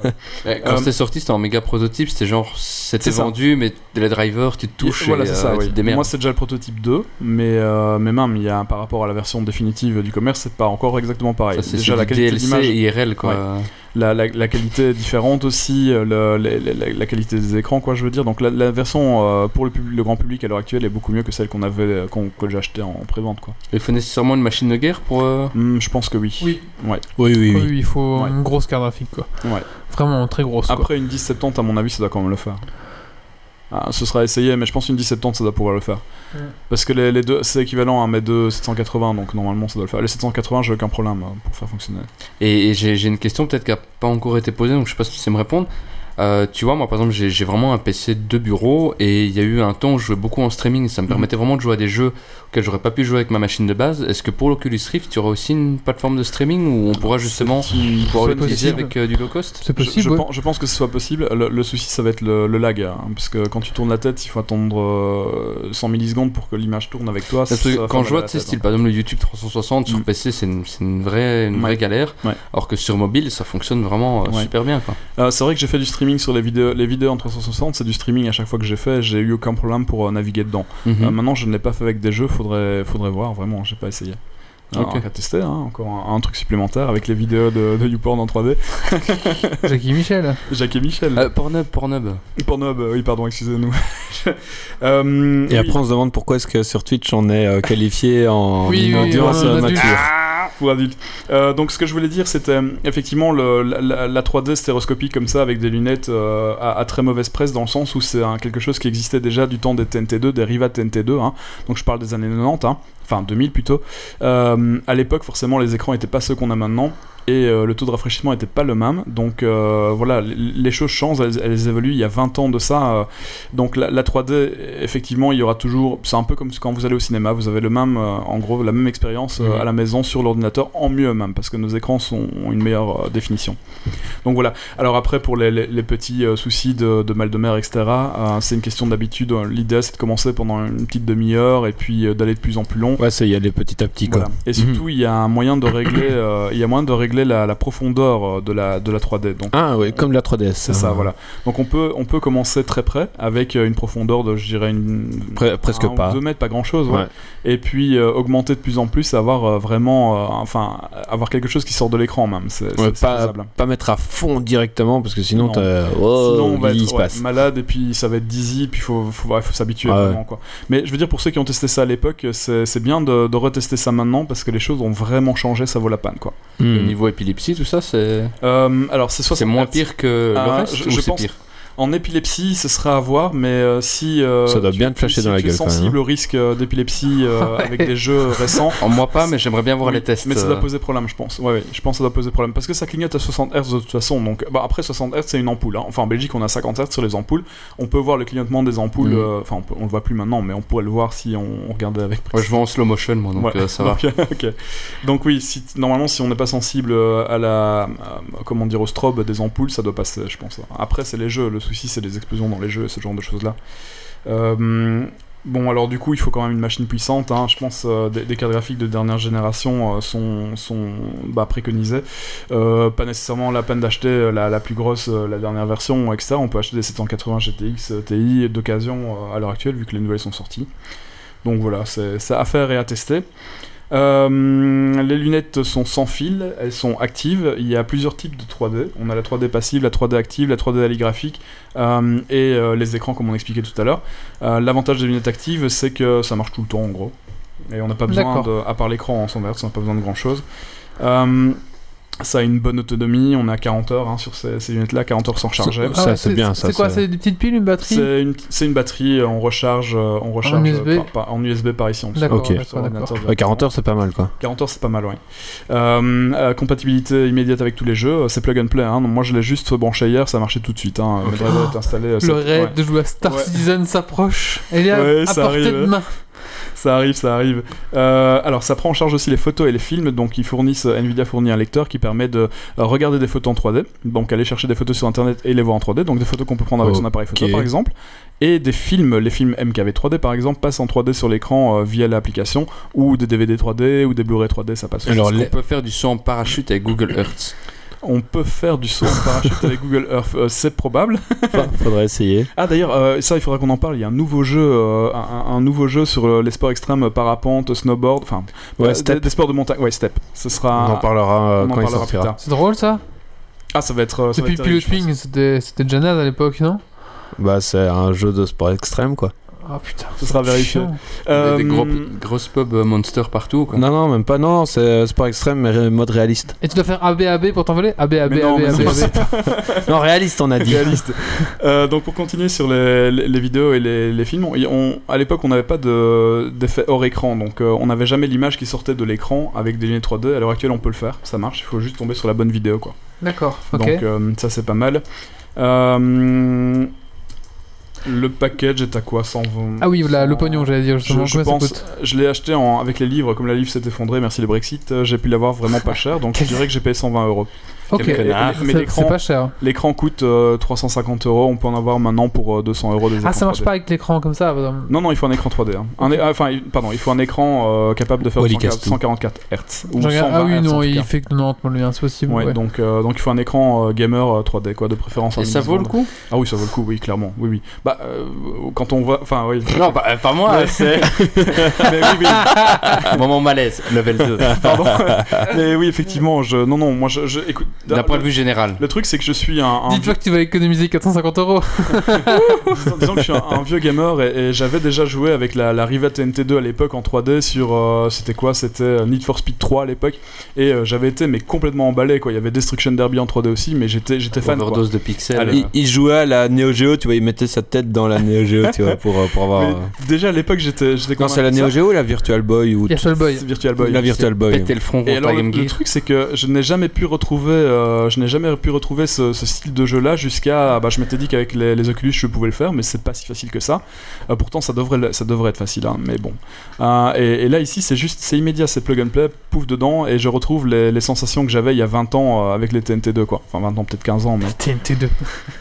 Ah.
Ouais, Quand
Euh,
c'était sorti, c'était en méga prototype, c'était genre c'était
C'est ça.
vendu, mais les drivers tu te touches,
Voilà,
et,
c'est
euh,
ça.
tu
oui.
te démerdes.
Moi, c'est déjà le prototype 2, mais, euh, mais même, il y a, par rapport à la version définitive du commerce, c'est pas encore exactement pareil.
Ça, c'est
déjà
sur
la
du
qualité
DLC
d'image.
et IRL quoi.
la, la- la qualité est différente aussi, euh, le- les- les- la, la qualité des écrans, quoi, je veux dire. Donc la, la version euh, pour le, public- le grand public à l'heure actuelle est beaucoup mieux que celle qu'on avait, euh, qu'on- que j'ai achetée en pré-vente, quoi.
Il faut nécessairement une machine de guerre pour. euh,
Hmm, je pense que oui.
Oui.
Oui, oui,
Oui,
oui.
il faut
Ouais.
une grosse carte graphique, quoi.
Ouais.
Vraiment très grosse, quoi.
Après une 1070, à mon avis, ça doit quand même le faire. Ah, ce sera essayé, mais je pense une 1070, ça doit pouvoir le faire.
Ouais.
Parce que les, les deux, c'est équivalent à mes deux 780, donc normalement, ça doit le faire. Les 780, j'ai aucun problème euh, pour faire fonctionner.
Et, et j'ai j'ai une question peut-être qui n'a pas encore été posée, donc je sais pas si tu sais me répondre. Euh, tu vois, moi par exemple, j'ai j'ai vraiment un PC de bureau et il y a eu un temps où je jouais beaucoup en streaming.
Mhm.
Ça me permettait vraiment de jouer à des jeux auxquels j'aurais pas pu jouer avec ma machine de base. Est-ce que pour l'Oculus Rift, tu auras aussi une plateforme de streaming où on pourra justement pouvoir
c'est
l'utiliser
possible.
avec euh, du low cost
C'est
Je,
possible,
je
ouais.
pense, je pense que ce soit possible. Le, le souci, ça va être le, le lag. hein, parce que quand tu tournes la tête, il faut attendre euh, 100 millisecondes pour que l'image tourne avec toi.
Parce que
ça va
quand
faire
je
mal à
vois,
la
tu sais,
tête, hein.
style, par exemple, le YouTube 360 sur
Mm.
PC, c'est une, c'est une vraie, une vraie
Ouais.
galère.
Ouais.
Alors que sur mobile, ça fonctionne vraiment euh,
Ouais.
super bien. Quoi.
Euh, c'est vrai que j'ai fait du streaming sur les vidéos, les vidéos en 360, c'est du streaming à chaque fois que j'ai fait, j'ai eu aucun problème pour euh, naviguer dedans.
Mhm.
Euh, maintenant, je ne l'ai pas fait avec des jeux, faudrait, faudrait voir, vraiment, j'ai pas essayé. Alors,
Ok.
à tester, hein, encore un, un truc supplémentaire avec les vidéos de, de YouPorn en 3D.
Jackie Michel.
Jacques et Michel.
Euh, Pornhub, Pornhub.
Pornhub, euh, oui, pardon, excusez-nous. Euh,
Et après, on se demande pourquoi est-ce que sur Twitch on est euh, qualifié en
Oui, oui,
audience
oui, on
euh,
a dû-
mature.
pour adultes. Euh, donc ce que je voulais dire, c'était euh, effectivement le- la, la- la 3D stéréoscopique comme ça avec des lunettes euh, à, à très mauvaise presse dans le sens où c'est un- quelque chose qui existait déjà du temps des TNT2, des Riva TNT2. hein. Donc je parle des années 90, hein. enfin 2000 plutôt. Euh, à l'époque, forcément, les écrans n'étaient pas ceux qu'on a maintenant. Et euh, le taux de rafraîchissement n'était pas le même. Donc euh, voilà, les- les choses changent, elles, elles évoluent. Il y a 20 ans de ça, euh, donc la, la 3D, effectivement, il y aura toujours. C'est un peu comme quand vous allez au cinéma, vous avez le même, euh, en gros, la même expérience euh,
Mhm.
à la maison sur l'ordinateur, en mieux même, parce que nos écrans sont, ont une meilleure euh, définition. Donc voilà. Alors après, pour les, les- les petits euh, soucis de, de mal de mer, etc., euh, c'est une question d'habitude. euh, L'idée, c'est de commencer pendant une petite demi-heure et puis euh, d'aller de plus en plus long.
Ouais, c'est y aller petit à petit quoi.
Voilà. Et surtout, il y a un moyen de régler, euh, il y a moyen de régler la, la profondeur euh, de la, de la 3D. Donc
Ah ouais, comme la 3DS.
c'est ça, voilà. Donc on peut, on peut commencer très près avec euh, une profondeur de, je dirais, une...
Pre- presque
un ou
pas.
deux mètres, pas grand-chose. ouais.
Ouais.
Et puis euh, augmenter de plus en plus, avoir euh, vraiment, euh, enfin, avoir quelque chose qui sort de l'écran même. C'est c'est-
Ouais,
c'est
pas,
faisable.
pas mettre à fond directement parce que sinon,
Non.
t'as- oh,
Sinon, on va
il
être
se
ouais,
passe.
malade et puis ça va être dizzy, puis faut, faut, ouais, faut s'habituer
Ah ouais.
vraiment, quoi. Mais je veux dire, pour ceux qui ont testé ça à l'époque, c'est c'est bien de, de retester ça maintenant parce que les choses ont vraiment changé, ça vaut la peine, quoi.
Hmm.
Le niveau épilepsie, tout ça, c'est
Euh, alors, c'est soit
c'est moins pire que
Ah,
le reste
je-
ou
je
c'est
pense-
pire
En épilepsie, ce sera à voir, mais euh, si. euh,
Ça doit
tu-
bien te
tu-
flasher
si
dans la
tu es
gueule, quand même,
sensible
hein.
au risque euh, d'épilepsie euh, avec des jeux récents.
En moi pas, mais j'aimerais bien voir
Oui,
les tests.
Mais ça
euh.
doit poser problème, je pense. Ouais, ouais, je pense que ça doit poser problème. Parce que ça clignote à 60 Hz de toute façon. Donc, bah, après 60 Hz, c'est une ampoule. hein. Enfin, en Belgique, on a 50 Hz sur les ampoules. On peut voir le clignotement des ampoules.
Mm.
Mhm.
euh, Enfin, on peut- on, le voit plus maintenant, mais on pourrait le voir si on, on regardait avec
Ouais, je vais en slow motion, moi, donc
Ouais.
euh, ça va.
Donc, ok. Donc oui, si t- normalement, si on n'est pas sensible euh, à la, à- comment dire, au strobe des ampoules, ça doit passer, je pense. Après, c'est les jeux. Le souci, c'est les explosions dans les jeux et ce genre de choses-là. Euh, bon, alors du coup, il faut quand même une machine puissante. hein. Je pense euh, des, des cartes graphiques de dernière génération euh, sont, sont bah, préconisées. Euh, pas nécessairement la peine d'acheter euh, la, la plus grosse, euh, la dernière version, etc. On peut acheter des 780 GTX euh, Ti d'occasion euh, à l'heure actuelle, vu que les nouvelles sont sorties. Donc voilà, c'est c'est à faire et à tester. Euh, les lunettes sont sans fil, elles sont actives. Il y a plusieurs types de 3D. On a la 3D passive, la 3D active, la 3D alligraphique euh, et euh, les écrans comme on expliquait tout à l'heure. Euh, L'avantage des lunettes actives, c'est que ça marche tout le temps en gros. Et on n'a pas besoin,
D'accord.
de, à part l'écran en 100 Hz, on n'a pas besoin de grand chose. Euh, ça a une bonne autonomie. On a 40 heures hein, sur ces, ces lunettes-là, 40 heures sans recharger.
Ça, c'est bien, ça,
Ah C'est quoi
ça.
C'est des petites piles, une batterie
C'est une, c'est une batterie, euh, on recharge, euh, on recharge euh,
USB.
par- par- en USB par ici en dessous.
D'accord,
Ok.
d'accord, d'accord.
Ouais, 40 heures, c'est pas mal quoi.
40 heures, c'est pas mal, ouais. Euh, euh, compatibilité immédiate avec tous les jeux, euh, c'est plug and play. Hein. Donc, Moi, je l'ai juste branché hier, ça marchait tout de suite. Hein. Le driver est installé. euh,
Le
c'est-
raid
ouais.
de jouer à Star
Ouais.
Citizen s'approche. Elle est à,
Ouais,
à
ça
portée
arrive,
de
hein.
main.
Ça arrive, ça arrive. Euh, alors, ça prend en charge aussi les photos et les films. Donc, ils fournissent, euh, Nvidia fournit un lecteur qui permet de euh, regarder des photos en 3D. Donc, aller chercher des photos sur internet et les voir en 3D. Donc, des photos qu'on peut prendre avec son
Ok.
appareil photo, par exemple. Et des films, les films MKV 3D par exemple, passent en 3D sur l'écran euh, via l'application, ou des DVD 3D, ou des Blu-ray 3D, ça passe aussi.
Alors,
Est-ce
les-
qu'on peut faire du saut en parachute avec Google Earth.
On peut faire du saut en parachute avec Google Earth, euh, c'est probable.
Fa- Faudrait essayer.
Ah d'ailleurs, euh, ça il faudra qu'on en parle. Il y a un nouveau jeu, euh, un, un- un nouveau jeu sur euh, les sports extrêmes, euh, parapente, snowboard, enfin
Ouais,
euh,
step.
des, des sports de montagne. Ouais, step. Ce
On
sera.
en parlera euh,
on en
quand il
parlera plus
sortira.
tard.
C'est drôle ça
Ah, ça va être. euh, ça va
Depuis
être terrible,
Pilot
je pense.
Wing, c'était c'était déjà naze à l'époque, non
Bah, c'est un jeu de sport extrême, quoi.
Ah putain,
Ce sera vérifié.
chiant.
Il y a Des gros-
Euh,
grosses pubs euh, monster partout. Quoi.
Non, non, même pas, non, c'est euh, sport extrême, mais ré- mode réaliste.
Et tu dois faire ABAB pour t'envoler ABAB,
Mais non,
ABAB,
mais non, c'est
ABAB.
Non, réaliste, on a dit.
réaliste. Euh, donc pour continuer sur les, les- les vidéos et les, les films, on, on- à l'époque on n'avait pas de- d'effet hors écran, donc euh, on n'avait jamais l'image qui sortait de l'écran avec des lunettes 3D. À l'heure actuelle on peut le faire, ça marche, il faut juste tomber sur la bonne vidéo quoi.
D'accord, ok.
Donc euh, ça c'est pas mal. Euh, le package est à quoi 120
ah oui, voilà, le
100
pognon, j'allais dire
je,
justement.
je
Combien ça
pense,
coûte
je l'ai acheté en- avec les livres, comme la livre s'est effondrée, merci le Brexit, euh, j'ai pu l'avoir vraiment pas cher, donc je dirais que j'ai payé 120 euros.
Ok,
Et-
Ah,
connard.
Mais
c'est
l'écran,
c'est pas cher.
L'écran coûte euh, 350 euros, on peut en avoir maintenant pour euh, 200 euros des
Ah,
écrans
ça marche
3D.
pas avec l'écran comme ça. par exemple.
Non, non, il faut un écran 3D. hein. Un é- ah, Enfin, il- pardon, il faut un écran euh, capable de faire
Polycast
140 144 Hz. Ou 120
Je regarde- Ah oui,
Hz, en
non,
tout
il
cas.
fait que 90, mon lui, hein, c'est possible.
Ouais,
ouais.
Donc, euh, donc il faut un écran euh, gamer euh, 3D, quoi, de préférence. en
Et ça vaut le
10
coup
Ah oui, ça vaut le coup, oui, clairement. Oui, oui. Bah, euh, quand on voit. Enfin, oui.
Non, bah, euh, pas moi, c'est
Mais oui, oui.
moment malaise, level 2.
Pardon. Mais oui, effectivement, je. Non, non, moi, je. je- écoute,
D'un point de
le-
vue général.
Le truc, c'est que je suis un. un
Dites-toi que tu vas économiser 450 euros.
Disons- disons que je suis un, un vieux gamer et, et j'avais déjà joué avec la, la Riva TNT2 à l'époque en 3D sur euh, c'était quoi c'était euh, Need for Speed 3 à l'époque et euh, j'avais été mais complètement emballé quoi il y avait Destruction Derby en 3D aussi mais j'étais j'étais fan quoi.
Overdose de pixels. euh,
Allez.
Il, il jouait à la Neo Geo, tu vois, il mettait sa tête dans la Neo Geo, tu vois, pour, euh, pour avoir.
Mais
euh,
déjà à l'époque j'étais j'étais
Non,
convaincu
c'est la
de
Neo
ça.
Geo ou la Virtual Boy ou
Il y a Soul Boy.
C'est Virtual Boy
La
Il s'est
Virtual Boy. hein.
pété le front
et
contre
alors
la
le,
Game
le
Gear.
truc c'est que je n'ai jamais pu retrouver euh, je n'ai jamais pu retrouver ce, ce style de jeu là jusqu'à bah, je m'étais dit qu'avec les, les Oculus je pouvais le faire mais c'est pas si facile que ça Euh, pourtant ça devrait le- ça devrait être facile hein, mais bon Euh, et, et là ici c'est juste c'est immédiat c'est plug and play pouf dedans et je retrouve les, les sensations que j'avais il y a 20 ans euh, avec les TNT2 quoi enfin 20 ans peut-être 15 ans mais,
TNT2.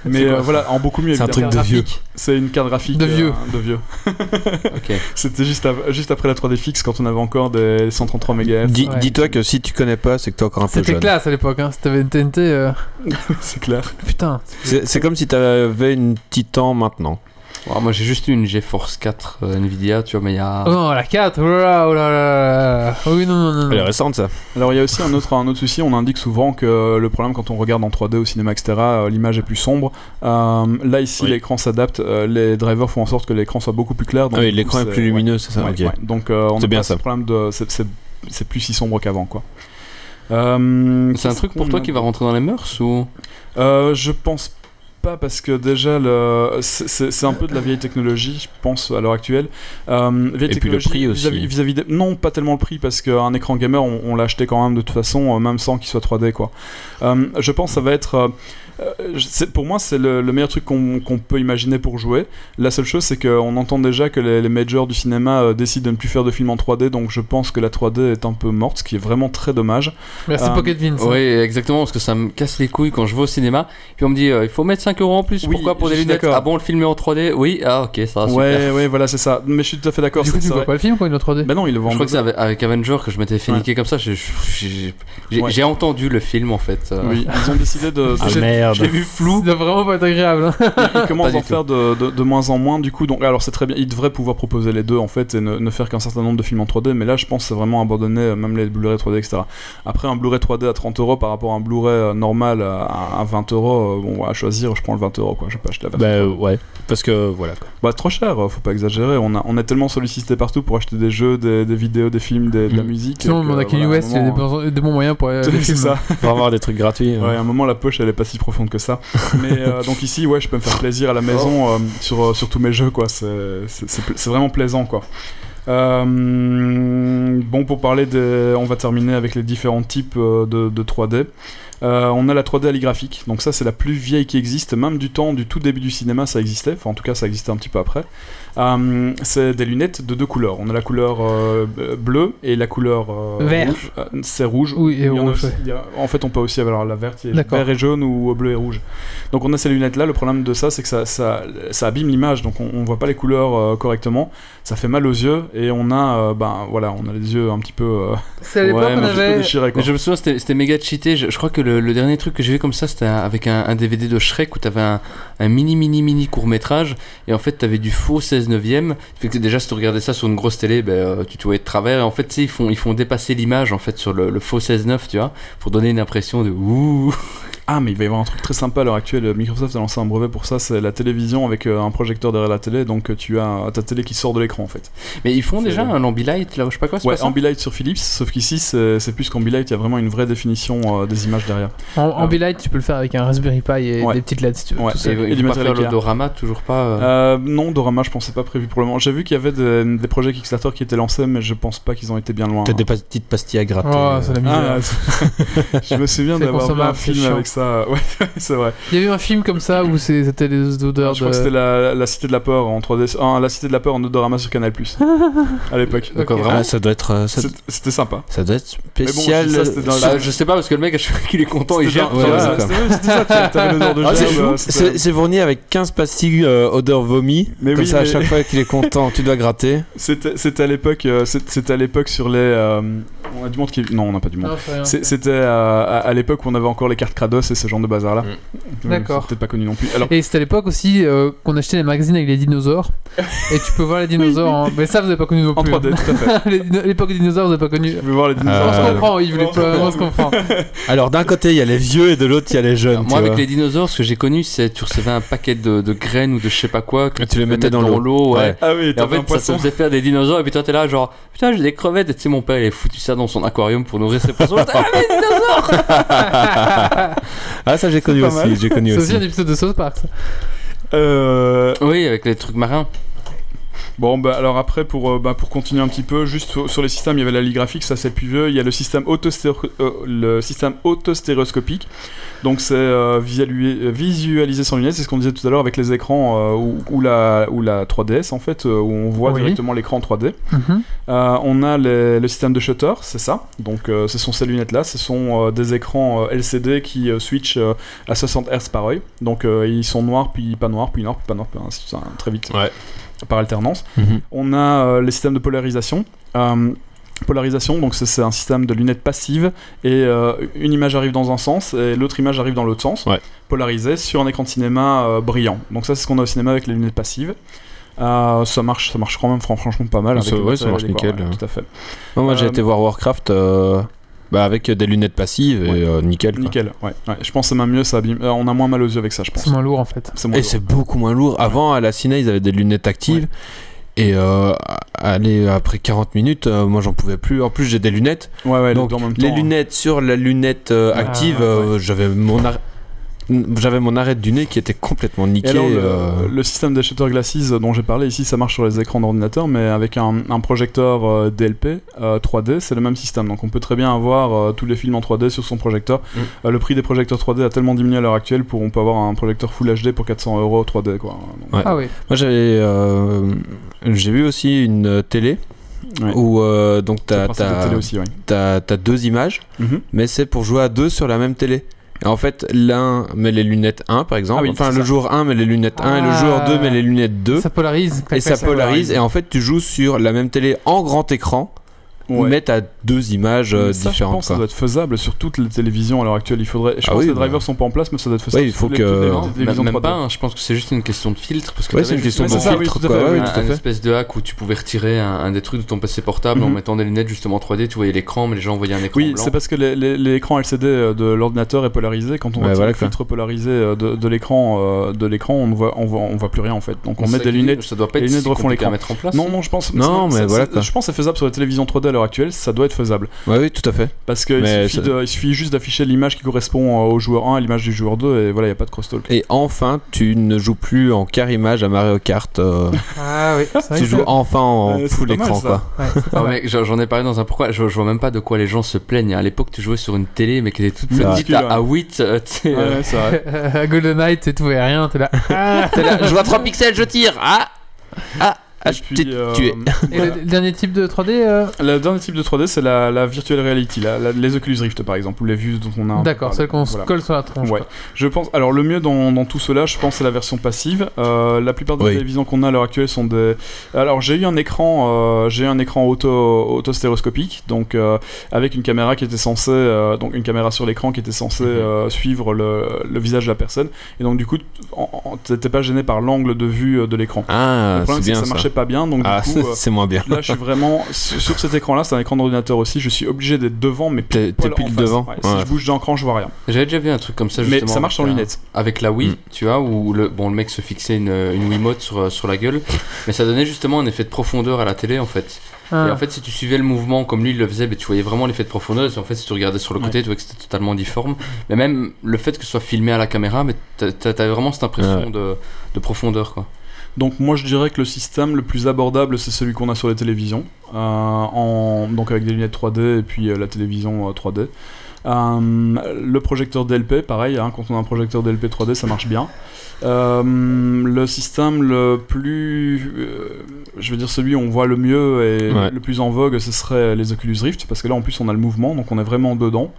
mais
quoi,
euh, voilà en beaucoup mieux
C'est un
évidemment.
truc de vieux.
c'est une carte graphique euh,
De vieux.
de vieux
Ok.
c'était juste, av- juste après la 3D fixe quand on avait encore des 133 MHz
Dis-
Ouais.
Dis-toi que si tu connais pas, c'est que t'es encore un peu
C'était
jeune.
classe à l'époque, hein. si t'avais une TNT. euh,
c'est clair
Putain.
C'est c'est comme si t'avais une Titan maintenant.
Oh, moi j'ai juste eu une GeForce 4 euh, Nvidia, tu vois, mais il y a.
Oh non, la 4. Oh là oh là là là. Oh oui, non, non, non.
Elle est
non.
récente, ça.
Alors il y a aussi un autre, un autre souci, on indique souvent que euh, le problème quand on regarde en 3D au cinéma, etc., euh, l'image est plus sombre. Euh, là ici
Oui.
l'écran s'adapte, euh, les drivers font en sorte que l'écran soit beaucoup plus clair. donc,
Ah oui,
du coup,
l'écran est
c'est-
plus lumineux, c'est ça.
ouais,
ok.
ouais. Donc euh, on
C'est
a
bien
pas
ça.
ce problème de... c'est- C'est c'est plus si sombre qu'avant quoi. Euh,
C'est un
qu'est-ce
truc pour
qu'on
toi
a
qui va rentrer dans les mœurs ou
euh, je pense pas parce que déjà le... c'est- c'est c'est un peu de la vieille technologie, je pense, à l'heure actuelle. Euh, vieille
Et puis le
technologie
prix aussi.
vis-à-vis- vis-à-vis des- Non, pas tellement le prix parce qu'un écran gamer, on, on l'a acheté quand même de toute façon, euh, même sans qu'il soit 3D quoi. Euh, je pense que ça va être. euh, euh, je- c'est- pour moi, c'est le, le meilleur truc qu'on qu'on peut imaginer pour jouer. La seule chose, c'est qu'on entend déjà que les, les majors du cinéma euh, décident de ne plus faire de films en 3D, donc je pense que la 3D est un peu morte, ce qui est vraiment très dommage.
Merci
Euh,
Pocket Vince.
Oui, exactement, parce que ça me casse les couilles quand je vais au cinéma. Puis on me dit, euh, il faut mettre 5 euros en plus.
Oui,
Pourquoi pour
je
des
suis
lunettes
d'accord.
Ah bon, le film est en 3D Oui, ah ok, ça va super.
Ouais, ouais, voilà, c'est ça. Mais je suis tout à fait d'accord.
Du coup,
c'est-
tu
c'est
vois
vrai.
pas le film, quoi, une 3D.
Ben non, ils le
Je
vendent
crois que c'est avec, avec Avenger que je m'étais fait
Ouais.
niquer comme ça. J'ai j'ai- j'ai-
Ouais.
j'ai entendu le film en fait. euh,
Oui, ils ont décidé de.
Ah
de-
merde.
J'ai vu flou. Ça doit vraiment pas être agréable. hein.
ils
Pas
commencent
du
à en
tout.
faire de, de- de moins en moins, du coup. Donc, alors c'est très bien, ils devraient pouvoir proposer les deux en fait et ne, ne faire qu'un certain nombre de films en 3D. Mais là, je pense que c'est vraiment abandonner euh, même les Blu-ray 3D, etc. Après, un Blu-ray 3D à 30 euros par rapport à un Blu-ray euh, normal à, à 20 euros, euh, bon, à choisir, je prends le 20 euros quoi. Je vais pas acheter la version.
Bah euh, ouais, parce que voilà. quoi.
Bah, trop cher, euh, faut pas exagérer. On, a, on est tellement sollicité partout pour acheter des jeux, des, des vidéos, des films, des- de la
Mm.
musique.
Sinon,
que,
on a
euh,
Kenny
voilà,
West,
un
il y a des
moment,
bons- des bons moyens pour aller à
euh,
des
C'est
films.
ça.
Pour avoir des trucs gratuits. hein.
Ouais, à un moment la poche elle est pas si profonde que ça. Mais euh, donc ici, ouais, je peux me faire plaisir à la maison euh, sur, euh, sur tous mes jeux, quoi. C'est- C'est c'est pla- c'est vraiment plaisant, quoi. Euh, bon, pour parler des. On va terminer avec les différents types euh, de, de 3D. Euh, on a la 3D alligraphique, donc ça c'est la plus vieille qui existe, même du temps du tout début du cinéma ça existait, enfin en tout cas ça existait un petit peu après. Euh, c'est des lunettes de deux couleurs, on a la couleur euh, bleue et la couleur euh,
Vert.
rouge. Euh, c'est rouge,
Oui,
il
et
y en a
rouge,
aussi-
ouais.
il y a- en fait, on peut aussi avoir la verte, il y a
D'accord.
vert et jaune ou bleu et rouge. Donc on a ces lunettes-là. Le problème de ça, c'est que ça, ça, ça abîme l'image, donc on, on voit pas les couleurs euh, correctement. Ça fait mal aux yeux et on a, euh, ben voilà, on a les yeux un petit peu, euh,
C'est à l'époque,
Ouais,
on
un petit peu
avait.
déchirés. quoi.
Mais je me souviens, c'était c'était méga cheaté. Je, je crois que le, le dernier truc que j'ai vu comme ça, c'était un- avec un, un DVD de Shrek où t'avais un, un mini, mini, mini court métrage. Et en fait, t'avais du faux 16 neuvième. Fait que déjà, si tu regardais ça sur une grosse télé, ben, euh, tu te voyais de travers. Et en fait, tu sais, ils font, ils font dépasser l'image en fait sur le, le faux 16 9, tu vois, pour donner une impression de ouh.
Ah, mais il va y avoir un truc très sympa à l'heure actuelle. Microsoft a lancé un brevet pour ça, c'est la télévision avec euh, un projecteur derrière la télé, donc euh, tu as euh, ta télé qui sort de l'écran en fait.
Mais ils font
C'est-
déjà un ambilight là, ou je sais pas quoi, c'est
Ouais,
pas ça
Ambilight sur Philips, sauf qu'ici c'est c'est plus qu'Ambilight, il y a vraiment une vraie définition euh, des images derrière.
En, en Be-Light, tu peux le faire avec un Raspberry Pi et
Ah. Ouais.
des petites LED si tu veux.
Ouais.
tout
Et euh, ils
seul.
vont
du
pas
matériel
faire
Ikea.
l'odorama, toujours pas. euh,
Euh, non, Dorama, je pensais pas prévu pour le moment. J'ai vu qu'il y avait des, des projets Kickstarter qui étaient lancés, mais je pense pas qu'ils ont été bien loin. hein.
T'as des petites pastilles à gratter. euh.
Oh, c'est la misère.
Ah, je me souviens
C'est
d'avoir vu un
consommable, c'est
film
chiant.
avec ça. Ouais, c'est vrai.
Il y a eu un film comme ça où c'est- c'était les odeurs
Ah, Je crois que
de.
c'était la, la Cité de la Peur en 3D. ah, la Cité de la Peur en odorama sur Canal Plus. à l'époque.
Ok.
D'accord, vraiment.
Ah, ça doit être, euh, ça,
C'est- C'était sympa.
ça doit être
bon,
spécial. euh.
ça, c'était dans la-
Bah, je sais pas parce que le mec, à chaque fois qu'il est content, il
C'était
gère.
dans-
ouais,
ouais,
ouais,
c'était- ouais, c'était ça, tu- t'avais l'odeur de
Ah, c'est
gerbe,
fou.
c'était-
C'est c'est fourni avec 15 pastilles euh, odeur vomi.
Mais
Comme
oui,
ça, à
mais-
chaque fois qu'il est content, tu dois gratter.
C'était c'était à l'époque. euh, c'est- C'était à l'époque sur les. euh, on a du monde qui. Non, on n'a pas du monde.
Non, Ah, c'est rien.
C'est- C'était euh, à, à l'époque où on avait encore les cartes Kratos et ce genre de bazar là.
Mm.
D'accord.
Peut-être pas connu non plus. Alors,
Et c'était à l'époque aussi euh, qu'on achetait les magazines avec les dinosaures. et tu peux voir les dinosaures. en- Mais ça, vous avez pas connu non
en
plus.
3D, tout à fait.
hein. Les dino- L'époque des dinosaures, vous avez pas connu.
Je veux voir les dinosaures.
On
Euh,
se comprend, Yves, les-
on se comprend.
on se comprend.
Alors, d'un côté, il y a les vieux et de l'autre, il y a les jeunes.
Moi,
tu
avec
vois.
les dinosaures, ce que j'ai connu, c'est tu recevais un paquet de, de graines ou de je sais pas quoi que
Et tu les
pouvais
mettais
mettre
dans l'eau.
l'eau. ouais.
Ouais.
Ah oui,
Et en
t'avais
fait,
un
ça te
poisson.
faisait faire des dinosaures, et puis toi t'es là, genre, putain, j'ai des crevettes, et tu sais, mon père il a foutu ça dans son aquarium pour nourrir ses poissons. J'étais, Ah, mais des dinosaures
Ah, ça, j'ai connu
pas mal.
aussi. J'ai connu
C'est aussi
aussi.
un épisode de South Park. ça.
Euh,
oui, avec les trucs marins.
Bon, bah, alors après, pour, euh, bah, pour continuer un petit peu, juste sur, sur les systèmes, il y avait la Ligue graphique, ça c'est plus vieux. Il y a le système, autostéro- euh, le système autostéréoscopique. Donc c'est euh, visalu- euh, visualisé sans lunettes, c'est ce qu'on disait tout à l'heure avec les écrans euh, ou, ou la, ou la 3DS en fait, euh, où on voit
Oui.
directement l'écran en 3D.
Mhm.
Euh, on a les- le système de shutter, c'est ça. Donc euh, ce sont ces lunettes-là, ce sont euh, des écrans euh, LCD qui euh, switchent euh, à 60 Hz par œil. Donc euh, ils sont noirs, puis pas noirs, puis noirs, puis pas noirs, puis ainsi de suite, hein, très vite,
Ouais.
par alternance.
Mhm.
On a euh, les systèmes de polarisation. Euh, polarisation, donc c'est- c'est un système de lunettes passives et euh, une image arrive dans un sens et l'autre image arrive dans l'autre sens,
Ouais.
polarisée sur un écran de cinéma euh, brillant. Donc ça c'est ce qu'on a au cinéma avec les lunettes passives. Euh, ça marche, ça marche quand même fran- franchement pas mal.
Ça-
avec le
ouais, ça
matériel
marche
adéquat,
nickel. hein.
ouais, tout à fait.
Non, moi, j'ai
Euh,
été voir Warcraft euh, bah, avec des lunettes passives et
Ouais.
euh, nickel. quoi.
Nickel. Ouais, ouais. Je pense que c'est même mieux, ça abîme- euh, on a moins mal aux yeux avec ça, je pense.
C'est moins lourd en fait.
C'est moins
Et
lourd.
c'est beaucoup moins lourd. Avant, à la ciné, ils avaient des lunettes actives. Et euh, allez, après 40 minutes, euh, moi j'en pouvais plus. En plus, j'ai des lunettes.
Ouais, ouais, les
Donc,
deux en même
les
temps, hein.
lunettes sur la lunette euh,
Ah,
active,
ouais.
euh, j'avais mon ar- J'avais mon arête du nez qui était complètement
Et
niquée.
alors, le,
euh,
le système des shutter glasses dont j'ai parlé ici, ça marche sur les écrans d'ordinateur, mais avec un, un projecteur euh, DLP euh, 3D, c'est le même système. Donc on peut très bien avoir euh, tous les films en 3D sur son projecteur.
Mm.
Euh, le prix des projecteurs 3D a tellement diminué à l'heure actuelle pour on peut avoir un projecteur Full HD pour 400 euros 3D. Quoi. Donc,
Ouais.
Ah oui.
Moi j'avais. euh, J'ai vu aussi une euh, télé
Ouais.
où euh, donc
c'est le
t'as
principe de
t'as-
télé aussi, ouais.
t'as- t'as deux images,
Mhm.
mais c'est pour jouer à deux sur la même télé. Et en fait, l'un met les lunettes 1 par exemple.
Ah oui,
enfin,
c'est
le
ça.
jour 1 met les lunettes 1 et le
Ah.
jour 2 met les lunettes 2.
Ça polarise.
et ça polarise. Et en fait, tu joues sur la même télé en grand écran,
Ouais.
mais t'as deux images euh,
Mais ça, je
différentes.
pense que ça
quoi.
doit être faisable sur toutes les télévisions à l'heure actuelle. Il faudrait. Je
Ah
pense
oui,
que les
bah.
drivers sont pas en place, mais ça doit être faisable.
il
sur
faut
toutes
que-
les- toutes les
Non,
télévisions
même
3D.
pas, hein, je pense que c'est juste une question de filtre. Parce que
Ouais,
t'avais
c'est une
juste
question
mais
de
c'est ça,
filtre,
oui, tout à
quoi.
fait,
Ouais,
oui,
ouais,
un,
tout à
un
fait.
espèce de hack où tu pouvais retirer un, un des trucs de ton PC portable en
Mhm.
mettant des lunettes justement 3D, tu voyais l'écran, mais les gens voyaient un écran
Oui,
blanc.
c'est parce que les- les- l'écran LCD euh, de l'ordinateur est polarisé. Quand on
Ouais,
retire
voilà
le
quoi.
filtre polarisé euh, de, de l'écran, euh, de l'écran, on ne voit, on voit, on voit plus rien en fait. Donc on
C'est
met
ça
des
qui-
lunettes.
Ça doit pas
les
être
lunettes
si
refont
compliqué à
l'écran.
mettre en place.
Non, non, je pense.
Non,
c'est-
mais
c'est-
voilà,
c'est-
quoi.
Je pense que c'est faisable sur les télévisions 3D à l'heure actuelle. Ça doit être faisable
Ouais, oui, tout à fait.
parce qu'il
Mais
suffit,
ça-
de- il suffit juste d'afficher l'image qui correspond euh, au joueur 1 et l'image du joueur 2 et voilà, il n'y a pas de crosstalk.
Et enfin, tu ne joues plus en car image à Mario Kart. euh,
Ah oui. c'est vrai
tu
que
joues
ça-
enfin en
Euh, c'est
full
pas mal,
écran,
ça.
quoi.
Ouais, c'est pas
Ah,
mal.
mec, j'en j'en ai parlé dans un pourquoi, je, je vois même pas de quoi les gens se plaignent. hein. À l'époque, tu jouais sur une télé, mais qui était toute petite
Minuscule,
à,
ouais.
à 8, euh, tu sais, euh,
Ouais, c'est vrai.
À Golden Knight et tout et rien, t'es là.
je vois 3 pixels, je tire. Ah Ah,
Et puis, euh,
Et le, le dernier type de 3D euh,
Le dernier type de 3D, c'est la, la virtual reality, la- la- les Oculus Rift par exemple, ou les vues dont on a. un peu
D'accord,
parlé.
celle qu'on se
Voilà.
colle sur la tronche.
Ouais.
quoi.
Je pense. Alors le mieux dans, dans tout cela, je pense, c'est la version passive. Euh, la plupart des
Oui.
télévisions qu'on a à l'heure actuelle sont des. Alors j'ai eu un écran, euh, j'ai eu un écran auto autostéréoscopique, donc euh, avec une caméra qui était censée, euh, donc une caméra sur l'écran qui était censée
Mhm.
euh, suivre le, le visage de la personne, et donc du coup, t- en- en- t'étais pas gêné par l'angle de vue euh, de l'écran.
Ah,
le
c'est
problème, c'est
Ah, bien
que ça,
ça.
marchait pas bien, donc
Ah,
du coup.
ça,
euh,
c'est moins bien.
Là, je suis vraiment sur sur cet écran-là, c'est un écran d'ordinateur aussi. Je suis obligé d'être devant, mais
T'es t'es
poil en
pile
face.
devant.
Ouais, Si
Ouais.
je bouge d'un cran, je vois rien.
J'avais déjà vu un truc comme ça
Mais
justement. hein.
ça marche
avec
sans
la-
lunettes.
Avec la Wii,
Mm.
tu vois, où le, bon, le mec se fixait une, une Wiimote sur, euh, sur la gueule, mais ça donnait justement un effet de profondeur à la télé en fait.
Ah.
Et en fait, si tu suivais le mouvement comme lui il le faisait, ben, tu voyais vraiment l'effet de profondeur. Et en fait, si tu regardais sur le côté, tu voyais que c'était totalement difforme. Mais même le fait que ce soit filmé à la caméra, mais t'a- t'a- t'avais vraiment cette impression
Ouais.
de, de profondeur quoi.
Donc moi je dirais que le système le plus abordable c'est celui qu'on a sur les télévisions, Euh, en, donc avec des lunettes 3D et puis euh, la télévision euh, 3D. Euh, le projecteur DLP, pareil, hein, quand on a un projecteur DLP 3D ça marche bien. Euh, le système le plus, euh, je veux dire celui où on voit le mieux et
Ouais.
le plus en vogue, ce serait les Oculus Rift parce que là en plus on a le mouvement donc on est vraiment dedans.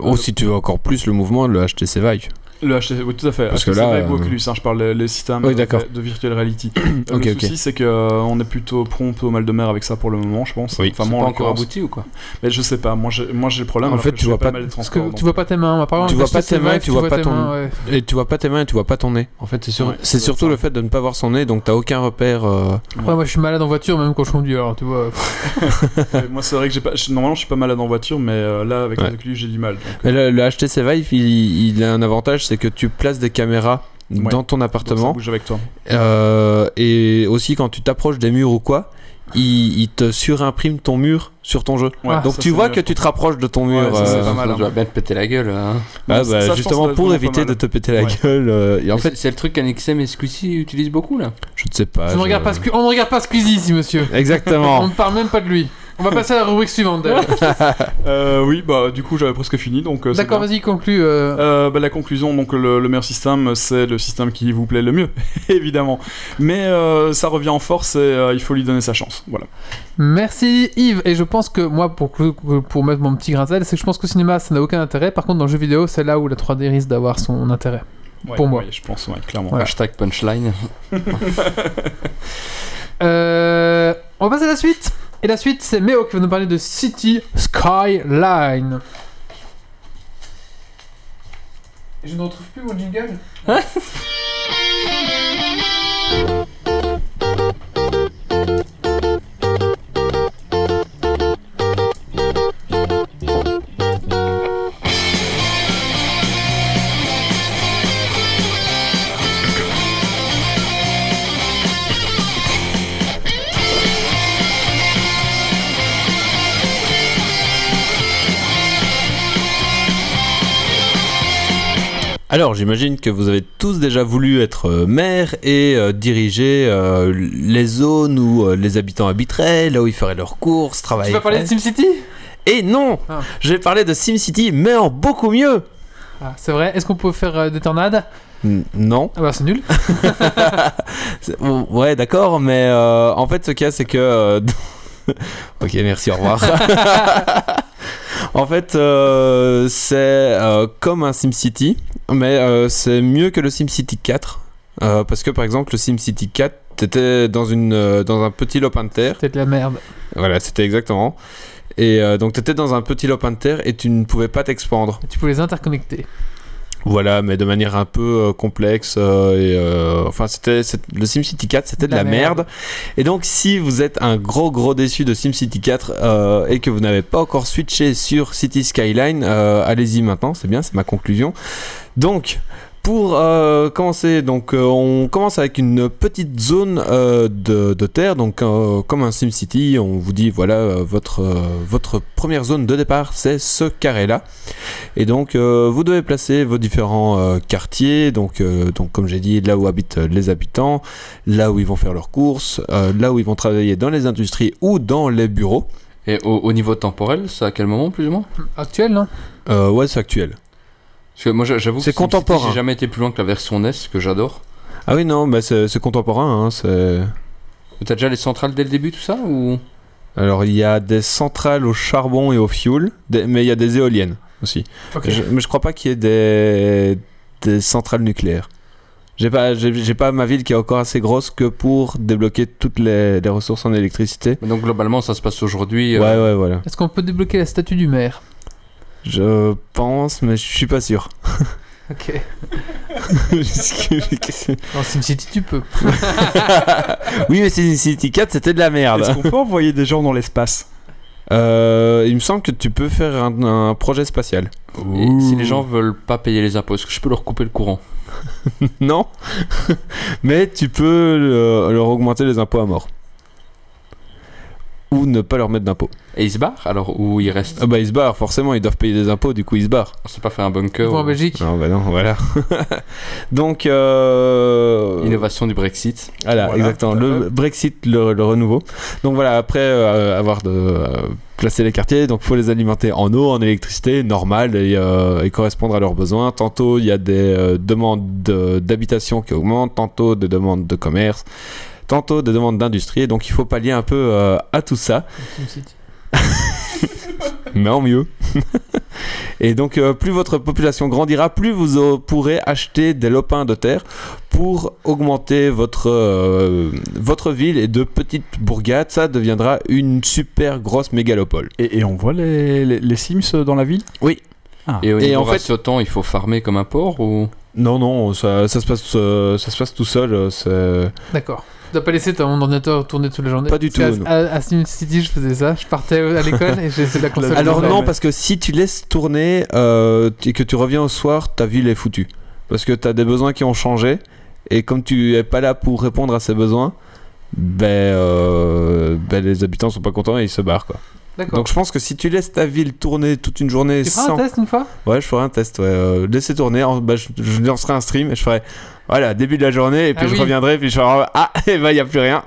euh,
Oh, si tu veux encore plus le mouvement, le HTC Vive.
Le HTC, oui, tout à fait.
Parce
HTC
que là,
Vive ou
euh,
Oculus, hein, je parle les, les systèmes
Oui,
de,
d'accord.
de virtual reality. le
Ok, ok.
souci, c'est que euh, on est plutôt prompt au mal de mer avec ça pour le moment, je pense.
Oui.
Enfin,
C'est
moi, en
pas encore
l'occurrence.
abouti ou quoi
Mais je sais pas. Moi, j'ai moi, j'ai le problème.
En
alors
fait,
que
tu
je
vois
fais
pas-
mal les
Parce que
transports,
tu
donc-
vois pas tes mains. Apparemment,
Tu vois
parce
pas
que c'est
tes mains,
Vive,
tu vois pas
tes
ton-
mains, ouais.
Et tu vois pas tes mains et tu vois pas ton nez. En fait, c'est sur-
Ouais,
c'est
ça doit
surtout
être
le fait de ne pas voir son nez, donc t'as aucun repère. euh,
Après, moi, je suis malade en voiture, même quand je conduis. Alors, tu vois.
Ah,
pff,
Ouais, Moi, c'est vrai que j'ai pas. je- Normalement, je suis pas malade en voiture, mais euh, là, avec
Ouais.
les oculus, j'ai du mal.
Mais le, le HTC Vive, il, il a un avantage, c'est que tu places des caméras
Ouais.
dans ton
Donc, ça
appartement
bouge avec toi.
euh, et aussi quand tu t'approches des murs ou quoi, il, il te surimprime ton mur sur ton jeu.
Ouais,
Ah,
Donc
ça,
tu
c'est
vois
mieux.
que tu te rapproches de ton mur.
Ouais, ça, c'est
euh,
pas mal,
Ça
hein.
doit bien te péter la gueule. hein.
ah, bah,
Ça, je pense que ça
justement
doit
pour
être vraiment
éviter
pas
de
mal.
te péter la
Ouais.
gueule. euh, et en
Mais
fait,
c'est- c'est le truc qu'Anixem et Squeezie utilisent beaucoup là.
je ne sais pas.
je ne
je-
regarde pas Squeezie- On ne regarde pas Squeezie ici, monsieur. On
Exactement.
ne parle même pas de lui. On va passer à la rubrique suivante. d'ailleurs.
Euh, oui, bah, du coup, j'avais presque fini, donc. euh, c'est
D'accord,
bien.
vas-y, conclue. euh.
Euh, bah, la conclusion, donc le, le meilleur système, c'est le système qui vous plaît le mieux, évidemment. Mais euh, ça revient en force et euh, il faut lui donner sa chance. Voilà.
Merci Yves. Et je pense que moi, pour, clou- pour mettre mon petit grain de sel, c'est que je pense qu'au cinéma, ça n'a aucun intérêt. Par contre, dans le jeu vidéo, c'est là où la 3D risque d'avoir son intérêt.
Ouais,
Pour moi.
ouais, je pense, ouais, clairement.
Ouais.
Hashtag punchline.
Euh, on va passer à la suite. Et la suite, c'est Méo qui va nous parler de City Skyline. Je ne retrouve plus mon jingle.
Alors, j'imagine que vous avez tous déjà voulu être euh, maire et euh, diriger euh, les zones où euh, les habitants habiteraient, là où ils feraient leurs courses, travailler.
tu vas parler de SimCity
Et non
Ah.
Je vais parler de SimCity, mais en beaucoup mieux
ah, C'est vrai. Est-ce qu'on peut faire euh, des tornades
N- Non.
Ah bah c'est nul.
C'est- ou- Ouais, d'accord, mais euh, en fait, ce qu'il y a, c'est que. euh, ok, merci, au revoir. en fait, euh, c'est euh, comme un SimCity, mais euh, c'est mieux que le SimCity 4. euh, parce que, par exemple, le SimCity 4, t'étais dans, une, euh, dans un petit lopin de terre.
Peut-être la merde.
Voilà, c'était exactement. Et euh, donc, t'étais dans un petit lopin de terre et tu ne pouvais pas t'expandre.
Tu peux les interconnecter.
Voilà, mais de manière un peu euh, complexe. euh, et, euh, enfin, c'était c'est- le SimCity 4, c'était de la, merde. Et donc, si vous êtes un gros gros déçu de SimCity 4 euh, et que vous n'avez pas encore switché sur City Skyline, euh, allez-y maintenant. C'est bien, c'est ma conclusion. Donc. Pour euh, commencer, donc euh, on commence avec une petite zone euh, de, de terre, donc euh, comme un SimCity, on vous dit voilà euh, votre euh, votre première zone de départ, c'est ce carré là. Et donc, euh, vous devez placer vos différents euh, quartiers, donc, euh, donc comme j'ai dit, là où habitent euh, les habitants, là où ils vont faire leurs courses, euh, là où ils vont travailler dans les industries ou dans les bureaux.
Et au, au niveau temporel, c'est à quel moment plus ou moins
Actuel, non
Euh, ouais, c'est actuel.
Parce que moi j'a- j'avoue que
C'est
SimCity,
contemporain.
J'ai jamais été plus loin que la version NES que j'adore.
Ah oui, non, mais c'est c'est contemporain. hein, c'est-
Mais T'as déjà les centrales dès le début, tout ça ou...
Alors, il y a des centrales au charbon et au fioul, des- mais il y a des éoliennes aussi.
Ok.
Je- mais je crois pas qu'il y ait des, des centrales nucléaires. J'ai pas, j'ai j'ai pas ma ville qui est encore assez grosse que pour débloquer toutes les, les ressources en électricité.
Mais Donc globalement, ça se passe aujourd'hui. euh,
Ouais, ouais, voilà.
Est-ce qu'on peut débloquer la statue du maire
Je pense, mais je suis pas sûr.
Ok.
oui,
Dans SimCity, tu peux.
mais Sin City 4, c'était de la
Est-ce
merde.
qu'on peut envoyer des gens dans l'espace
Euh, il me semble que tu peux faire un, un projet spatial.
Et si les gens veulent pas payer les impôts, est-ce que je peux leur couper le courant
Non. mais tu peux euh, leur augmenter les impôts à mort. Ou ne pas leur mettre d'impôts.
Et ils se barrent alors Ou ils restent
Ah bah ils se barrent, forcément, ils doivent payer des impôts, du coup ils se barrent.
On s'est pas fait un
Ils
bunker
vont en
ou-
Belgique.
Non, bah non, voilà. Donc, euh...
Innovation du Brexit.
Voilà,
Voilà,
exactement.
tout à
Le Brexit, le, le renouveau. Donc voilà, après euh, avoir de, euh, placé les quartiers, donc faut les alimenter en eau, en électricité, normal, et, euh, et correspondre à leurs besoins. Tantôt, il y a des euh, demandes de- d'habitation qui augmentent, tantôt des demandes de commerce, tantôt des demandes d'industrie. Et Donc il faut pallier un peu euh, à tout ça,
SimCity.
mais en mieux. et donc, euh, plus votre population grandira, plus vous au- pourrez acheter des lopins de terre pour augmenter votre, euh, votre ville et de petites bourgades, ça deviendra une super grosse mégalopole.
et, et on voit les, les, les Sims euh, dans la ville
Et au
Et
niveau
en fait-
ratio temps, il faut farmer comme un porc ou
Non, non, ça, ça se, passe, euh, ça se passe tout seul. euh, c'est-
D'accord. Tu dois pas laisser ton ordinateur tourner toute la journée.
Pas du
Parce
tout,
qu'à- À, à SimCity, je faisais ça. Je partais à l'école et j'ai essayé de la console.
Alors
Ouais,
non,
mais-
parce que si tu laisses tourner euh, et que tu reviens au soir, ta ville est foutue. Parce que tu as des besoins qui ont changé, et comme tu es pas là pour répondre à ces besoins, ben, euh, ben les habitants sont pas contents et ils se barrent. Quoi.
D'accord.
Donc je pense que si tu laisses ta ville tourner toute une journée
Tu feras
sans...
un test une fois
Ouais, je ferai un test. Ouais. Euh, laissez tourner. en- bah, je, je lancerai un stream et je ferai. Voilà, début de la journée, et puis
Ah
je
oui.
reviendrai, puis je ferai. Ah, et bah, il n'y a plus rien.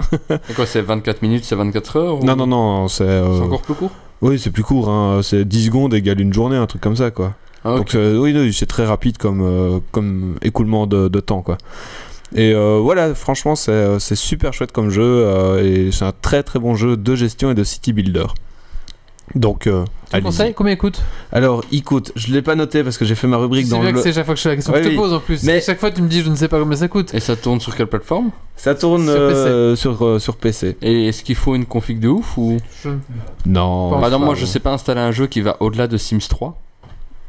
Et quoi, c'est 24 minutes, c'est 24 heures ou-
Non, non, non, c'est. euh,
Oh. C'est encore plus court
Oui, c'est plus court, hein. c'est 10 secondes égale une journée, un truc comme ça, quoi.
Ah, ok.
Donc, euh, oui, oui, c'est très rapide comme, euh, comme écoulement de, de temps, quoi. Et euh, voilà, franchement, c'est euh, c'est super chouette comme jeu, euh, et c'est un très très bon jeu de gestion et de city builder. Donc, euh,
Tu me
allez-y.
conseilles Combien il coûte
Alors, écoute, je l'ai pas noté parce que j'ai fait ma
C'est
rubrique dans
bien que
le.
c'est chaque fois que je fais la question
Oui,
que je
oui.
te pose en plus.
Mais-
Mais... Chaque fois, tu me dis, je ne sais pas combien ça coûte.
Et ça tourne sur quelle plateforme
Ça tourne
Sur
euh, sur, euh, sur PC.
Et est-ce qu'il faut une config de ouf ou
Je-
Non.
Pense
Bah non, moi je sais pas installer un jeu qui va au-delà de Sims 3.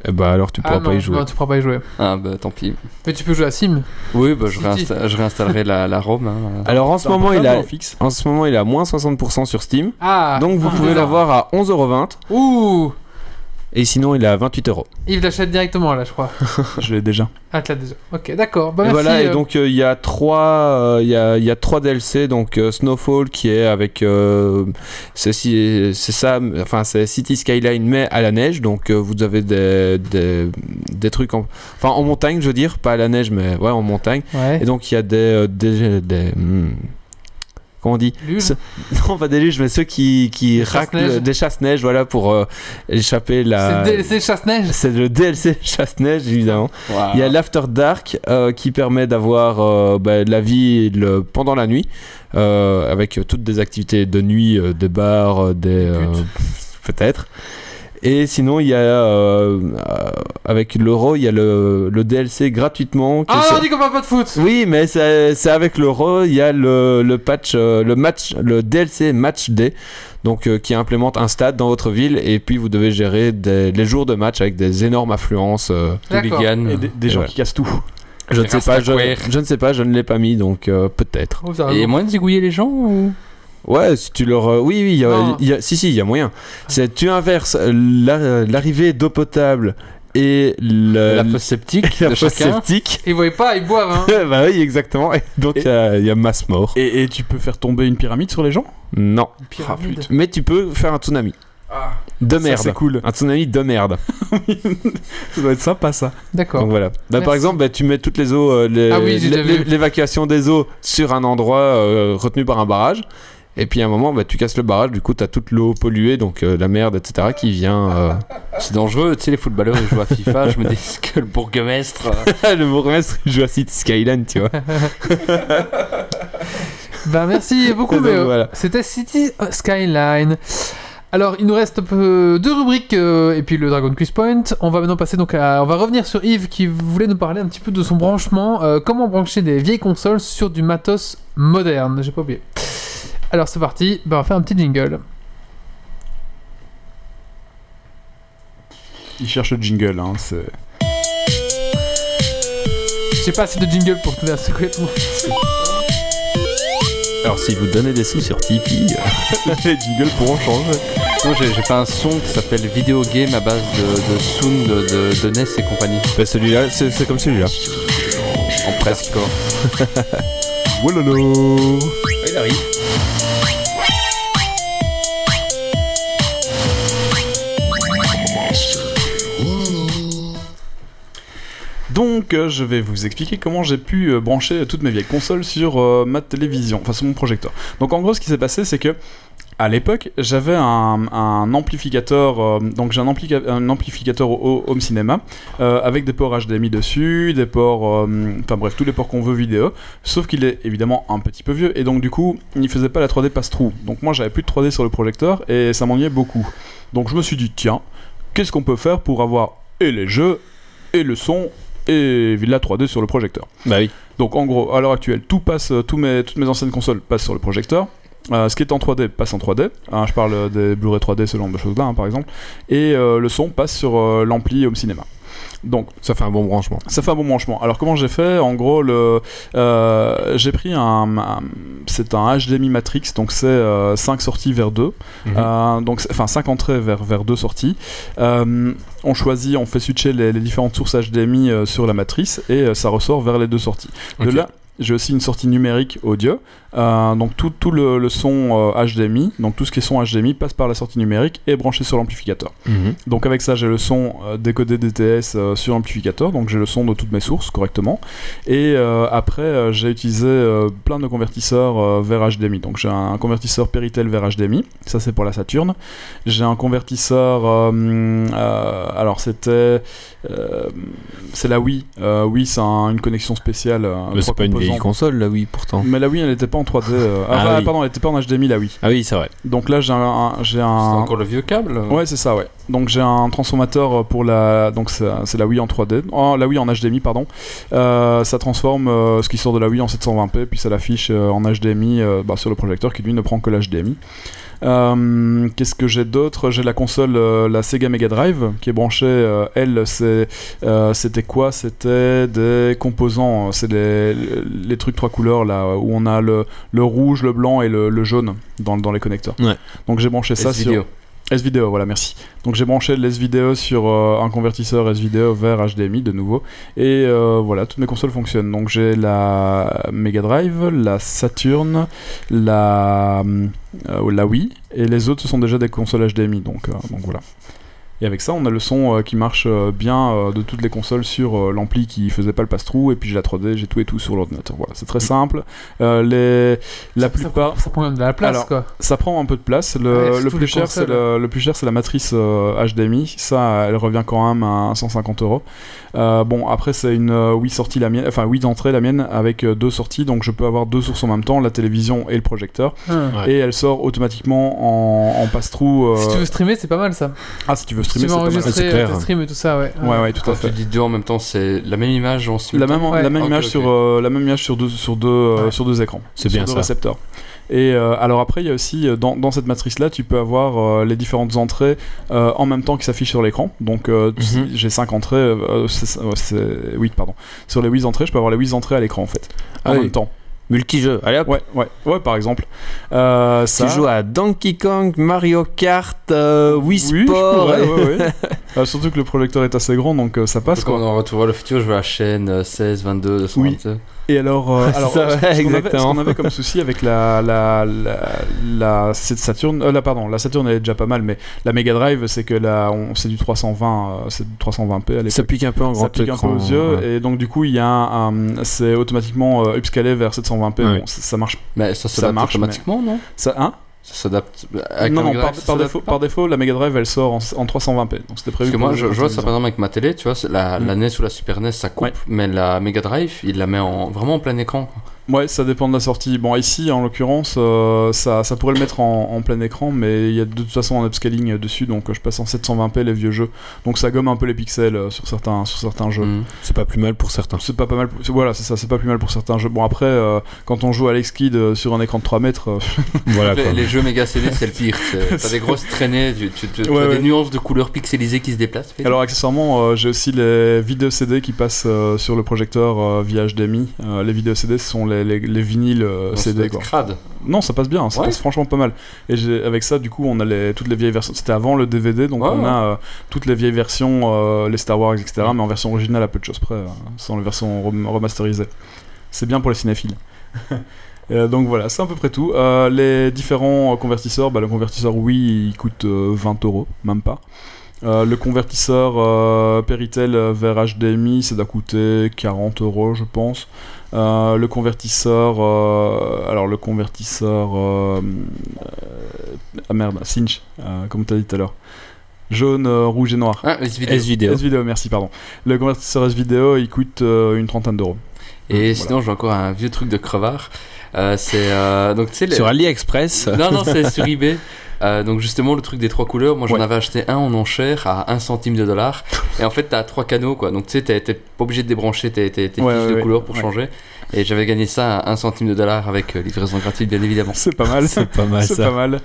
Eh bah alors tu pourras
Ah
pas
non,
y jouer.
non, tu pourras pas y jouer.
Ah bah tant pis.
Mais tu peux jouer à Sim.
Oui, bah je,
Si,
réinsta- je réinstallerai la, la ROM. hein.
Alors en ce moment il a,
Ah, fixe.
en ce moment il a moins 60% sur Steam.
Ah
donc vous
ah,
pouvez
c'est
l'avoir à 11,20€
ça. Ouh
et sinon il est à 28 euros.
Yves l'achète directement là, je crois.
Je l'ai déjà.
Ah, tu l'as déjà. Ok, d'accord. Bah,
et
merci,
voilà et
euh,
donc euh, il y a trois euh, il y, a, il y a trois DLC donc euh, Snowfall qui est avec euh, c'est si- c'est ça enfin c'est City Skyline mais à la neige donc euh, vous avez des, des des trucs en enfin en montagne je veux dire pas à la neige mais ouais en montagne
Ouais.
et donc il y a des euh, des, des hmm, comment on dit
Lul.
ce- Non, pas des luges, mais ceux qui, qui
Des
raclent
chasse-neige.
des chasse-neige, voilà, pour euh, échapper la.
C'est DLC Chasse-Neige.
euh, C'est le DLC chasse-neige, évidemment.
Waouh.
Ah.
Il y a l'After Dark euh, qui permet d'avoir euh, bah, la vie le- pendant la nuit, euh, avec toutes des activités de nuit, euh, des bars, euh, des. euh, Peut-être. Et sinon, il y a. euh, euh, avec l'euro, il y a le, le DLC gratuitement. qui est
Ah,
sur-
on dit qu'on parle pas de foot
oui, mais c'est c'est avec l'euro, il y a le, le patch, euh, le match, le DLC Match Day, donc euh, qui implémente un stade dans votre ville et puis vous devez gérer des- les jours de match avec des énormes affluences. euh,
D'accord.
Hooligan.
Et des, des gens
ouais.
qui cassent tout.
je ne sais pas, je,
Rastaquaire.
je ne sais pas, je ne l'ai pas mis donc euh, peut-être.
Oh, ça
Et il y a
va.
moyen de zigouiller les gens ou...
Ouais, si tu leur, euh, oui, oui, il y a-
Non.
il y a- si, si, il y a moyen. C'est tu inverses euh, la- l'arrivée d'eau potable et le-
La fosse sceptique
Euh, la
de
fosse
chacun
septique.
Ils voient pas, ils boivent. Hein.
bah oui, exactement. Et donc il y, a- il y a masse mort.
Et, et tu peux faire tomber une pyramide sur les gens
Non.
Pyramide.
Mais tu peux faire un tsunami. De
Ça,
merde.
C'est cool.
Un tsunami de merde.
Ça doit être sympa ça.
Donc
D'accord.
voilà. Bah, par
Merci.
exemple, bah, tu mets toutes les eaux, euh, les-
Ah oui, j'ai
l'é-
déjà vu.
l'é- l'évacuation des eaux sur un endroit euh, retenu par un barrage. Et puis à un moment, bah, tu casses le barrage, du coup, t'as toute l'eau polluée, donc euh, la merde, etc., qui vient.
C'est dangereux, tu sais, les footballeurs ils jouent à FIFA, je me dis est-ce que le bourgmestre. euh,
euh, le bourgmestre joue à City Skyline, tu vois.
Bah, merci beaucoup.
Donc,
mais, euh,
voilà.
C'était City Skyline. Alors, il nous reste euh, deux rubriques euh, et puis le Dragon Quiz Point. On va maintenant passer donc à, on va revenir sur Yves qui voulait nous parler un petit peu de son branchement, euh, comment brancher des vieilles consoles sur du matos moderne. J'ai pas oublié. Alors c'est parti. Bah, on va faire un petit jingle.
Ils cherchent le jingle. Hein, c'est-
J'ai pas assez de jingle pour tout faire ce complètement.
Alors, si vous donnez des sous sur Tipeee, euh,
Les jingles pourront changer.
Sinon, j'ai j'ai fait un son qui s'appelle Video Game à base de, de Sound, de, de, de NES et compagnie.
bah, celui-là, c'est c'est comme celui-là.
En presque. quoi.
Wololo
Il arrive.
Donc, euh, je vais vous expliquer comment j'ai pu euh, brancher toutes mes vieilles consoles sur euh, ma télévision, enfin sur mon projecteur. Donc, en gros, ce qui s'est passé, c'est que à l'époque, j'avais un, un amplificateur, euh, donc j'ai un, amplica- un amplificateur au, au home cinéma euh, avec des ports HDMI dessus, des ports, euh, enfin bref, tous les ports qu'on veut vidéo, sauf qu'il est évidemment un petit peu vieux et donc du coup, il faisait pas la 3D pass-through. Donc, moi, j'avais plus de 3D sur le projecteur et ça m'ennuyait beaucoup. Donc, je me suis dit, tiens, qu'est-ce qu'on peut faire pour avoir et les jeux et le son et Villa 3D sur le projecteur.
Bah oui.
Donc en gros, à l'heure actuelle, tout passe, euh, tous mes, toutes mes anciennes consoles passent sur le projecteur. Euh, ce qui est en 3D passe en 3D. Hein, je parle euh, des Blu-ray 3D, ce genre de choses-là, hein, par exemple. Et euh, le son passe sur euh, l'ampli Home Cinéma. Donc
Ça fait un bon branchement.
ça fait un bon branchement. Alors comment j'ai fait En gros, le, euh, j'ai pris un, un- c'est un HDMI matrix, donc c'est 5 sorties vers 2,
Mhm.
donc c'est- enfin 5 entrées vers vers 2 sorties. Euh, on choisit, on fait switcher les, les différentes sources HDMI euh, sur la matrice et euh, ça ressort vers les deux sorties. De
Ok.
là. J'ai aussi une sortie numérique audio, Euh, donc tout, tout le, le son euh, HDMI, donc tout ce qui est son HDMI passe par la sortie numérique et est branché sur l'amplificateur.
Mhm.
Donc avec ça, j'ai le son euh, décodé DTS euh, sur amplificateur, donc j'ai le son de toutes mes sources correctement. Et euh, après, euh, j'ai utilisé euh, plein de convertisseurs euh, vers HDMI. Donc j'ai un convertisseur Péritel vers HDMI, ça c'est pour la Saturn. J'ai un convertisseur, euh, hum, euh, alors c'était, euh, c'est la Wii. Euh, Wii, c'est un- une connexion spéciale. euh,
Ah, Mais c'est
trois
pas une vieille
composants.
console, là, oui, pourtant.
Mais la Wii, elle n'était pas en 3D. euh, ah,
Ah
bah,
oui.
pardon, elle n'était pas en HDMI la Wii.
Ah oui, c'est vrai.
Donc là, j'ai un, un- j'ai
C'est
un,
encore le vieux câble
Ouais, c'est ça, ouais. Donc j'ai un transformateur pour la. Donc c'est c'est la Wii en 3D. Oh, la Wii en HDMI, pardon. Euh, ça transforme euh, ce qui sort de la Wii en 720p, puis ça l'affiche euh, en HDMI euh, bah, sur le projecteur qui lui ne prend que l'HDMI. Euh, Qu'est-ce que j'ai d'autre J'ai la console, euh, la Sega Mega Drive, qui est branchée. euh, elle, c'est, euh, c'était quoi C'était des composants. euh, C'est les, les trucs trois couleurs là, où on a le, le rouge, le blanc et le, le jaune dans, dans les connecteurs.
Ouais.
Donc j'ai branché ça sur.
vidéo.
S-Video, voilà, merci. Donc j'ai branché l'S-Video sur euh, un convertisseur S-Video vers HDMI de nouveau. Et euh, voilà, toutes mes consoles fonctionnent. Donc j'ai la Mega Drive, la Saturn, la, euh, la Wii, et les autres ce sont déjà des consoles HDMI. Donc, euh, donc voilà. Et avec ça, on a le son euh, qui marche euh, bien euh, de toutes les consoles sur euh, l'ampli qui faisait pas le pass-through, et puis j'ai la 3D, j'ai tout et tout sur l'ordinateur. Voilà, c'est très simple. Euh, les... La plupart
Mm. Ça prend même de la place
Alors,
quoi.
ça prend un peu de place.
Ouais,
Le,
surtout
le
les
plus cher, c'est
consoles.
le, le plus cher, c'est la matrice euh, HDMI. Ça, elle revient quand même à 150 euros. Euh, Bon, après, c'est une euh, Wii sortie la mienne, enfin Wii d'entrée la mienne avec euh, deux sorties, donc je peux avoir deux sources en même temps, la télévision et le projecteur.
Hein.
Ouais.
Et elle sort automatiquement en, en pass-through. euh,
Si tu veux streamer, c'est pas mal ça.
Ah, si tu veux
Si tu
streamer, c'est
veux
pas mal.
c'est
enregistrer euh,
clair.
tes streams et tout ça, ouais.
Ouais, ouais, tout
Quand
à fait.
tu dis deux en même temps, c'est la même image en
La
simultané
même,
Ouais.
la même
Ok,
image
ok.
sur euh, la même image sur deux sur deux euh,
Ouais.
sur deux écrans.
C'est
sur
bien
deux
ça.
récepteurs. Et euh, alors après, il y a aussi euh, dans, dans cette matrice là, tu peux avoir euh, les différentes entrées euh, en même temps qui s'affichent sur l'écran. Donc euh, tu-
Mhm.
j'ai 5 entrées, euh, c'est- euh, c'est 8 pardon. Sur les 8 entrées, je peux avoir les 8 entrées à l'écran en fait, en
Ah oui.
même temps.
Multijeu. Allez hop.
Ouais, ouais, ouais, par exemple. Euh, ça.
Tu joues à Donkey Kong, Mario Kart, euh, Wii
Oui, je
Sport.
peux, ouais, ouais, ouais. Euh, surtout que le projecteur est assez grand, donc euh, ça passe
Quand
quoi.
on retourne le futur, je vois la chaîne euh, 16, 22, 222.
Et alors, euh,
c'est
alors
ça,
ce-
ouais,
ce qu'on avait- ce
exactement.
qu'on avait comme souci avec la la la, la cette Saturn, euh, la pardon, la Saturn elle est déjà pas mal, mais la Mega Drive c'est que là on c'est du 320, euh, c'est du 320p à
Ça
l'époque.
pique un peu en
Ça
grand
pique un peu
écran. hein.
aux yeux
ouais.
et donc du coup il y a un, un- c'est automatiquement euh, upscalé vers 720p.
Ouais.
Bon, ça, ça marche.
Mais ça s'adapte
marche,
automatiquement, non
Ça hein
Ça s'adapte. euh, avec
Non
la
non
Mega
par,
Drive, ça
par
s'adapte
défaut
pas
par défaut la Mega Drive elle sort en, en 320p donc c'était
Parce que
prévu. pour
moi,
les
je, je vois ça par
téléviseurs.
exemple avec ma télé, tu vois, c'est la,
Mm.
la NES ou la Super NES, ça coupe,
Ouais.
mais la Mega Drive, il la met en, vraiment en plein écran.
Ouais, ça dépend de la sortie. Bon, ici, en l'occurrence, euh, ça, ça pourrait le mettre en, en plein écran, mais il y a de toute façon un upscaling euh, dessus, donc euh, je passe en 720p les vieux jeux. Donc ça gomme un peu les pixels euh, sur certains, sur certains jeux.
Mm.
C'est pas plus mal pour certains.
C'est pas, pas mal. pour- c'est- Voilà, c'est ça, c'est pas plus mal pour certains jeux. Bon, après, euh, quand on joue à Alex Kidd euh, sur un écran de 3 mètres, euh,
Voilà
Les,
quoi.
les jeux méga CD, c'est le pire. c'est- T'as des grosses traînées, tu, tu- tu- tu
Ouais,
as
ouais.
des nuances de couleurs pixelisées qui se déplacent. fait.
Alors accessoirement, euh, j'ai aussi les vidéos CD qui passent euh, sur le projecteur euh, via HDMI. Euh, les vidéos CD, ce sont les, les, les vinyles euh,
Donc, ça doit
CD.
être
Quoi.
crade.
Non, ça passe bien, ça
Ouais.
passe franchement pas mal. Et j'ai- avec ça, du coup, on a les, toutes les vieilles versions. C'était avant le DVD, donc
Ouais,
on
ouais.
a euh, toutes les vieilles versions, euh, les Star Wars, etc. Mais en version originale à peu de choses près, euh, sans les versions rem- remasterisées. C'est bien pour les cinéphiles. Euh, donc voilà, c'est à peu près tout. Euh, les différents euh, convertisseurs, bah, le convertisseur oui, il coûte euh, 20 euros, même pas. Euh, le convertisseur euh, Péritel vers HDMI, ça doit coûter 40 euros, je pense. Euh, le convertisseur, euh, alors le convertisseur, euh, euh, ah merde, Cinch, euh, comme tu as dit tout à l'heure, jaune, euh, rouge et noir.
Ah, les vidéos.
S-Vidéo.
S-Vidéo, merci, pardon. Le convertisseur S-Vidéo, il coûte euh, une trentaine d'euros.
Et
Voilà.
sinon, j'ai encore un vieux truc de crevard. Euh, c'est euh, donc tu sais les-
Sur AliExpress.
Non, non, c'est sur eBay. Euh, donc justement le truc des trois couleurs, moi j'en
Ouais.
avais acheté un en enchère à 1 centime de dollar. Et en fait t'as trois canaux quoi. Donc tu sais t'es t'es pas obligé de débrancher tes, tes, tes
Ouais,
fiches
ouais,
de
ouais.
couleurs pour
Ouais.
changer. Et j'avais gagné ça à 1 centime de dollar avec euh, livraison gratuite bien évidemment.
C'est pas mal.
C'est pas mal
C'est
ça.
pas mal.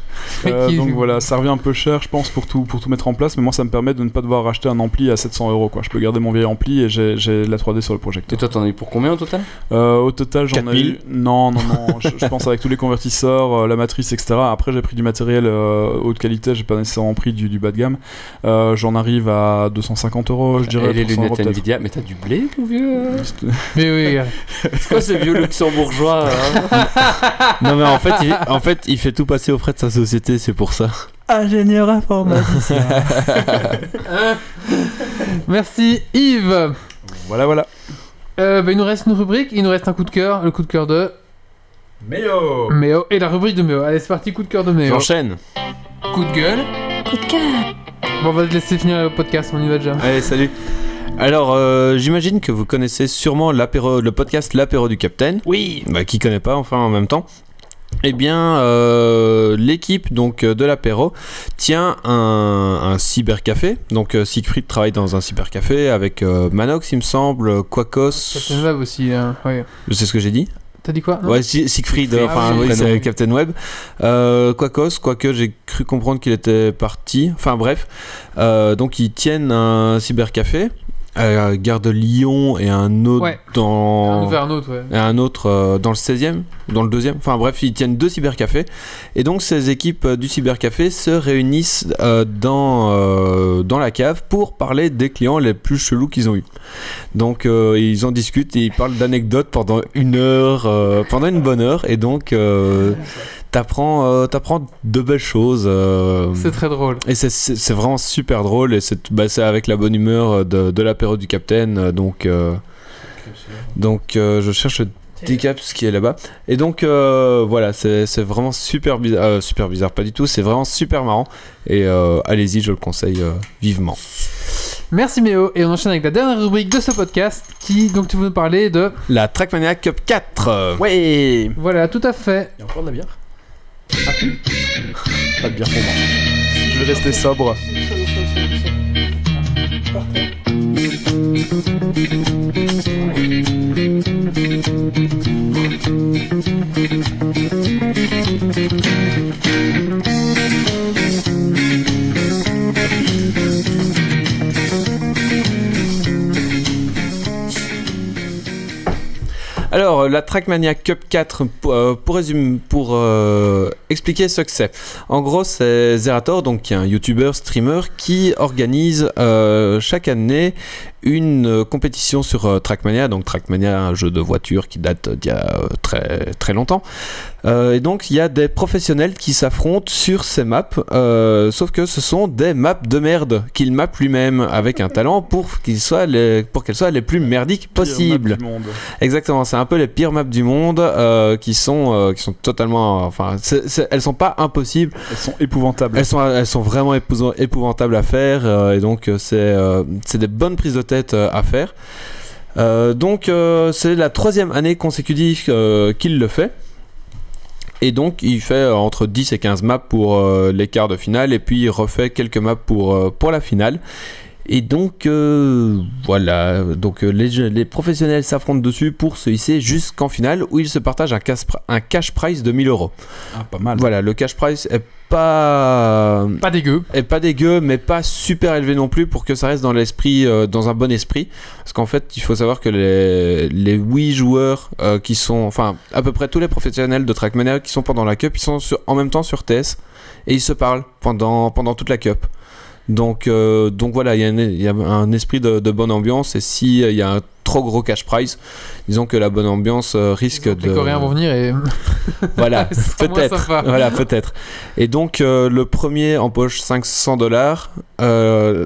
Euh, donc voilà, ça revient un peu cher, je pense, pour tout, pour tout mettre en place, mais moi ça me permet de ne pas devoir racheter un ampli à 700 euros. quoi. Je peux garder mon vieil ampli et j'ai j'ai la 3D sur le
Et
projecteur.
toi t'en as eu pour combien au total
Euh, au total, j'en ai
4000.
eu. Non, non, non. je, je pense avec tous les convertisseurs, euh, la matrice, etc. Après, j'ai pris du matériel euh, haute qualité, j'ai pas nécessairement pris du, du bas de gamme. Euh, j'en arrive à 250 euros, je dirais.
Et les
300 euros,
lunettes
peut-être.
Nvidia, mais t'as du blé mon vieux euh
Mais oui, euh,
C'est quoi ce vieux luxembourgeois hein
Non mais en fait, il, en fait, il fait tout passer aux frais de sa société, c'est pour ça.
Ingénieur informaticien. Merci Yves.
Voilà, voilà.
Euh, bah, il nous reste une rubrique, il nous reste un coup de cœur, le coup de cœur de
Méo
Méo et la rubrique de Méo. Allez, c'est parti, coup de cœur de Méo.
J'enchaîne.
Coup de gueule.
Coup de cœur.
Bon, on va te laisser finir le podcast, on y va déjà.
Allez, salut. Alors, euh, j'imagine que vous connaissez sûrement l'apéro, le podcast L'apéro du Capitaine. Oui. Bah, qui connaît pas, enfin, en même temps. Eh bien, euh, l'équipe donc euh, de l'apéro tient un, un cybercafé. Donc, euh, Siegfried travaille dans un cybercafé avec euh, Manox, il me semble,
Captain
Quacos.
Web aussi, hein, ouais.
C'est ce que j'ai dit.
T'as dit quoi non
Ouais, Si- Siegfried,
Ah. Siegfried,
euh, enfin
ah oui,
oui,
prénom.
c'est Captain Web. Euh, Quacos, quoique j'ai cru comprendre qu'il était parti. Enfin bref, Euh, donc ils tiennent un cybercafé, euh, gare de Lyon et un autre
Ouais. Un
dans
ouvert un autre, ouais.
et un autre euh, dans le 16e, dans le 2e. Enfin bref, ils tiennent deux cybercafés. Et donc ces équipes euh, du cybercafé se réunissent euh, dans, euh, dans la cave pour parler des clients les plus chelous qu'ils ont eu. Donc euh, ils en discutent et ils parlent d'anecdotes pendant une heure, euh, pendant une bonne heure. Et donc euh, t'apprends, euh, t'apprends de belles choses. euh,
C'est très drôle.
et c'est- c'est c'est vraiment super drôle et c'est bah, c'est avec la bonne humeur euh, de, de l'apéro du capitaine. euh, Donc, euh, donc euh, je cherche Decaps qui est là-bas. Et donc euh, voilà, c'est c'est vraiment super bizarre. euh, super bizarre, pas du tout, c'est vraiment super marrant. Et euh, allez-y, je le conseille euh, vivement.
Merci Méo, et on enchaîne avec la dernière rubrique de ce podcast qui, donc, tu veux nous parler de.
La Trackmania Cup 4 euh,
Voilà, tout à fait.
Il y a encore de la bière Pas de bière pour moi. Je vais rester sobre.
Alors, euh, la Trackmania Cup 4, pour, euh, pour résumer, pour euh, expliquer ce que c'est. En gros, c'est Zerator, donc qui est un YouTuber, streamer, qui organise euh, chaque année une euh, compétition sur euh, Trackmania. Donc, Trackmania, un jeu de voiture qui date d'il y a euh, très, très longtemps. Euh, et donc, il y a des professionnels qui s'affrontent sur ces maps, euh, sauf que ce sont des maps de merde qu'il mappe lui-même avec un talent pour qu'ils soient les- pour qu'elles soient les plus merdiques possibles.
Du monde.
Exactement, c'est un peu les pires maps du monde euh, qui sont euh, qui sont totalement, euh, enfin, c'est- c'est- elles sont pas impossibles,
Elles sont épouvantables.
elles sont elles sont vraiment épousant- épouvantables à faire euh, et donc euh, c'est euh, c'est des bonnes prises de tête euh, à faire. Euh, donc euh, c'est la troisième année consécutive euh, qu'il le fait. Et donc il fait euh, entre 10 et 15 maps pour euh, les quarts de finale et puis il refait quelques maps pour, euh, pour la finale. Et donc euh, voilà, donc euh, les, jeux- les professionnels s'affrontent dessus pour se hisser jusqu'en finale où ils se partagent un cash, un cash prize de 1000 euros.
Ah, pas mal.
Voilà, le cash prize est pas
Pas dégueu.
et pas dégueu, mais pas super élevé non plus pour que ça reste dans l'esprit, euh, dans un bon esprit. Parce qu'en fait, il faut savoir que les, les 8 joueurs euh, qui sont, enfin, à peu près tous les professionnels de Trackmania qui sont pendant la Cup, ils sont sur- en même temps sur TS et ils se parlent pendant, pendant toute la Cup. Donc, euh, donc voilà, il y a une- il y, a un esprit de, de bonne ambiance et si euh, il y a un trop gros cash prize, disons que la bonne ambiance euh, risque de.
Les Coréens vont venir et.
Voilà,
C'est moins
peut-être.
sympa.
Voilà, peut-être. Et donc, euh, le premier empoche 500 dollars, euh,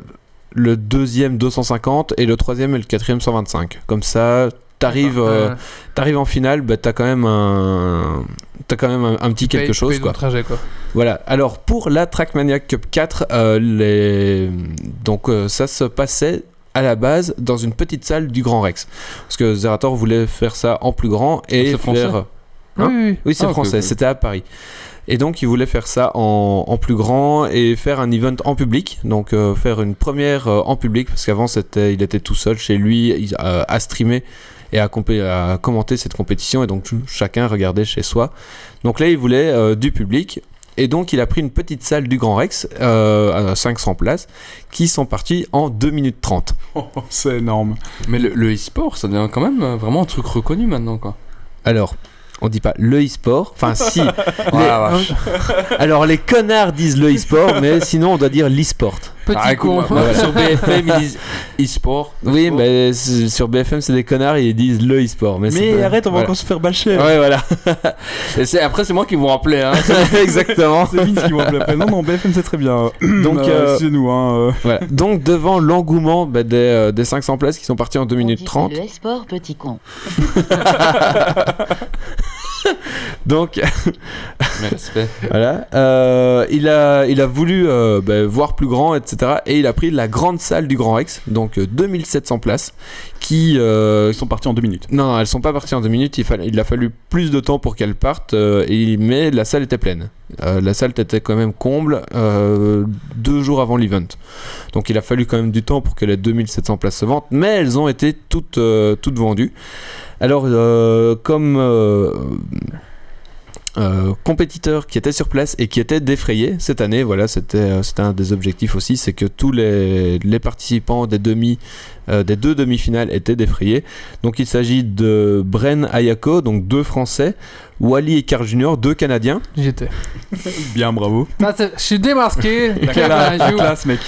le deuxième 250 et le troisième et le quatrième 125. Comme ça, t'arrives, euh,
Euh,
t'arrives en finale, bah, t'as quand même un, t'as quand même un, un petit
tu payes-
quelque
tu payes
chose,
ton
quoi.
trajet, quoi.
Voilà. Alors pour la Trackmania Cup 4, euh, les... donc euh, ça se passait à la base dans une petite salle du Grand Rex, parce que Zerator voulait faire ça en plus grand et
C'est
faire.
français
Hein
oui, oui.
Oui, c'est
Ah, ok,
français,
ok.
c'était à Paris. Et donc, ils voulaient faire ça en, en plus grand et faire un event en public. Donc, euh, faire une première euh, en public, parce qu'avant, c'était, il était tout seul chez lui il- euh, à streamer et à, compé- à commenter cette compétition. Et donc, ch- chacun regardait chez soi. Donc, là, il voulait euh, du public. Et donc, il a pris une petite salle du Grand Rex, euh, à 500 places, qui sont parties en 2 minutes 30.
Oh, c'est énorme.
Mais le, le e-sport, ça devient quand même euh, vraiment un truc reconnu maintenant, quoi.
Alors, on dit pas le e-sport. Enfin, si.
Ah, la vache.
Alors, les connards disent le e-sport, mais sinon, on doit dire l'e-sport.
Petit
Ah, écoute,
con.
moi-
hein.
moi, sur BFM, ils disent e-sport.
Oui,
e-sport.
mais c'est- sur BFM, c'est des connards, ils disent le e-sport. Mais, c'est
Mais
pas-
arrête, on va
voilà.
encore se faire bâcher.
Ouais, voilà,
Et c'est- après, c'est moi qui vous rappelais, hein.
exactement.
C'est Vince qui vous rappelle. Non, non, BFM c'est très bien.
Donc, euh,
c'est nous. Hein, euh.
Voilà. Donc, devant l'engouement bah, des, euh, des 500 places qui sont parties en 2 minutes 30,
Le sport petit con.
donc
Mais respect.
voilà, euh, il, a, il a voulu euh, bah, voir plus grand, etc. Et il a pris la grande salle du Grand Rex, donc euh, 2700 places, qui, euh,
Ils sont partis en deux minutes.
Non, non, elles sont pas parties en deux minutes. Il, fallait- il a fallu plus de temps pour qu'elles partent. euh, et- mais la salle était pleine. Euh, la salle était quand même comble euh, deux jours avant l'event. Donc il a fallu quand même du temps pour que les 2700 places se vendent. Mais elles ont été toutes, euh, toutes vendues. Alors, euh, comme euh, euh, compétiteurs qui étaient sur place et qui étaient défrayés cette année, voilà, c'était euh, c'était un des objectifs aussi, c'est que tous les, les participants des, demi, euh, des deux demi-finales étaient défrayés. Donc il s'agit de Bren Ayako, donc deux Français, Wally et Carl Junior, deux Canadiens.
J'y étais.
Bien, bravo.
Ah, c'est- Je suis démasqué. Quel
classe, la
ajout.
classe, mec.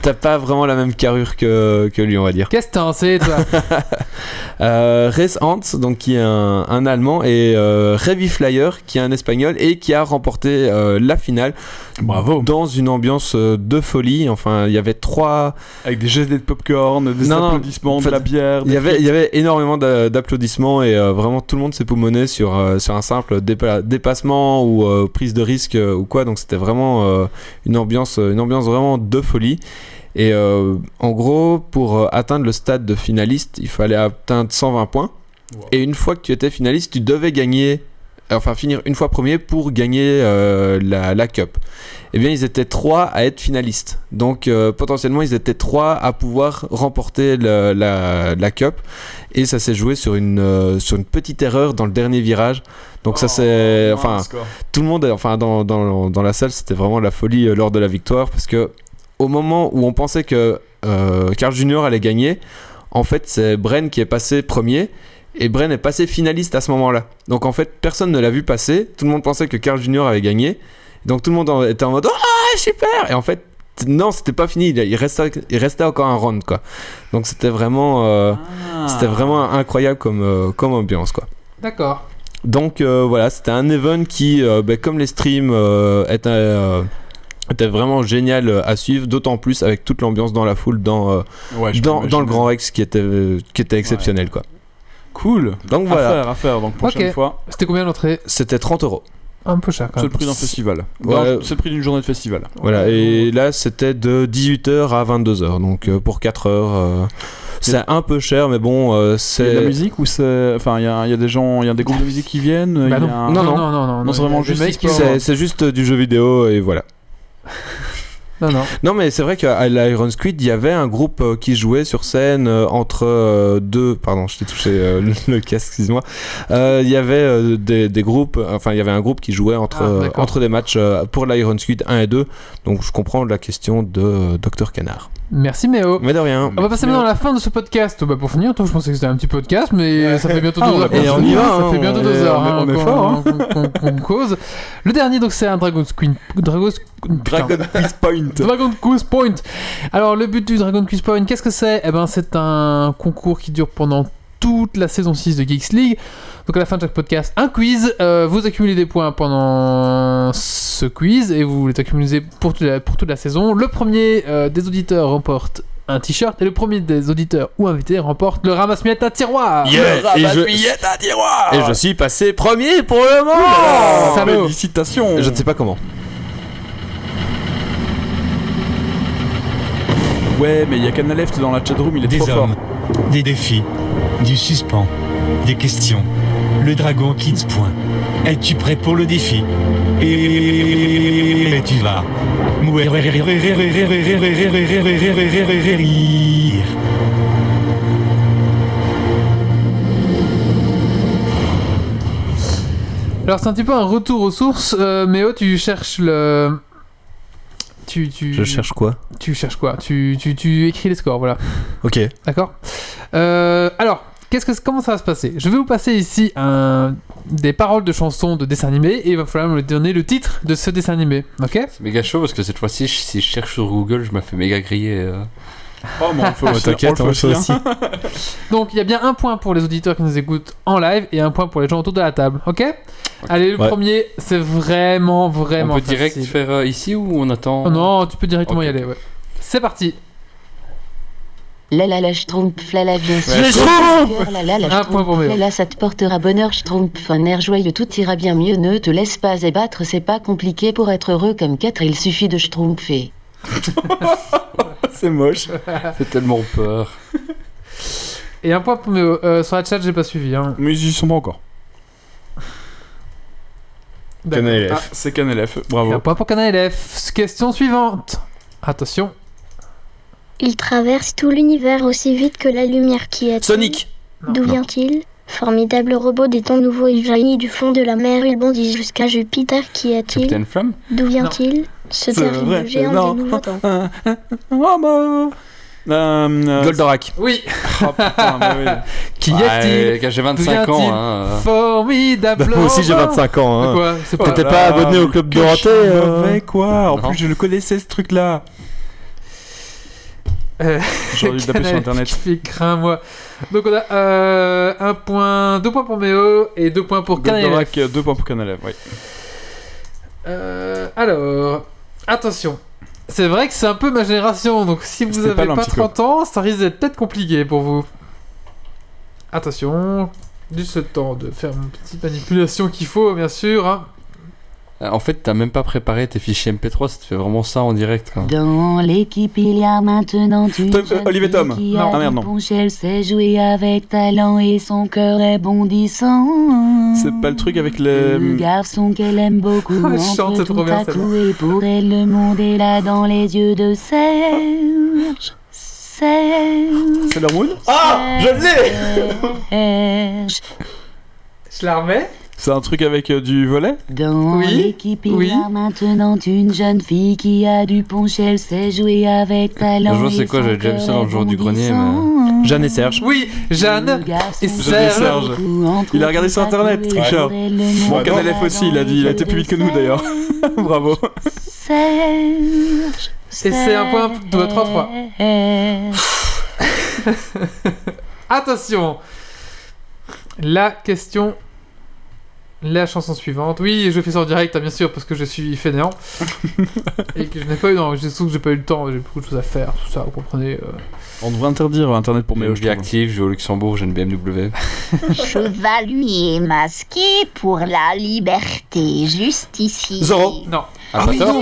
T'as pas vraiment la même carrure que, que lui, on va dire.
Qu'est-ce que t'en sais, toi
Euh, Res Hans, donc qui est un, un Allemand, et euh, Revi Flyer, qui est un Espagnol, et qui a remporté euh, la finale
Bravo.
dans une ambiance euh, de folie. Enfin, il y avait trois,
Avec des gestes de popcorn, des
Non, non,
applaudissements,
en
de
fait,
la bière.
Il y,
des
avait, il y avait énormément d'a- d'applaudissements et euh, vraiment tout le monde s'est poumonné sur, euh, sur un simple dépa- dépassement ou euh, prise de risque euh, ou quoi. Donc c'était vraiment euh, une, ambiance, une ambiance vraiment de folie. Et euh, en gros, pour euh, atteindre le stade de finaliste, il fallait atteindre 120 points.
Wow.
Et une fois que tu étais finaliste, tu devais gagner, enfin finir une fois premier pour gagner euh, la, la Cup. Eh bien, ils étaient trois à être finalistes. Donc, euh, potentiellement, ils étaient trois à pouvoir remporter le- la, la Cup. Et ça s'est joué sur une, euh, sur une petite erreur dans le dernier virage. Donc,
Oh,
ça, c'est. Enfin, tout le monde, enfin dans, dans- dans la salle, c'était vraiment la folie euh, lors de la victoire parce que au moment où on pensait que euh, Carl Junior allait gagner, en fait c'est Bren qui est passé premier et Bren est passé finaliste à ce moment-là. Donc en fait personne ne l'a vu passer, tout le monde pensait que Carl Junior allait gagner, donc tout le monde en- était en mode ah super et en fait non c'était pas fini, il il restait il restait encore un round quoi. Donc c'était vraiment euh, c'était vraiment incroyable comme euh, comme ambiance quoi.
D'accord.
Donc euh, voilà, c'était un event qui, euh, ben, comme les streams, euh, était, euh, était vraiment génial euh, à suivre, d'autant plus avec toute l'ambiance dans la foule dans, euh,
Ouais, je
dans,
peux
dans le
imaginer.
Grand Rex qui était, euh, qui était exceptionnel. Quoi.
Cool.
Donc
À
voilà,
faire, à faire. Donc, prochaine
Ok.
fois,
C'était combien l'entrée
c'était 30 euros.
Un peu cher, quand
c'est le
même.
prix d'un festival.
Ouais.
Non, C'est le prix d'une journée de festival.
Voilà, et là c'était de 18h à 22h, donc euh, pour 4 heures. euh, C'est un peu cher, mais bon, euh, c'est.
C'est de la musique ou c'est. Enfin, il y a, il y a des gens, il y a des groupes de musique qui viennent. il y
Bah
a
non.
un-
non,
Non,
non,
non.
non, non,
Non, c'est vraiment
il y a
juste
des mecs qui
C'est
sont-
c'est juste euh, du jeu vidéo et voilà.
Non, non.
Non mais c'est vrai qu'à l'Iron Squid, il y avait un groupe euh, qui jouait sur scène euh, entre euh, deux... Pardon, je t'ai touché euh, le- le casque, excuse-moi. Euh, Il y avait euh, des, des groupes... Enfin, il y avait un groupe qui jouait entre,
Ah,
euh,
d'accord.
entre des matchs euh, pour l'Iron Squid 1 et 2. Donc je comprends la question de euh, Dr Canard.
Merci, Méo.
Mais de rien.
On va passer maintenant à la fin de ce podcast. Bah, pour finir, toi, je pensais que c'était un petit podcast, mais ça fait bientôt
Ah,
deux
on
heures.
a
Et on y va,
Ça
hein,
fait bientôt
on
deux
est-
heures
on est-
hein,
on est
qu'on-
fort, hein.
qu'on- qu'on- qu'on cause. Le dernier, donc, c'est un Dragon's Queen. Dragon's putain.
Dragon Quiz Point.
Dragon Quiz Point. Alors le but du Dragon Quiz Point, qu'est-ce que c'est Eh ben c'est un concours qui dure pendant toute la saison 6 de Geeks League. Donc à la fin de chaque podcast, un quiz. Euh, vous accumulez des points pendant ce quiz et vous les accumulez pour toute la, pour toute la saison. Le premier euh, des auditeurs remporte un t-shirt et le premier des auditeurs ou invités remporte le ramasse-miettes à tiroir.
Yeah, et, je,
à tiroir
et je suis passé premier pour le moment
Salaud.
Oh, Félicitations
Je ne sais pas comment.
Ouais, mais il y a Canal Left dans la chatroom, il est
Des
trop fort.
hommes, des défis, du suspens, des questions. Le dragon Kids point. Es-tu prêt pour le défi Et tu vas. Mourir.
Alors c'est un petit peu un retour aux sources. Euh, Méo, tu cherches le... Tu, tu,
Je cherche quoi
tu cherches quoi tu, tu, tu écris les scores, voilà.
Ok.
D'accord Euh, Alors, qu'est-ce que, comment ça va se passer Je vais vous passer ici un, des paroles de chansons de dessins animés et il va falloir me donner le titre de ce dessin animé. Ok
C'est méga chaud parce que cette fois-ci, je- si je cherche sur Google, je me fais méga griller. euh.
Oh, mais on le fait aussi, on le fait aussi, hein.
Donc, il y a bien un point pour les auditeurs qui nous écoutent en live et un point pour les gens autour de la table. Ok Allez, le
Ouais.
premier, c'est vraiment,
On
vraiment.
peut direct
facile.
faire euh, ici ou on attend
Oh non, tu peux directement
Ok.
y aller, ouais. C'est parti
La la la schtroumpf, la la bien sûr.
Les
Ah,
La la la la
Un point pour
schtroumpf,
Méo.
la la ça te portera bonheur schtroumpf, un air joyeux, tout ira bien mieux, ne te laisse pas ébattre, c'est pas compliqué pour être heureux comme 4, il suffit de schtroumpfer.
C'est moche.
Fait tellement peur.
Et un point pour Méo. Euh, sur la chat, j'ai pas suivi. Hein.
Mais ils y sont pas encore.
D'accord.
Ah, c'est Canal F,
Oh.
bravo.
Un point pour Canal F. Question suivante. Attention.
Il traverse tout l'univers aussi vite que la lumière qui est.
Sonic
D'où
Non.
vient-il Formidable robot des temps nouveaux, il jaillit du fond de la mer, il bondit jusqu'à Jupiter. Qui est-il
Capitaine Flamme
D'où vient-il Ce
C'est vrai,
terrible géant
non.
des nouveaux temps.
Ah, ah, ah, bah. Euh, euh,
Goldorak.
Oui.
oh, putain, mais oui.
Qui
Ouais,
est-il
les gars, J'ai 25
D'où
ans.
vient-il
hein, euh.
Formidable.
Bah, moi aussi j'ai 25 ans. Hein.
Quoi C'est
Oh
pas-
là
T'étais
là,
pas abonné au
mais
club
que
Dorothée,
je suis
euh.
mauvais, quoi En
Non.
plus, je le connaissais ce truc-là.
Euh,
J'aurais dû taper sur
Canal
internet.
qui craint, moi. Donc on a euh, un point, deux points pour Méo et deux points pour Canal.
Goldorak, 2 points pour Canal F, oui.
Euh, alors, attention. C'est vrai que c'est un peu ma génération, donc si vous
C'était
avez
pas
pas,
l'un, psycho.
30 ans, ça risque d'être peut-être compliqué pour vous. Attention, juste le temps de faire une petite manipulation qu'il faut, bien sûr. hein.
Euh, En fait, t'as même pas préparé tes fichiers MP3, ça te fait vraiment ça en direct. quoi.
Dans l'équipe, il y a maintenant une
Tom-
jeune
euh, Olivier
fille
Tom.
qui
Non.
a
Ah, merde,
du
non.
bon chez elle sait jouer avec talent et son cœur est bondissant.
C'est pas le truc avec
Le
les. hum,
garçon qu'elle aime beaucoup
Ah, je
entre
chante, c'est
tout
trop bien,
à
celle-là.
coup et pour elle le monde est là dans les yeux de Serge. Serge.
C'est leur moon
Ah, je l'ai.
Je la remets.
C'est un truc avec euh, du volet
Dans
Oui,
l'équipe, il
oui.
y a maintenant une jeune fille qui a du punch, elle sait jouer avec talent.
Je vois c'est
et
quoi,
son
j'avais déjà vu ça dans le
cœur
jour du grenier,
rebondissant.
Jeanne et Serge.
Oui, Jeanne.
Le garçon
et
qui
Serge.
aime
Serge.
beaucoup entre
Il a regardé
tout
sur
à coup
Internet,
et
tricheur.
pour elle, le monde
Mon
est
Canal
là
F aussi,
dans
il a
les
dit, il a
yeux
été plus
de
vite que nous, d'ailleurs. Bravo.
Serge.
Et c'est un point de votre 3-3.
Serge.
Attention La question... La chanson suivante. Oui, je fais ça en direct, hein, bien sûr, parce que je suis fainéant. et que je n'ai pas eu... Non, je sais que j'ai pas eu le temps, j'ai beaucoup de choses à faire, tout ça, vous comprenez. euh.
On devrait interdire Internet pour
Mais
Méo,
je
je
l'ai
trouve.
active, je vais au Luxembourg, j'ai une BMW.
Chevalier masqué pour la liberté, justicier.
Zoro.
Ah Non.
Albator
Ah,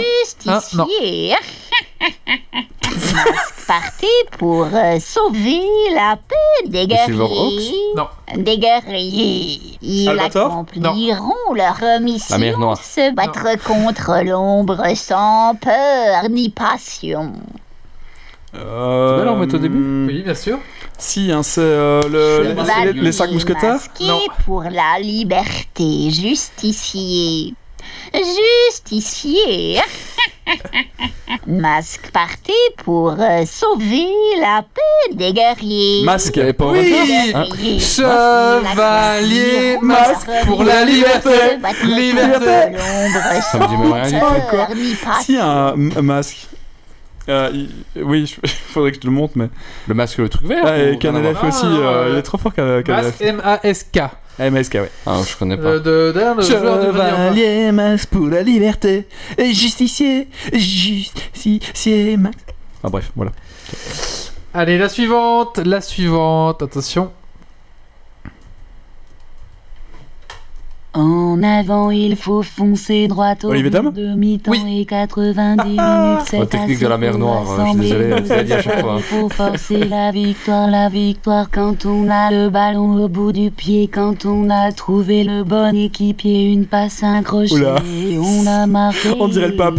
non.
Justicier. Masque parti pour euh, sauver la paix des
Les Silverhawks
guerriers.
Non.
Des guerriers. Ils
Albator
accompliront leur mission.
La mer Noire.
Se battre contre l'ombre sans peur ni passion.
Euh,
Tu veux la remettre au début
hmm,
Oui, bien sûr.
Si, hein, c'est euh, le- les- les, les cinq mousquetaires.
masqués
Non.
Bah, pour la liberté, justicier. Justicier. Masque parti pour euh, sauver la paix des guerriers.
Masque.
J'avais pas
Oui.
remarqué.
Hein
Ah. Chevalier masque pour la liberté. Liberté.
Ça me dit mais rien du tout.
Euh,
quoi. Si, un m- masque. Euh, il- oui, je- faudrait que je te le montre, mais.
Le masque, le truc vert. ou
Ah, et
rien à voir
Canalef
voir.
aussi,
Ah,
euh,
euh,
il est trop fort, Can- Canalef.
Masque M-A-S-K.
Ah, MSK, ouais.
Ah, je connais pas.
Euh, de- d'ailleurs, le joueur de Vanilla.
masque pour la liberté, justicier, justicier masque.
Ah, bref, voilà.
Allez, la suivante, la suivante, attention.
En avant, il faut foncer droit au
Olivier Dame
bout de mi-temps
Oui.
et 90
Ah,
minutes. c'est
La technique de la mer
assez
Noire,
pour
euh, je suis désolé,
rassembler
tu l'as
nos
dit à chaque fois.
Il faut forcer la victoire, la victoire quand on a le ballon au bout du pied, quand on a trouvé le bon équipier, une passe, un crochet,
Oula.
on a marqué.
On dirait le pape.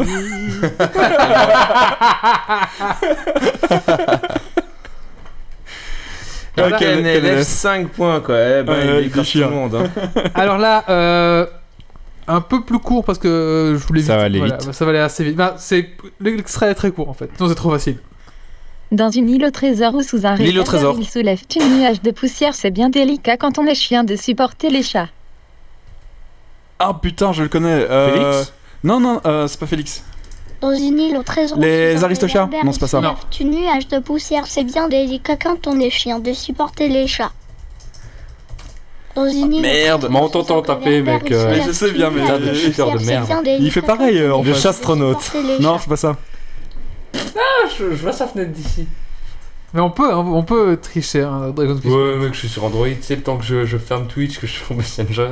Voilà,
Ok,
Canalef.
5 points quoi. Eh ben,
Ouais,
il écrase
du
tout le
chien.
monde. hein.
Alors là, euh, un peu plus court parce que euh, je voulais
Ça va aller
vite. Ça va aller assez vite. Ben, c'est l'extrait est très court en fait. Sinon c'est trop facile.
Dans une île au trésor ou sous un
L'île au trésor.
réservoir, il soulève une nuage de poussière. C'est bien délicat quand on est chien de supporter les chats.
Ah, putain, je le connais. euh,
Félix
Non, non, euh, c'est pas Félix.
Dans une île au trésor.
Les Aristochats Non, c'est pas ça.
Non.
Tu nuage de poussière, c'est bien délicat quand on est chien de supporter les chats. Dans une île.
Merde, mais on t'entend taper, mec. euh,
Mais je sais bien, mais
Putain de cheater de merde.
Il fait pareil, euh, en
Le
fait.
chastronaute.
Non, c'est pas ça.
Je, vois sa fenêtre d'ici. Mais on peut, hein, on peut tricher. hein, Dragon's Quest.
Ouais, mec, je suis sur Android. Tu sais, le temps que je, je ferme Twitch, que je suis sur Messenger.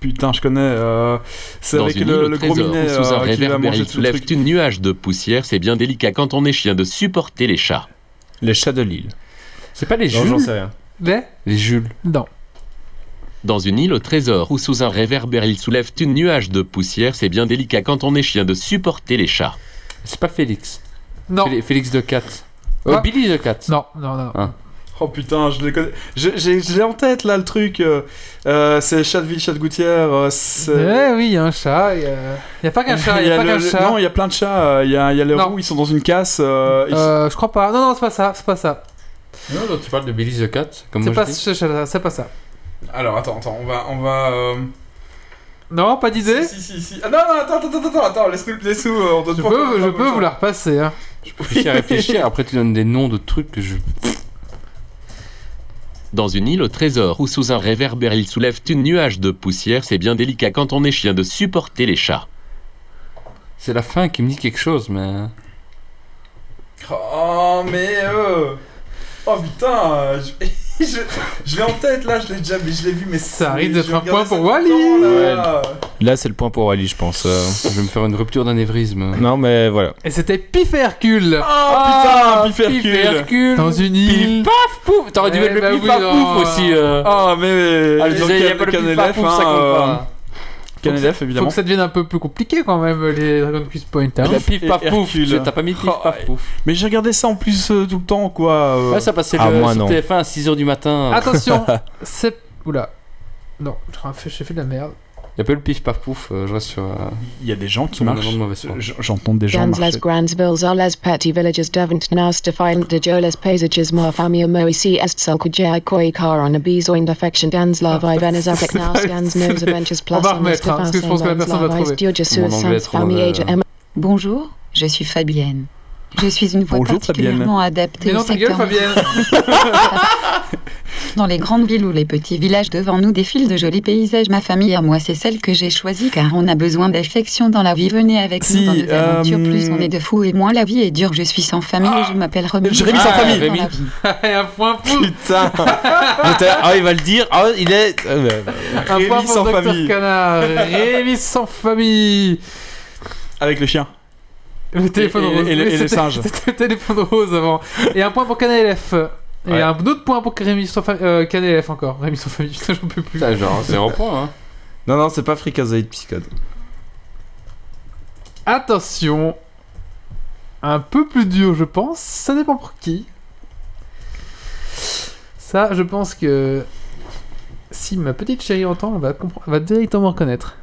Putain, je connais. euh, c'est
Dans
avec
une île
le,
au
le gros
trésor,
minet
sous un
euh, qui lui a
réverbère,
mangé
il
tout le
soulève
truc.
une nuage de poussière, c'est bien délicat quand on est chien de supporter les chats.
Les chats de Lille.
C'est pas les
Non, j'en
Jules
sais rien.
Les
Les Jules.
Non.
Dans une île au trésor ou sous un réverbère, il soulève une nuage de poussière, c'est bien délicat quand on est chien de supporter les chats.
C'est pas Félix.
Non.
Félix, Félix de Cat. Euh,
Ah.
Billy de Cat.
Non, non, non.
Oh putain, je les connais. Je- J'ai j'ai en tête là le truc. euh, euh, c'est Chatteville, Chatte-Gouttière. euh, c'est.
Eh oui, il y a un chat. Il y a, il y a pas qu'un chat. Il y a, pas
le-
qu'un
le-
chat.
Non, il y a plein de chats. euh, Il y a, il y a les
Non.
roues, ils sont dans une casse. euh, ils-
Euh, je crois pas. Non, non, c'est pas ça. C'est pas ça.
Non, non, tu parles de Billy the Cat. Comme
C'est
moi,
pas,
je dis.
ce chat-là, c'est pas ça.
Alors attends, attends, on va. On va euh,
Non, pas d'idée.
Si, si, si. Ah, non, non, attends, attends, attends, attends, attends, laisse-nous laisse nous on donne
Je
pas
peux, je peux vous la repasser. hein.
Réfléchir, réfléchir. Après, tu donnes des noms de trucs que je.
Dans une île au trésor ou sous un réverbère, il soulève une nuage de poussière, c'est bien délicat quand on est chien de supporter les chats.
C'est la fin qui me dit quelque chose, mais.
Oh, mais euh... Oh putain, euh, je, je, je l'ai en tête là, je l'ai déjà je l'ai vu, mais
Ça
c'est-
arrive d'être
je
un
regardais
point pour
ça tout
Wally.
le temps, là.
Là, c'est le point pour Ali, je pense. euh.
Je vais me faire une rupture d'anévrisme.
Non, mais voilà.
Et c'était Pifercule.
Oh putain, Pif Hercule.
Dans une
Ah, Pif
île.
paf pouf T'aurais dû
Eh
mettre
bah
le pif
oui,
paf
dans-
pouf aussi. euh.
Oh mais...
Ah, je disais, il y a pas le pif paf
hein,
pouf, ça compte pas.
Canelef,
Faut
euh, évidemment.
que ça devienne un peu plus compliqué quand même, les Dragon Quest Point. hein.
Le pif paf pouf,
Hercule.
tu- t'as pas mis pif
Oh,
paf pouf.
Mais j'ai regardé ça en plus euh, tout le temps, quoi. euh.
Ouais, ça passait
Ah,
le,
moi,
sur
non.
TF1 à 6h du matin.
Attention, c'est. Oula. Non, j'ai fait- j'ai fait de la merde.
Y'a pas eu le pif paf pouf, euh, je reste sur. euh,
Il y a des gens qui
sur mon
marchent. Euh,
nom de mauvaise foi.
J- J'entends des gens marcher.
Grandsbills are les petits villages devant nous defiant de jeux les paysages ma famille moi ici est sans que j'ai quoi car on a besoin d'affection dans la vie venes avec
C'est
nous dans
pas-
nos adventures
On
plus
va remettre, hein, parce que je pense que la personne va trouver.
Mon anglais est trop mauvais, hein.
Bonjour, je suis Fabienne. Je suis une voix
Bonjour,
particulièrement adaptée
Mais
au
non, ta gueule,
secteur
Fabienne
Dans les grandes villes ou les petits villages devant nous défilent de jolis paysages. Ma famille et moi, c'est celle que j'ai choisie car on a besoin d'affection dans la vie. Venez avec
Si,
nous dans nos
euh,
aventures. Plus on est de fous et moins la vie est dure. Je suis sans famille et je m'appelle Rémi.
Je Rémi
Je
sans
suis
famille.
dans
Rémi.
la vie.
Et un point pour.
Ah, Putain Ah, il va le dire. Ah, il est. Ah, bah, bah.
Un point
Rémi
pour
sans
Docteur
famille.
Canard. Rémi sans famille.
Avec le chien.
Le téléphone
Et- et-
rose.
et le-
Oui,
et les
c'était-
singes.
C'était le téléphone rose avant. Et un point pour Canalef. Et
Ouais.
un autre point pour Rémi sans famille. Euh, Canalef encore. Rémi sans famille, putain, j'en peux plus.
Putain, genre, zéro point, hein.
Non, non, c'est pas Freakazoid Psychode.
Attention. Un peu plus dur, je pense. Ça dépend pour qui. Ça, je pense que. Si ma petite chérie entend, elle va, compre- elle va directement reconnaître.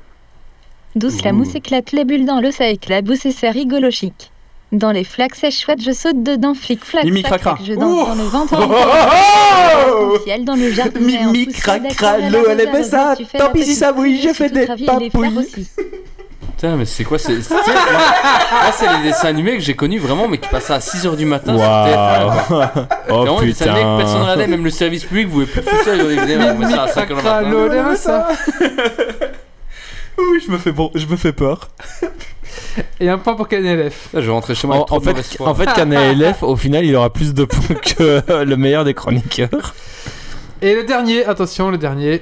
Douce la
Ouh.
mousse éclate, les bulles dans l'eau, ça éclabousse et c'est rigolo chic. Dans les flaques, c'est chouette, je saute dedans, flic, flac,
Mimi
flac,
cracra.
flac, je danse
Ouh.
dans le ventre.
Oh, oh, oh, oh.
Dans le ciel, dans le jardin,
Mimi cracra, l'eau, elle aimait ça. Tant pis si ça bouille, je fais des papouilles.
Putain, mais c'est quoi c'est- c'est- Là, là, c'est les dessins animés que j'ai connus vraiment, mais qui passaient à 6h du matin sur TF1. quoi.
Oh
Vraiment, les dessins animés que personne ne regardait,
putain.
même le service public, vous pouvez plus foutre ça, ils ont dit, venez, on met Eh ça hein. à 5h le matin.
l'eau, elle aimait ça.
Oui, je me fais, bon, je me fais peur.
Et un point pour KNLF.
Là, je vais rentrer chez moi.
En,
avec trop
en
de
fait,
mauvaise foi.
en fait, Kana LF, au final, il aura plus de points que euh, le meilleur des chroniqueurs.
Et le dernier, attention, le dernier.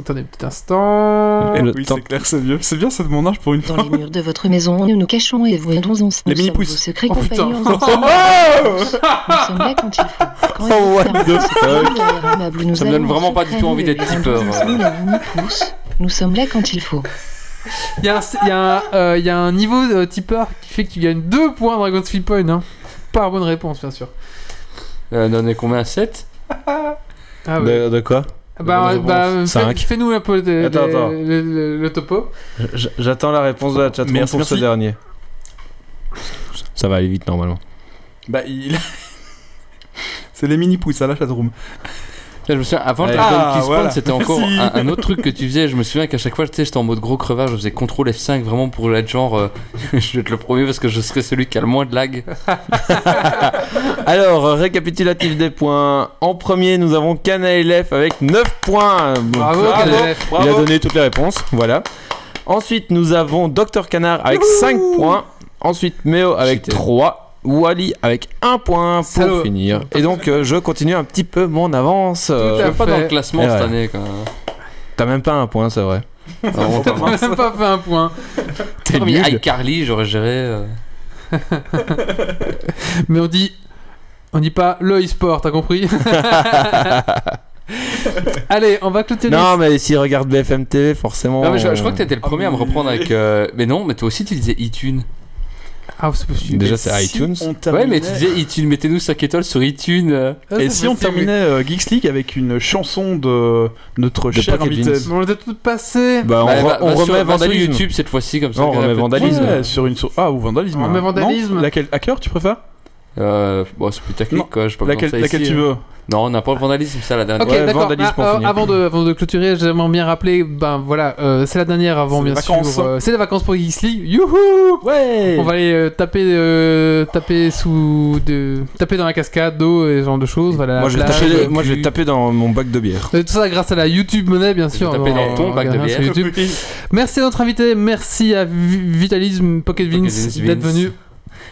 Attendez un petit instant.
Oh, oui, c'est
clair, c'est mieux. C'est bien, c'est de mon âge pour une
Dans les murs de votre maison, nous nous cachons et vous aidons
Les
ensemble. Nous sommes vos
mini-pouces.
secrets
Oh, putain.
compagnons. Nous sommes là quand il faut. Quand
Oh,
il faut
what
faire un
the
petit
fuck.
peu l'air aimable, nous
Ça me
allons
donne vraiment pas du tout envie d'être
secret,
tipeur. hein.
nous aidons la mini-pouce. Nous sommes là quand il faut.
Il y, a un- il y a un, euh, il y a un niveau euh, tipeur qui fait que tu gagnes 2 points Dragon's Flip Point. Hein. Par bonne réponse, bien sûr.
Euh, on en est combien 7
Ah oui.
De, de quoi
Bah, bah, fais-
Cinq.
fais-nous un peu le-
Attends,
le-
attends.
le- le- le topo.
J- J'attends la réponse de la chatroom
Merci,
pour
merci.
ce dernier. Ça va aller vite normalement.
Bah, il. c'est les mini-pouces à la chatroom.
Je me souviens, avant le
Ah,
Dragon qui spawn,
voilà.
c'était encore
Merci.
un, un autre truc que tu faisais. Je me souviens qu'à chaque fois, tu sais, j'étais en mode gros crevard, je faisais contrôle F5 vraiment pour être genre, euh, je vais être le premier parce que je serai celui qui a le moins de lag.
Alors, euh, récapitulatif des points. En premier, nous avons Kana LF avec 9 points.
Bravo, Bravo, Kana LF.
Il a
bravo.
donné toutes les réponses. Voilà. Ensuite, nous avons Dr Canard avec 5 points. Ensuite, Méo avec 3. Wally avec 1 point pour
Salaud.
finir. Et donc, euh, je continue un petit peu mon avance.
à
euh,
fait. Pas dans le
classement
Et
cette
ouais.
année, quoi.
T'as même pas un point, c'est vrai.
on
T'as même pas fait un point.
T'es mis iCarly, j'aurais géré. euh,
Mais on dit. On dit pas le e-sport, t'as compris Allez, on va clôturer.
Non, mais s'il regarde BFM TV, forcément.
Ah, mais je, je crois
euh,
que t'étais le premier à me reprendre avec. euh, Mais non, mais toi aussi tu disais iTunes.
Ah, c'est possible.
Déjà, c'est
si
iTunes.
on
Ouais, mais
terminait-
tu disais iTunes, mettez-nous 5 étoiles sur iTunes. euh.
Ah,
Et si on terminait euh, Geeks League avec une chanson de notre
De
cher
Pocket
invité
Beans.
On les a toutes passées.
Bah, on,
Bah,
re-
bah,
on
bah, sur-
remet
bah, sur
vandalisme.
YouTube cette fois-ci, comme ça.
Non,
on
on
gagne un
remet
peu de-
vandalisme.
Ouais, sur une sur- ah ou vandalisme.
On remet
Non
vandalisme.
laquelle à cœur tu préfères
Euh, bon, c'est plus technique,
Non.
quoi. Je peux pas
Laquelle-
prendre ça
laquelle
ici,
tu
hein.
veux
Non, on n'a pas le vandalisme, ça, la dernière.
Ok, d'accord. Bah, euh, avant, de, avant de clôturer, j'aimerais bien rappeler, ben voilà, euh, c'est la dernière avant,
C'est les
bien
vacances.
sûr. euh, c'est les vacances pour Geeks League. Youhou
Ouais
On va aller euh, taper, euh, taper sous, de, taper dans la cascade d'eau et ce genre de choses. Voilà,
Moi, je vais
la plage,
taper-
le
moi, je vais
cul.
taper dans mon bac de bière.
Et tout ça grâce à la YouTube monnaie, bien sûr.
taper dans ton bac de
regardez, hein, sur
bière.
YouTube. Merci à notre invité, merci à Vi- Vitalism Pocket Vince
Vince,
d'être
Vince.
venu.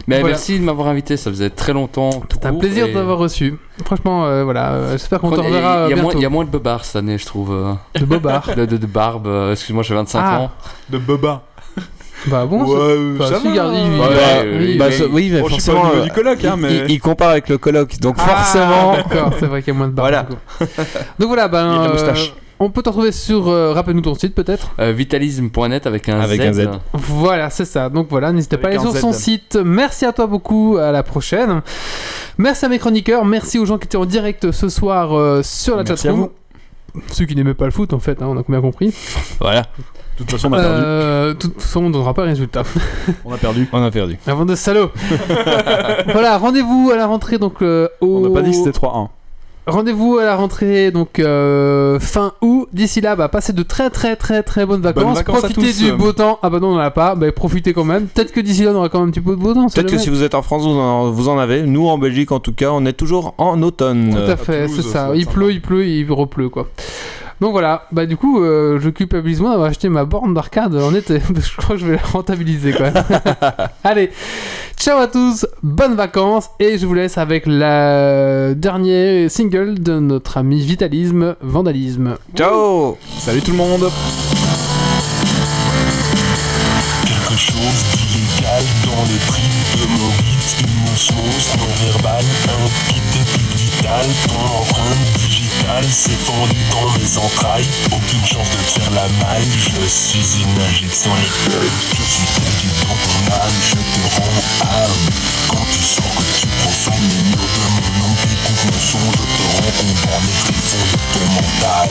Mais
Voilà.
merci de m'avoir invité, ça faisait très longtemps.
C'est un plaisir de t'avoir reçu. Franchement, euh, voilà, euh, j'espère qu'on te
Il y,
reverra euh,
a moins-
bientôt.
il y a moins de bobards cette année, je trouve. euh.
De bobards.
de, de- de barbe, euh, excuse-moi, j'ai 25
Ah.
ans.
De Boba.
Bah bon,
Ouais, euh,
bah,
ça
si,
va.
Gardi,
Ouais,
il-
Bah,
oui, oui,
bah,
oui.
ce- oui, mais
Bon, je suis pas au
forcément. euh,
niveau du colloque, hein,
il-
mais-
il, il compare avec le colloque, donc
Ah,
forcément.
D'accord, c'est vrai qu'il y a moins de barres.
Voilà.
du coup. Donc voilà, ben,
Il y a de la
euh,
moustache.
on peut t'en retrouver sur. euh, Rappelle-nous ton site peut-être.
Euh, vitalisme.net avec un
Avec
Z.
un Z.
Voilà, c'est ça. Donc voilà, n'hésitez pas à aller
Avec
sur
un
son
Z.
site. Merci à toi beaucoup. À la prochaine. Merci à mes chroniqueurs. Merci aux gens qui étaient en direct ce soir euh, sur la
Merci
chatroom. Ceux qui n'aimaient pas le foot, en fait, hein, on a bien compris.
Voilà,
De toute façon, on a perdu.
Euh, de toute façon, on ne donnera pas le résultat.
On a perdu.
on a perdu.
Avant de salaud. voilà, rendez-vous à la rentrée donc euh, au.
On n'a pas dit que c'était 3-1.
Rendez-vous à la rentrée donc euh, fin août. D'ici là, bah, passez de très très très très bonnes vacances.
vacances à
profitez
tous.
du beau temps. Ah bah non, on n'en a pas. Bah, profitez quand même. Peut-être que d'ici là, on aura quand même un petit peu de beau temps.
Peut-être que si
si
vous êtes en France, vous en, vous en avez. Nous, en Belgique, en tout cas, on est toujours en automne.
Tout à
Euh,
fait, c'est
Toulouse, ça
ça.
va être
Il
sympa.
pleut, il pleut, il repleut quoi. Donc voilà, bah du coup, euh, je culpabilise moi d'avoir acheté ma borne d'arcade en été. je crois que je vais la rentabiliser quand même. Allez, ciao à tous, bonnes vacances et je vous laisse avec la dernier single de notre ami Vitalisme, Vandalisme.
Ciao
Salut tout le monde.
Salut
chose d'illégal dans les prix de mon rythme, mon chose non verbal, un petit début vital, ton empreinte digitale s'est fendue dans mes entrailles, aucune chance de faire la maille, je suis une injection létale, je suis perdu dans ton âme, je te rends âme, quand tu sens que tu profanes les murs de mon nom, découvre mon son, je te rencontre dans les tréfonds de ton mental,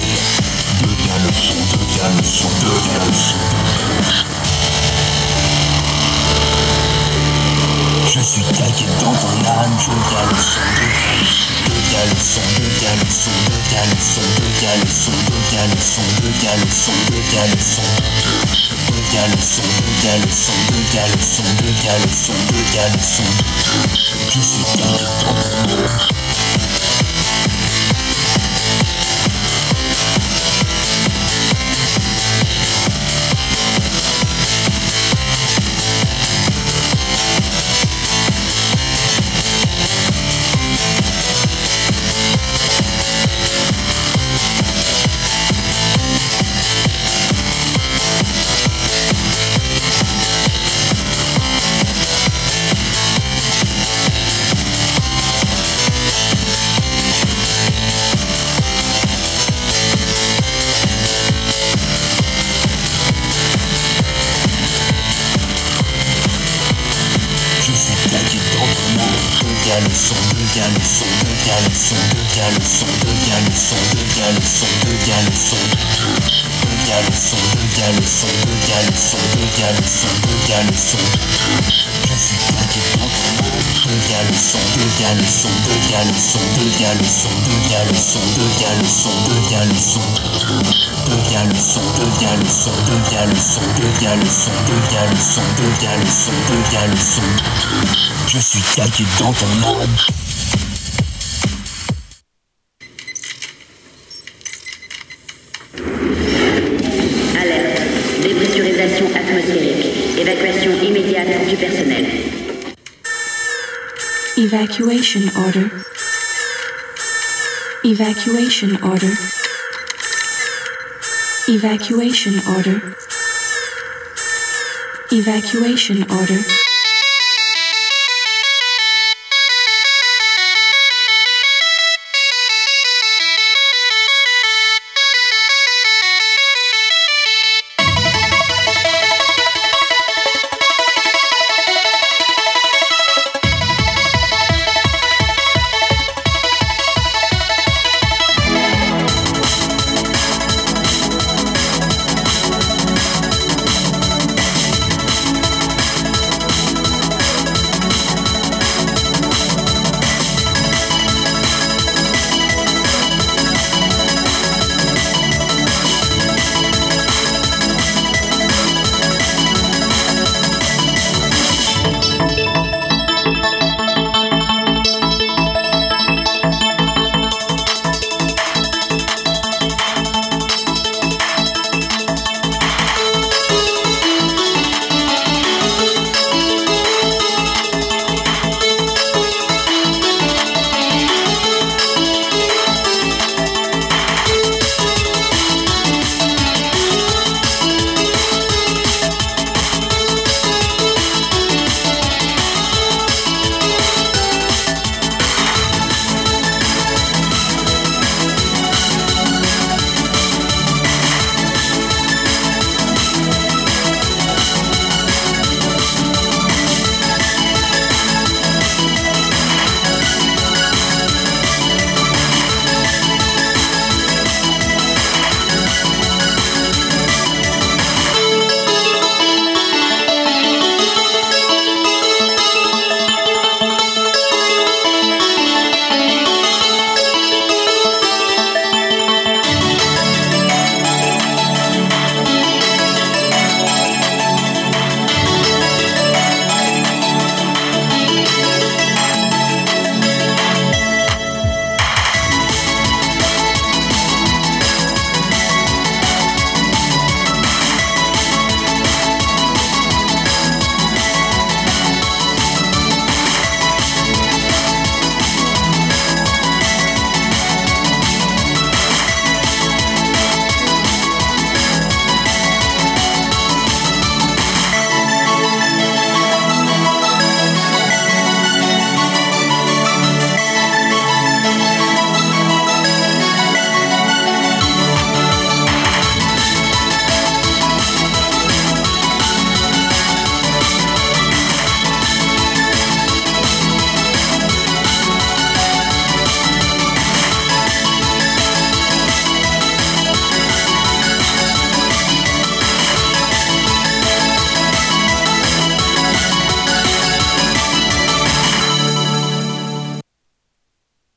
deviens le son, deviens le son, deviens le son. Je suis tagué dans ton âme, je viens le son, deviens le son, deviens le son, deviens le son, deviens le son, deviens le son, deviens le son, deviens le son, deviens le son, deviens le son, deviens le son, deviens le son, deviens le son, Je suis tagué dans ton âme. Je suis tagué dans ton âme, deviens le son, deviens le son, deviens le son, deviens le son, deviens le son, deviens le son, deviens le son, deviens le son, deviens le son, deviens le son, deviens le son, deviens le son. Je suis tagué dans ton âme, deviens le son, deviens le son, deviens le son, deviens le son, deviens le son, deviens le son, deviens le son. Deviens le son, deviens le son, deviens le son, deviens le son, deviens le son, deviens le son, deviens le son. Je suis tagué dans ton âme.
Alerte. Dépressurisation atmosphérique. Évacuation immédiate du personnel.
Evacuation order. Evacuation order. Evacuation order. Evacuation order.